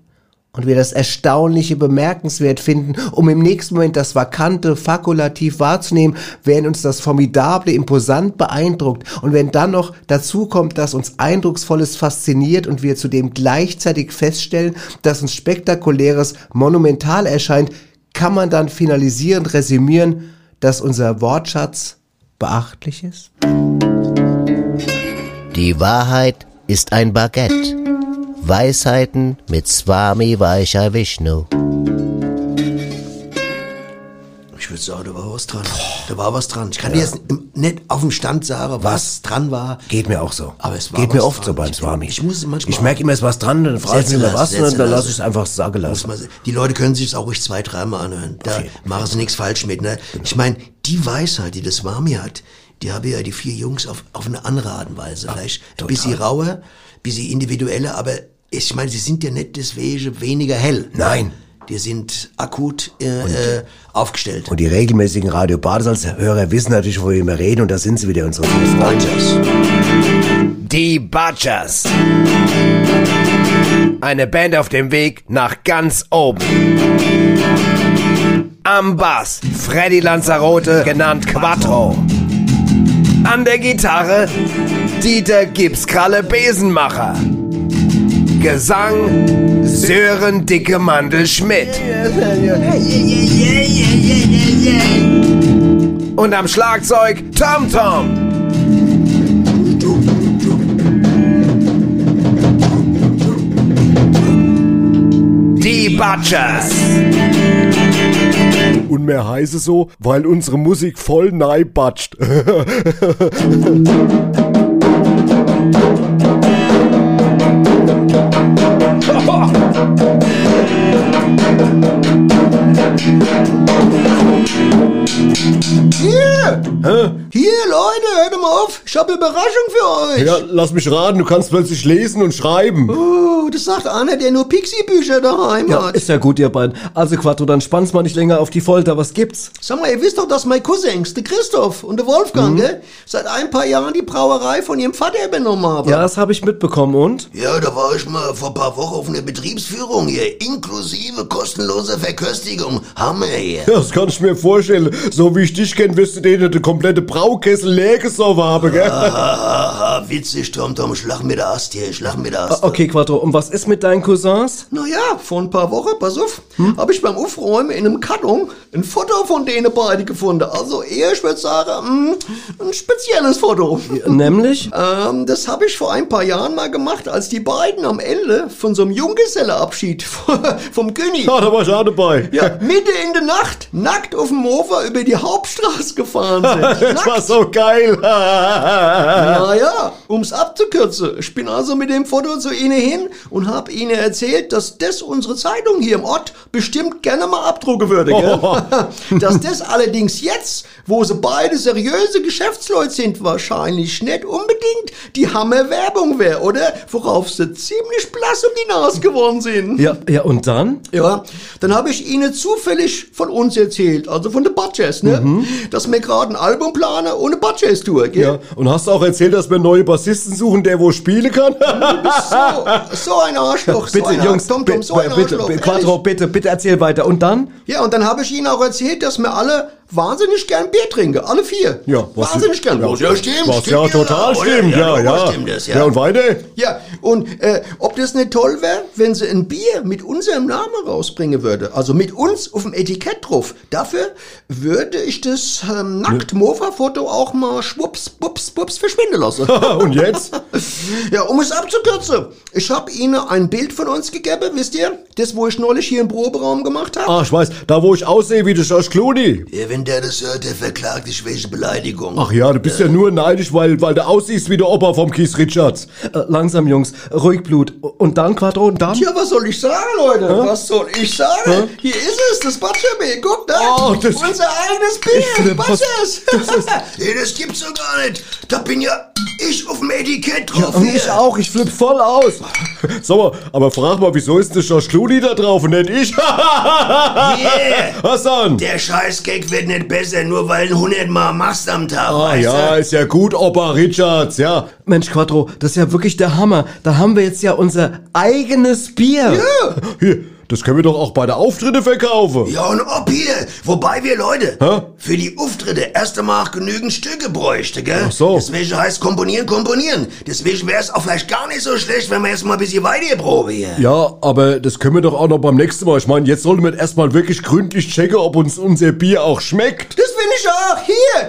S18: und wir das Erstaunliche bemerkenswert finden, um im nächsten Moment das Vakante fakultativ wahrzunehmen, während uns das Formidable imposant beeindruckt und wenn dann noch dazu kommt, dass uns Eindrucksvolles fasziniert und wir zudem gleichzeitig feststellen, dass uns Spektakuläres monumental erscheint, kann man dann finalisierend resümieren, dass unser Wortschatz beachtlich ist?
S14: Die Wahrheit ist ein Baguette. Weisheiten mit Swami Vaishya Vishnu.
S2: Ich
S11: Ich würde sagen, da war was dran. Da war was dran. Ich kann dir jetzt im- nicht auf dem Stand sagen, was, dran war.
S1: Geht mir auch so.
S11: Aber es war
S1: Geht mir
S11: was
S1: oft
S11: dran.
S1: so beim Swami.
S11: Ich muss manchmal-
S1: Ich merke immer, es ist was dran, dann frage ich mich
S11: Sätze
S1: immer was
S11: lassen,
S1: und dann,
S11: Sätze
S1: lasse
S11: lassen.
S1: ich es einfach sagen
S11: Muss
S1: lassen.
S11: man, die Leute können sich das auch ruhig zwei, dreimal anhören. Da machen sie nichts falsch mit. Ne? Ich meine, die Weisheit, die das Mami hat, die haben ja die vier Jungs auf, auf eine andere Art und Weise. Vielleicht ein bisschen rauer, ein bisschen individueller, aber ich meine, sie sind ja nicht deswegen weniger hell.
S1: Nein.
S11: Die sind akut äh, äh, aufgestellt.
S1: Und die regelmäßigen Radio Badesalz-Hörer wissen natürlich, wo wir immer reden und da sind sie wieder unsere vier Freunde. Die Butchers. Eine Band auf dem Weg nach ganz oben. Am Bass Freddy Lanzarote, genannt Quattro. An der Gitarre Dieter Gipskralle Besenmacher. Gesang Sören Dicke Mandel Schmidt. Und am Schlagzeug Tom Tom. Die Butchers.
S19: Und mehr heiße so, weil unsere Musik voll neibatscht.
S20: Yeah!
S11: Hier, Leute, hört mal auf. Ich habe eine Überraschung für euch.
S19: ja, lass mich raten, du kannst plötzlich lesen und schreiben.
S11: Oh, das sagt einer, der nur Pixie-Bücher daheim
S21: Ja,
S11: hat.
S21: ist ja gut, ihr beiden. Also Quattro, dann spann's mal nicht länger auf die Folter. Was gibt's?
S11: Sag mal, ihr wisst doch, dass meine Cousins, der Christoph und der Wolfgang, gell, seit ein paar Jahren die Brauerei von ihrem Vater übernommen haben.
S21: Ja, das habe ich mitbekommen und?
S2: Ja, da war ich mal vor ein paar Wochen auf einer Betriebsführung hier, inklusive kostenloser Verköstigung. Hammer hier.
S19: Ja, das kann ich mir vorstellen. So wie ich dich kenne, wirst du denen den komplette Braukessel leer gesoffen haben, gell?
S11: Ah,
S2: Hahaha, witzig, Tom Tom, schlag mir der Ast hier, schlag mir der Ast.
S19: Ah,
S21: Okay, Quattro, und was ist mit deinen Cousins?
S11: Naja, vor ein paar Wochen, pass auf,
S19: Hm?
S11: habe ich beim Aufräumen in einem Karton ein Foto von denen beiden gefunden. Also eher, ich würde sagen, mm, ein spezielles Foto.
S21: Nämlich?
S11: Ähm, das habe ich vor ein paar Jahren mal gemacht, als die beiden am Ende von so einem Junggeselleabschied vom König.
S19: Ja, da war ich auch dabei.
S11: Ja, Mitte in der Nacht, nackt auf dem Mofa über die Hauptstraße gefahren sind.
S19: das war so geil.
S11: Naja, um's abzukürzen, ich bin also mit dem Foto zu Ihnen hin und hab Ihnen erzählt, dass das unsere Zeitung hier im Ort bestimmt gerne mal abdrucken würde. Gell?
S21: Oh.
S11: dass das allerdings jetzt, wo sie beide seriöse Geschäftsleute sind, wahrscheinlich nicht unbedingt die Hammerwerbung wäre, oder? Worauf sie ziemlich blass um die Nase geworden sind.
S21: Ja, ja, und dann?
S11: Ja, dann habe ich Ihnen zufällig von uns erzählt, also von den Budgets, ne?
S19: Mhm.
S11: Dass wir gerade ein Album planen und eine Budgets-Tour, gell?
S19: Ja, und hast du auch erzählt, dass wir neue Bassisten suchen, der wo spielen kann?
S11: so, so ein Arschloch. so
S21: bitte,
S11: ein
S21: Jungs,
S11: Arschloch. Tom, Tom,
S21: bi-
S11: so ein
S21: bitte,
S11: Arschloch.
S21: bi- Quattro, bitte, bitte erzähl weiter. Und dann?
S11: Ja, und dann habe ich ihnen auch erzählt, dass wir alle wahnsinnig gern Bier trinken. Alle vier.
S19: Ja, was
S11: wahnsinnig gern.
S19: Ja, was ja total stimmt, ja,
S11: genau
S19: ja. Ja, und weiter?
S11: Ja, und äh, ob das nicht toll wäre, wenn sie ein Bier mit unserem Namen rausbringen würde. Also mit uns auf dem Etikett drauf. Dafür würde ich das ähm, Nackt-Mofa-Foto auch mal schwupps, bups, bups verschwinden lassen.
S19: und jetzt?
S11: Ja, um es abzukürzen. Ich habe Ihnen ein Bild von uns gegeben, wisst ihr? Das, wo ich neulich hier im Proberaum gemacht habe.
S19: Ah, ich weiß, da wo ich aussehe wie der Josh Clooney.
S2: Ja, wenn der das hört, der verklagt dich wegen Beleidigung.
S19: Ah. Ach ja, du bist ja nur neidisch, weil, weil du aussiehst wie der Opa vom Keith Richards.
S21: Äh, langsam, Jungs, ruhig Blut. Und dann, Quattro, und dann?
S11: Tja, was soll ich sagen, Leute?
S21: Hä?
S11: Was soll ich sagen?
S21: Hä?
S11: Hier ist es, das Butcherbier. Guck da.
S2: Oh, das-
S11: Unser eigenes Bier. Was ist?
S2: ja, das gibt's doch gar nicht. Da bin ja ich auf dem Etikett drauf.
S19: und ich auch, ich flipp voll aus. Sag mal, aber frag mal, wieso ist denn der Josh Clooney da drauf und nicht ich?
S2: Yeah.
S19: Was dann?
S2: Der Scheiß-Gag wird nicht besser, nur weil du ihn 100 Mal machst am Tag.
S19: Ah
S2: weißt
S19: ja,
S2: du?
S19: ist ja gut, Opa Richards, ja.
S21: Mensch, Quattro, das ist ja wirklich der Hammer. Da haben wir jetzt ja unser eigenes Bier.
S19: Hier, das können wir doch auch bei der Auftritte verkaufen.
S2: Ja, und ob hier. Wobei wir Leute
S19: Hä?
S2: für die Auftritte erst einmal auch genügend Stücke bräuchte, gell?
S19: Ach so.
S2: Deswegen heißt komponieren, komponieren. Deswegen wär's auch vielleicht gar nicht so schlecht, wenn wir jetzt mal ein bisschen weiterprobe hier.
S19: Ja, aber das können wir doch auch noch beim nächsten Mal. Ich meine, jetzt sollten wir erstmal wirklich gründlich checken, ob uns unser Bier auch schmeckt.
S11: Das will
S15: mich auch!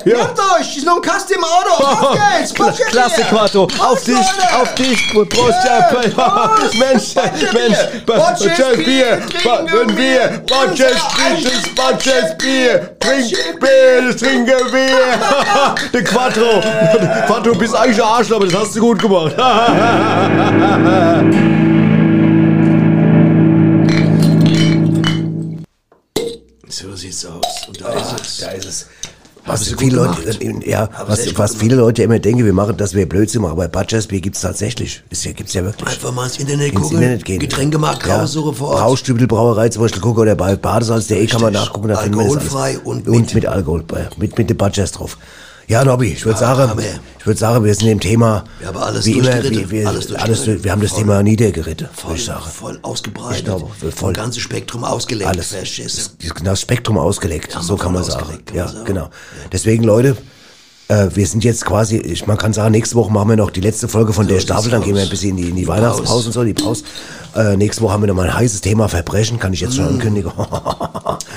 S15: Hier!
S19: Ja.
S15: Nehmt euch! Ist noch ein Kasten im
S7: Oh,
S15: Auto! Auf geht's!
S19: Kla
S15: Papier
S19: Klasse,
S15: hier.
S19: Quato. Auf dich, auf dich. Prost, Champion. Mensch, Mensch. Botches Bier. Botches Bier. Botches Bier. Botches Bier. Trink Bier, das trinke Bier. Der Quattro. Quattro, bist eigentlich ein Arschloch, aber das hast du gut gemacht.
S2: So sieht's aus. Und da
S1: Ah,
S2: ist es. Da ist es.
S1: Was,
S2: Hast du
S1: viele
S2: gut
S1: Also Leute, äh, ja,
S2: Haben sie echt
S1: was, was
S2: gut
S1: viele Leute immer denken, wir machen das, wir Blödsinn machen, aber Budgetbier gibt's tatsächlich. Ist ja, gibt's ja wirklich.
S2: Einfach mal ins Internet
S1: Ins
S2: gucken.
S1: Internet gehen.
S2: Getränkemarkt, Krausuche vor Ort.
S1: Braustübel, Brauerei zum Beispiel gucken oder bei Badesalz.de kann man nachgucken. Da findet man das alles.
S2: Alkoholfrei und
S1: mit. Alkohol, bei- mit, mit den Budgets drauf. Ja, Nobby, ich würde sagen,
S2: aber-
S1: ich würde sagen, wir sind im Thema.
S2: Ah, Wir haben alles
S1: wie immer,
S2: durchgeritten,
S1: wie, wir,
S2: alles
S1: alles
S2: durchgeritten.
S1: durch, wir haben das
S2: Voll.
S1: Thema niedergeritten, würde
S2: Voll,
S1: ich sagen.
S2: voll ausgebreitet.
S1: Ich glaube, voll.
S2: Vom ganzen Spektrum ausgelegt.
S1: Alles.
S2: Verstehst
S1: Das- genau das Spektrum ausgelegt,
S2: Ja,
S1: so kann man
S2: voll
S1: sagen.
S2: ausgelegt, also, kann
S1: ja,
S2: man sagen.
S1: genau. Deswegen, Leute, äh, wir sind jetzt quasi, ich, man kann sagen, nächste Woche machen wir noch die letzte Folge von der Staffel, dann gehen wir ein bisschen in die, in die
S2: Pause.
S1: Weihnachtspause und so, die Pause. Äh, nächste Woche haben wir noch mal ein heißes Thema, Verbrechen, kann ich jetzt schon ankündigen.
S2: Mm.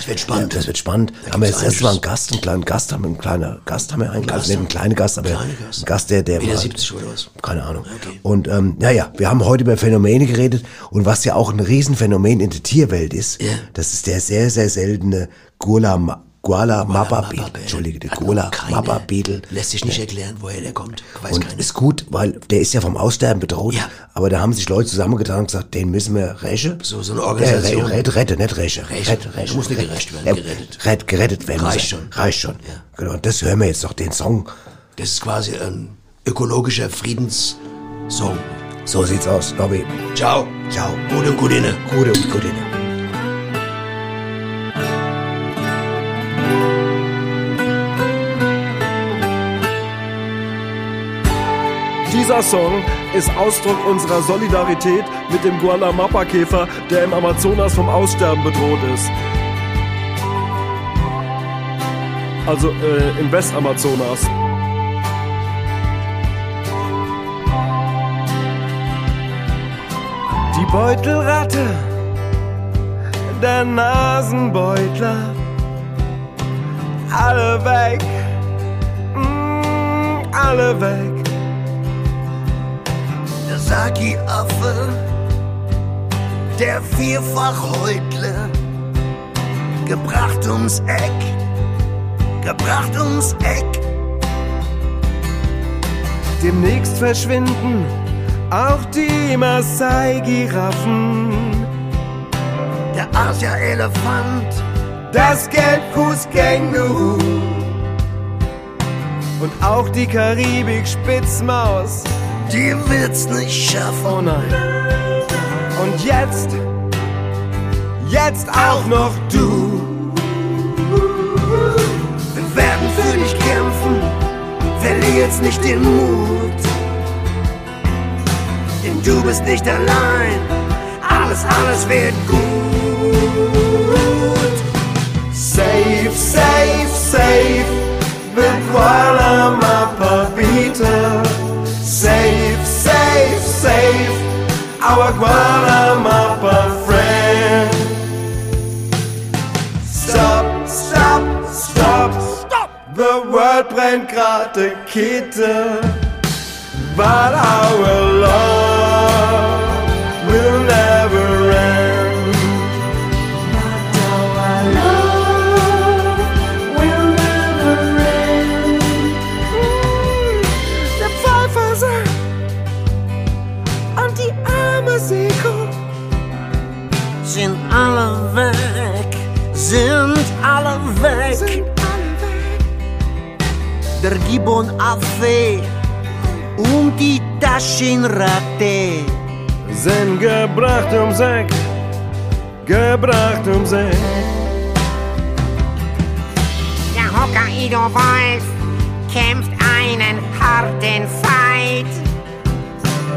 S2: Das wird spannend.
S1: das wird spannend. haben wir
S2: gibt's
S1: jetzt erstmal einen
S2: einiges.
S1: Gast, einen kleinen Gast, haben wir einen kleinen Gast, haben wir einen, also
S2: Gast.
S1: nicht einen kleinen Gast, aber
S2: Kleiner Gast.
S1: einen Gast, der, der,
S2: Meter 70 oder was?
S1: keine Ahnung. Und ähm, naja, wir haben heute über Phänomene geredet und was ja auch ein Riesenphänomen in der Tierwelt ist, das ist der sehr, sehr seltene Gurla, Guala Mappa Beetle. Entschuldige, der Gurla Mappa Beetle.
S2: Lässt sich nicht erklären, woher der kommt. Weiß
S1: Und ist gut, weil der ist ja vom Aussterben bedroht. Aber da haben sich Leute zusammengetan und gesagt, den müssen wir rächen.
S2: So- so eine Organisation.
S1: Äh, re- re- rette, nicht rächen.
S2: Rächen.
S1: Rette,
S2: Da
S1: rächen.
S2: muss nicht
S1: Rette.
S2: gerächt werden,
S1: Äh,
S2: gerettet.
S1: Rett, gerettet werden.
S2: Reicht
S1: muss.
S2: schon.
S1: Reicht schon. Genau, und das hören wir jetzt noch, den Song.
S2: Das ist quasi ein ökologischer Friedenssong.
S1: So sieht's aus, Nobby.
S2: Ciao.
S1: Ciao.
S2: Gute und Gudine.
S1: Gute und Gudine.
S19: Dieser Song ist Ausdruck unserer Solidarität mit dem Guanamapa-Käfer, der im Amazonas vom Aussterben bedroht ist. Also äh, im Westamazonas.
S22: Die Beutelratte, der Nasenbeutler, alle weg, mm, alle weg.
S16: Der Saki-Affe, der Vierfachhäutle, gebracht ums Eck, gebracht ums Eck.
S22: Demnächst verschwinden auch die Maasai-Giraffen. Der Asia-Elefant, das Gelbfußkänguru. Und auch die Karibik-Spitzmaus, die wird's nicht schaffen. Oh nein. Und jetzt, jetzt auch noch du.
S16: Wir werden für dich kämpfen, verlier jetzt nicht den Mut. Denn du bist nicht allein, alles, alles wird gut.
S22: Safe, safe, safe with Guatemala Peter. Safe, safe, safe, our Guatemala friend. Stop, stop, stop, stop. The world brennt gerade Kette. But our love will never end.
S13: Der Pfeifhase und die arme Seko
S16: Sind alle weg, sind alle weg. Der Gibbon-Affe und die Taschenratte.
S22: sind gebracht um Eck, gebracht um Eck.
S20: Der Hokkaido-Wolf kämpft einen harten Fight.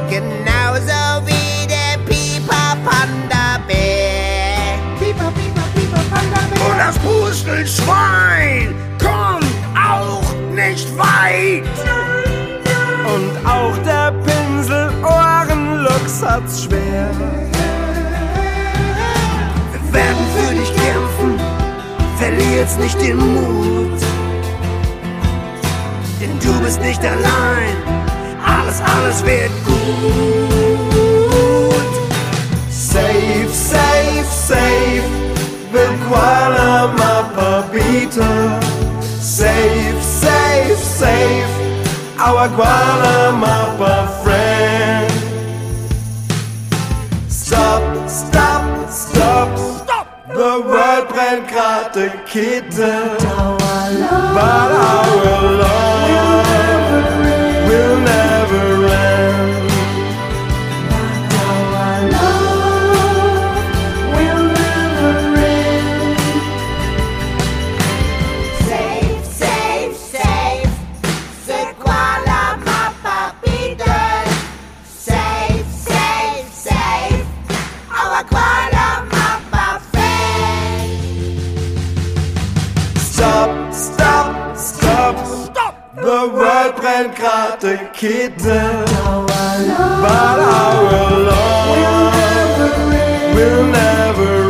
S20: Genauso wie der Pipa Panda Bär. Pipa, Pipa, Pipa Panda Bär.
S16: Und das Pustelschwein kommt auch nicht weit.
S22: Und auch der Pinselohrenluchs hat's schwer.
S16: Wir werden für dich kämpfen, verlier jetzt nicht den Mut.
S22: denn du bist nicht allein. Alles, alles wird gut. Safe, safe, safe, will Guatemala bieten. Safe, safe, safe, our Guatemala friend. Stop, stop, stop, stop. The world brennt gerade Kette. But our love will never end.
S20: Safe, safe, safe. The Kuala Mapa Beatles. Safe, safe, safe. Our Kuala Mapa friend.
S22: Stop, stop, stop, stop. The world brennt gerade Kitten. But our love will never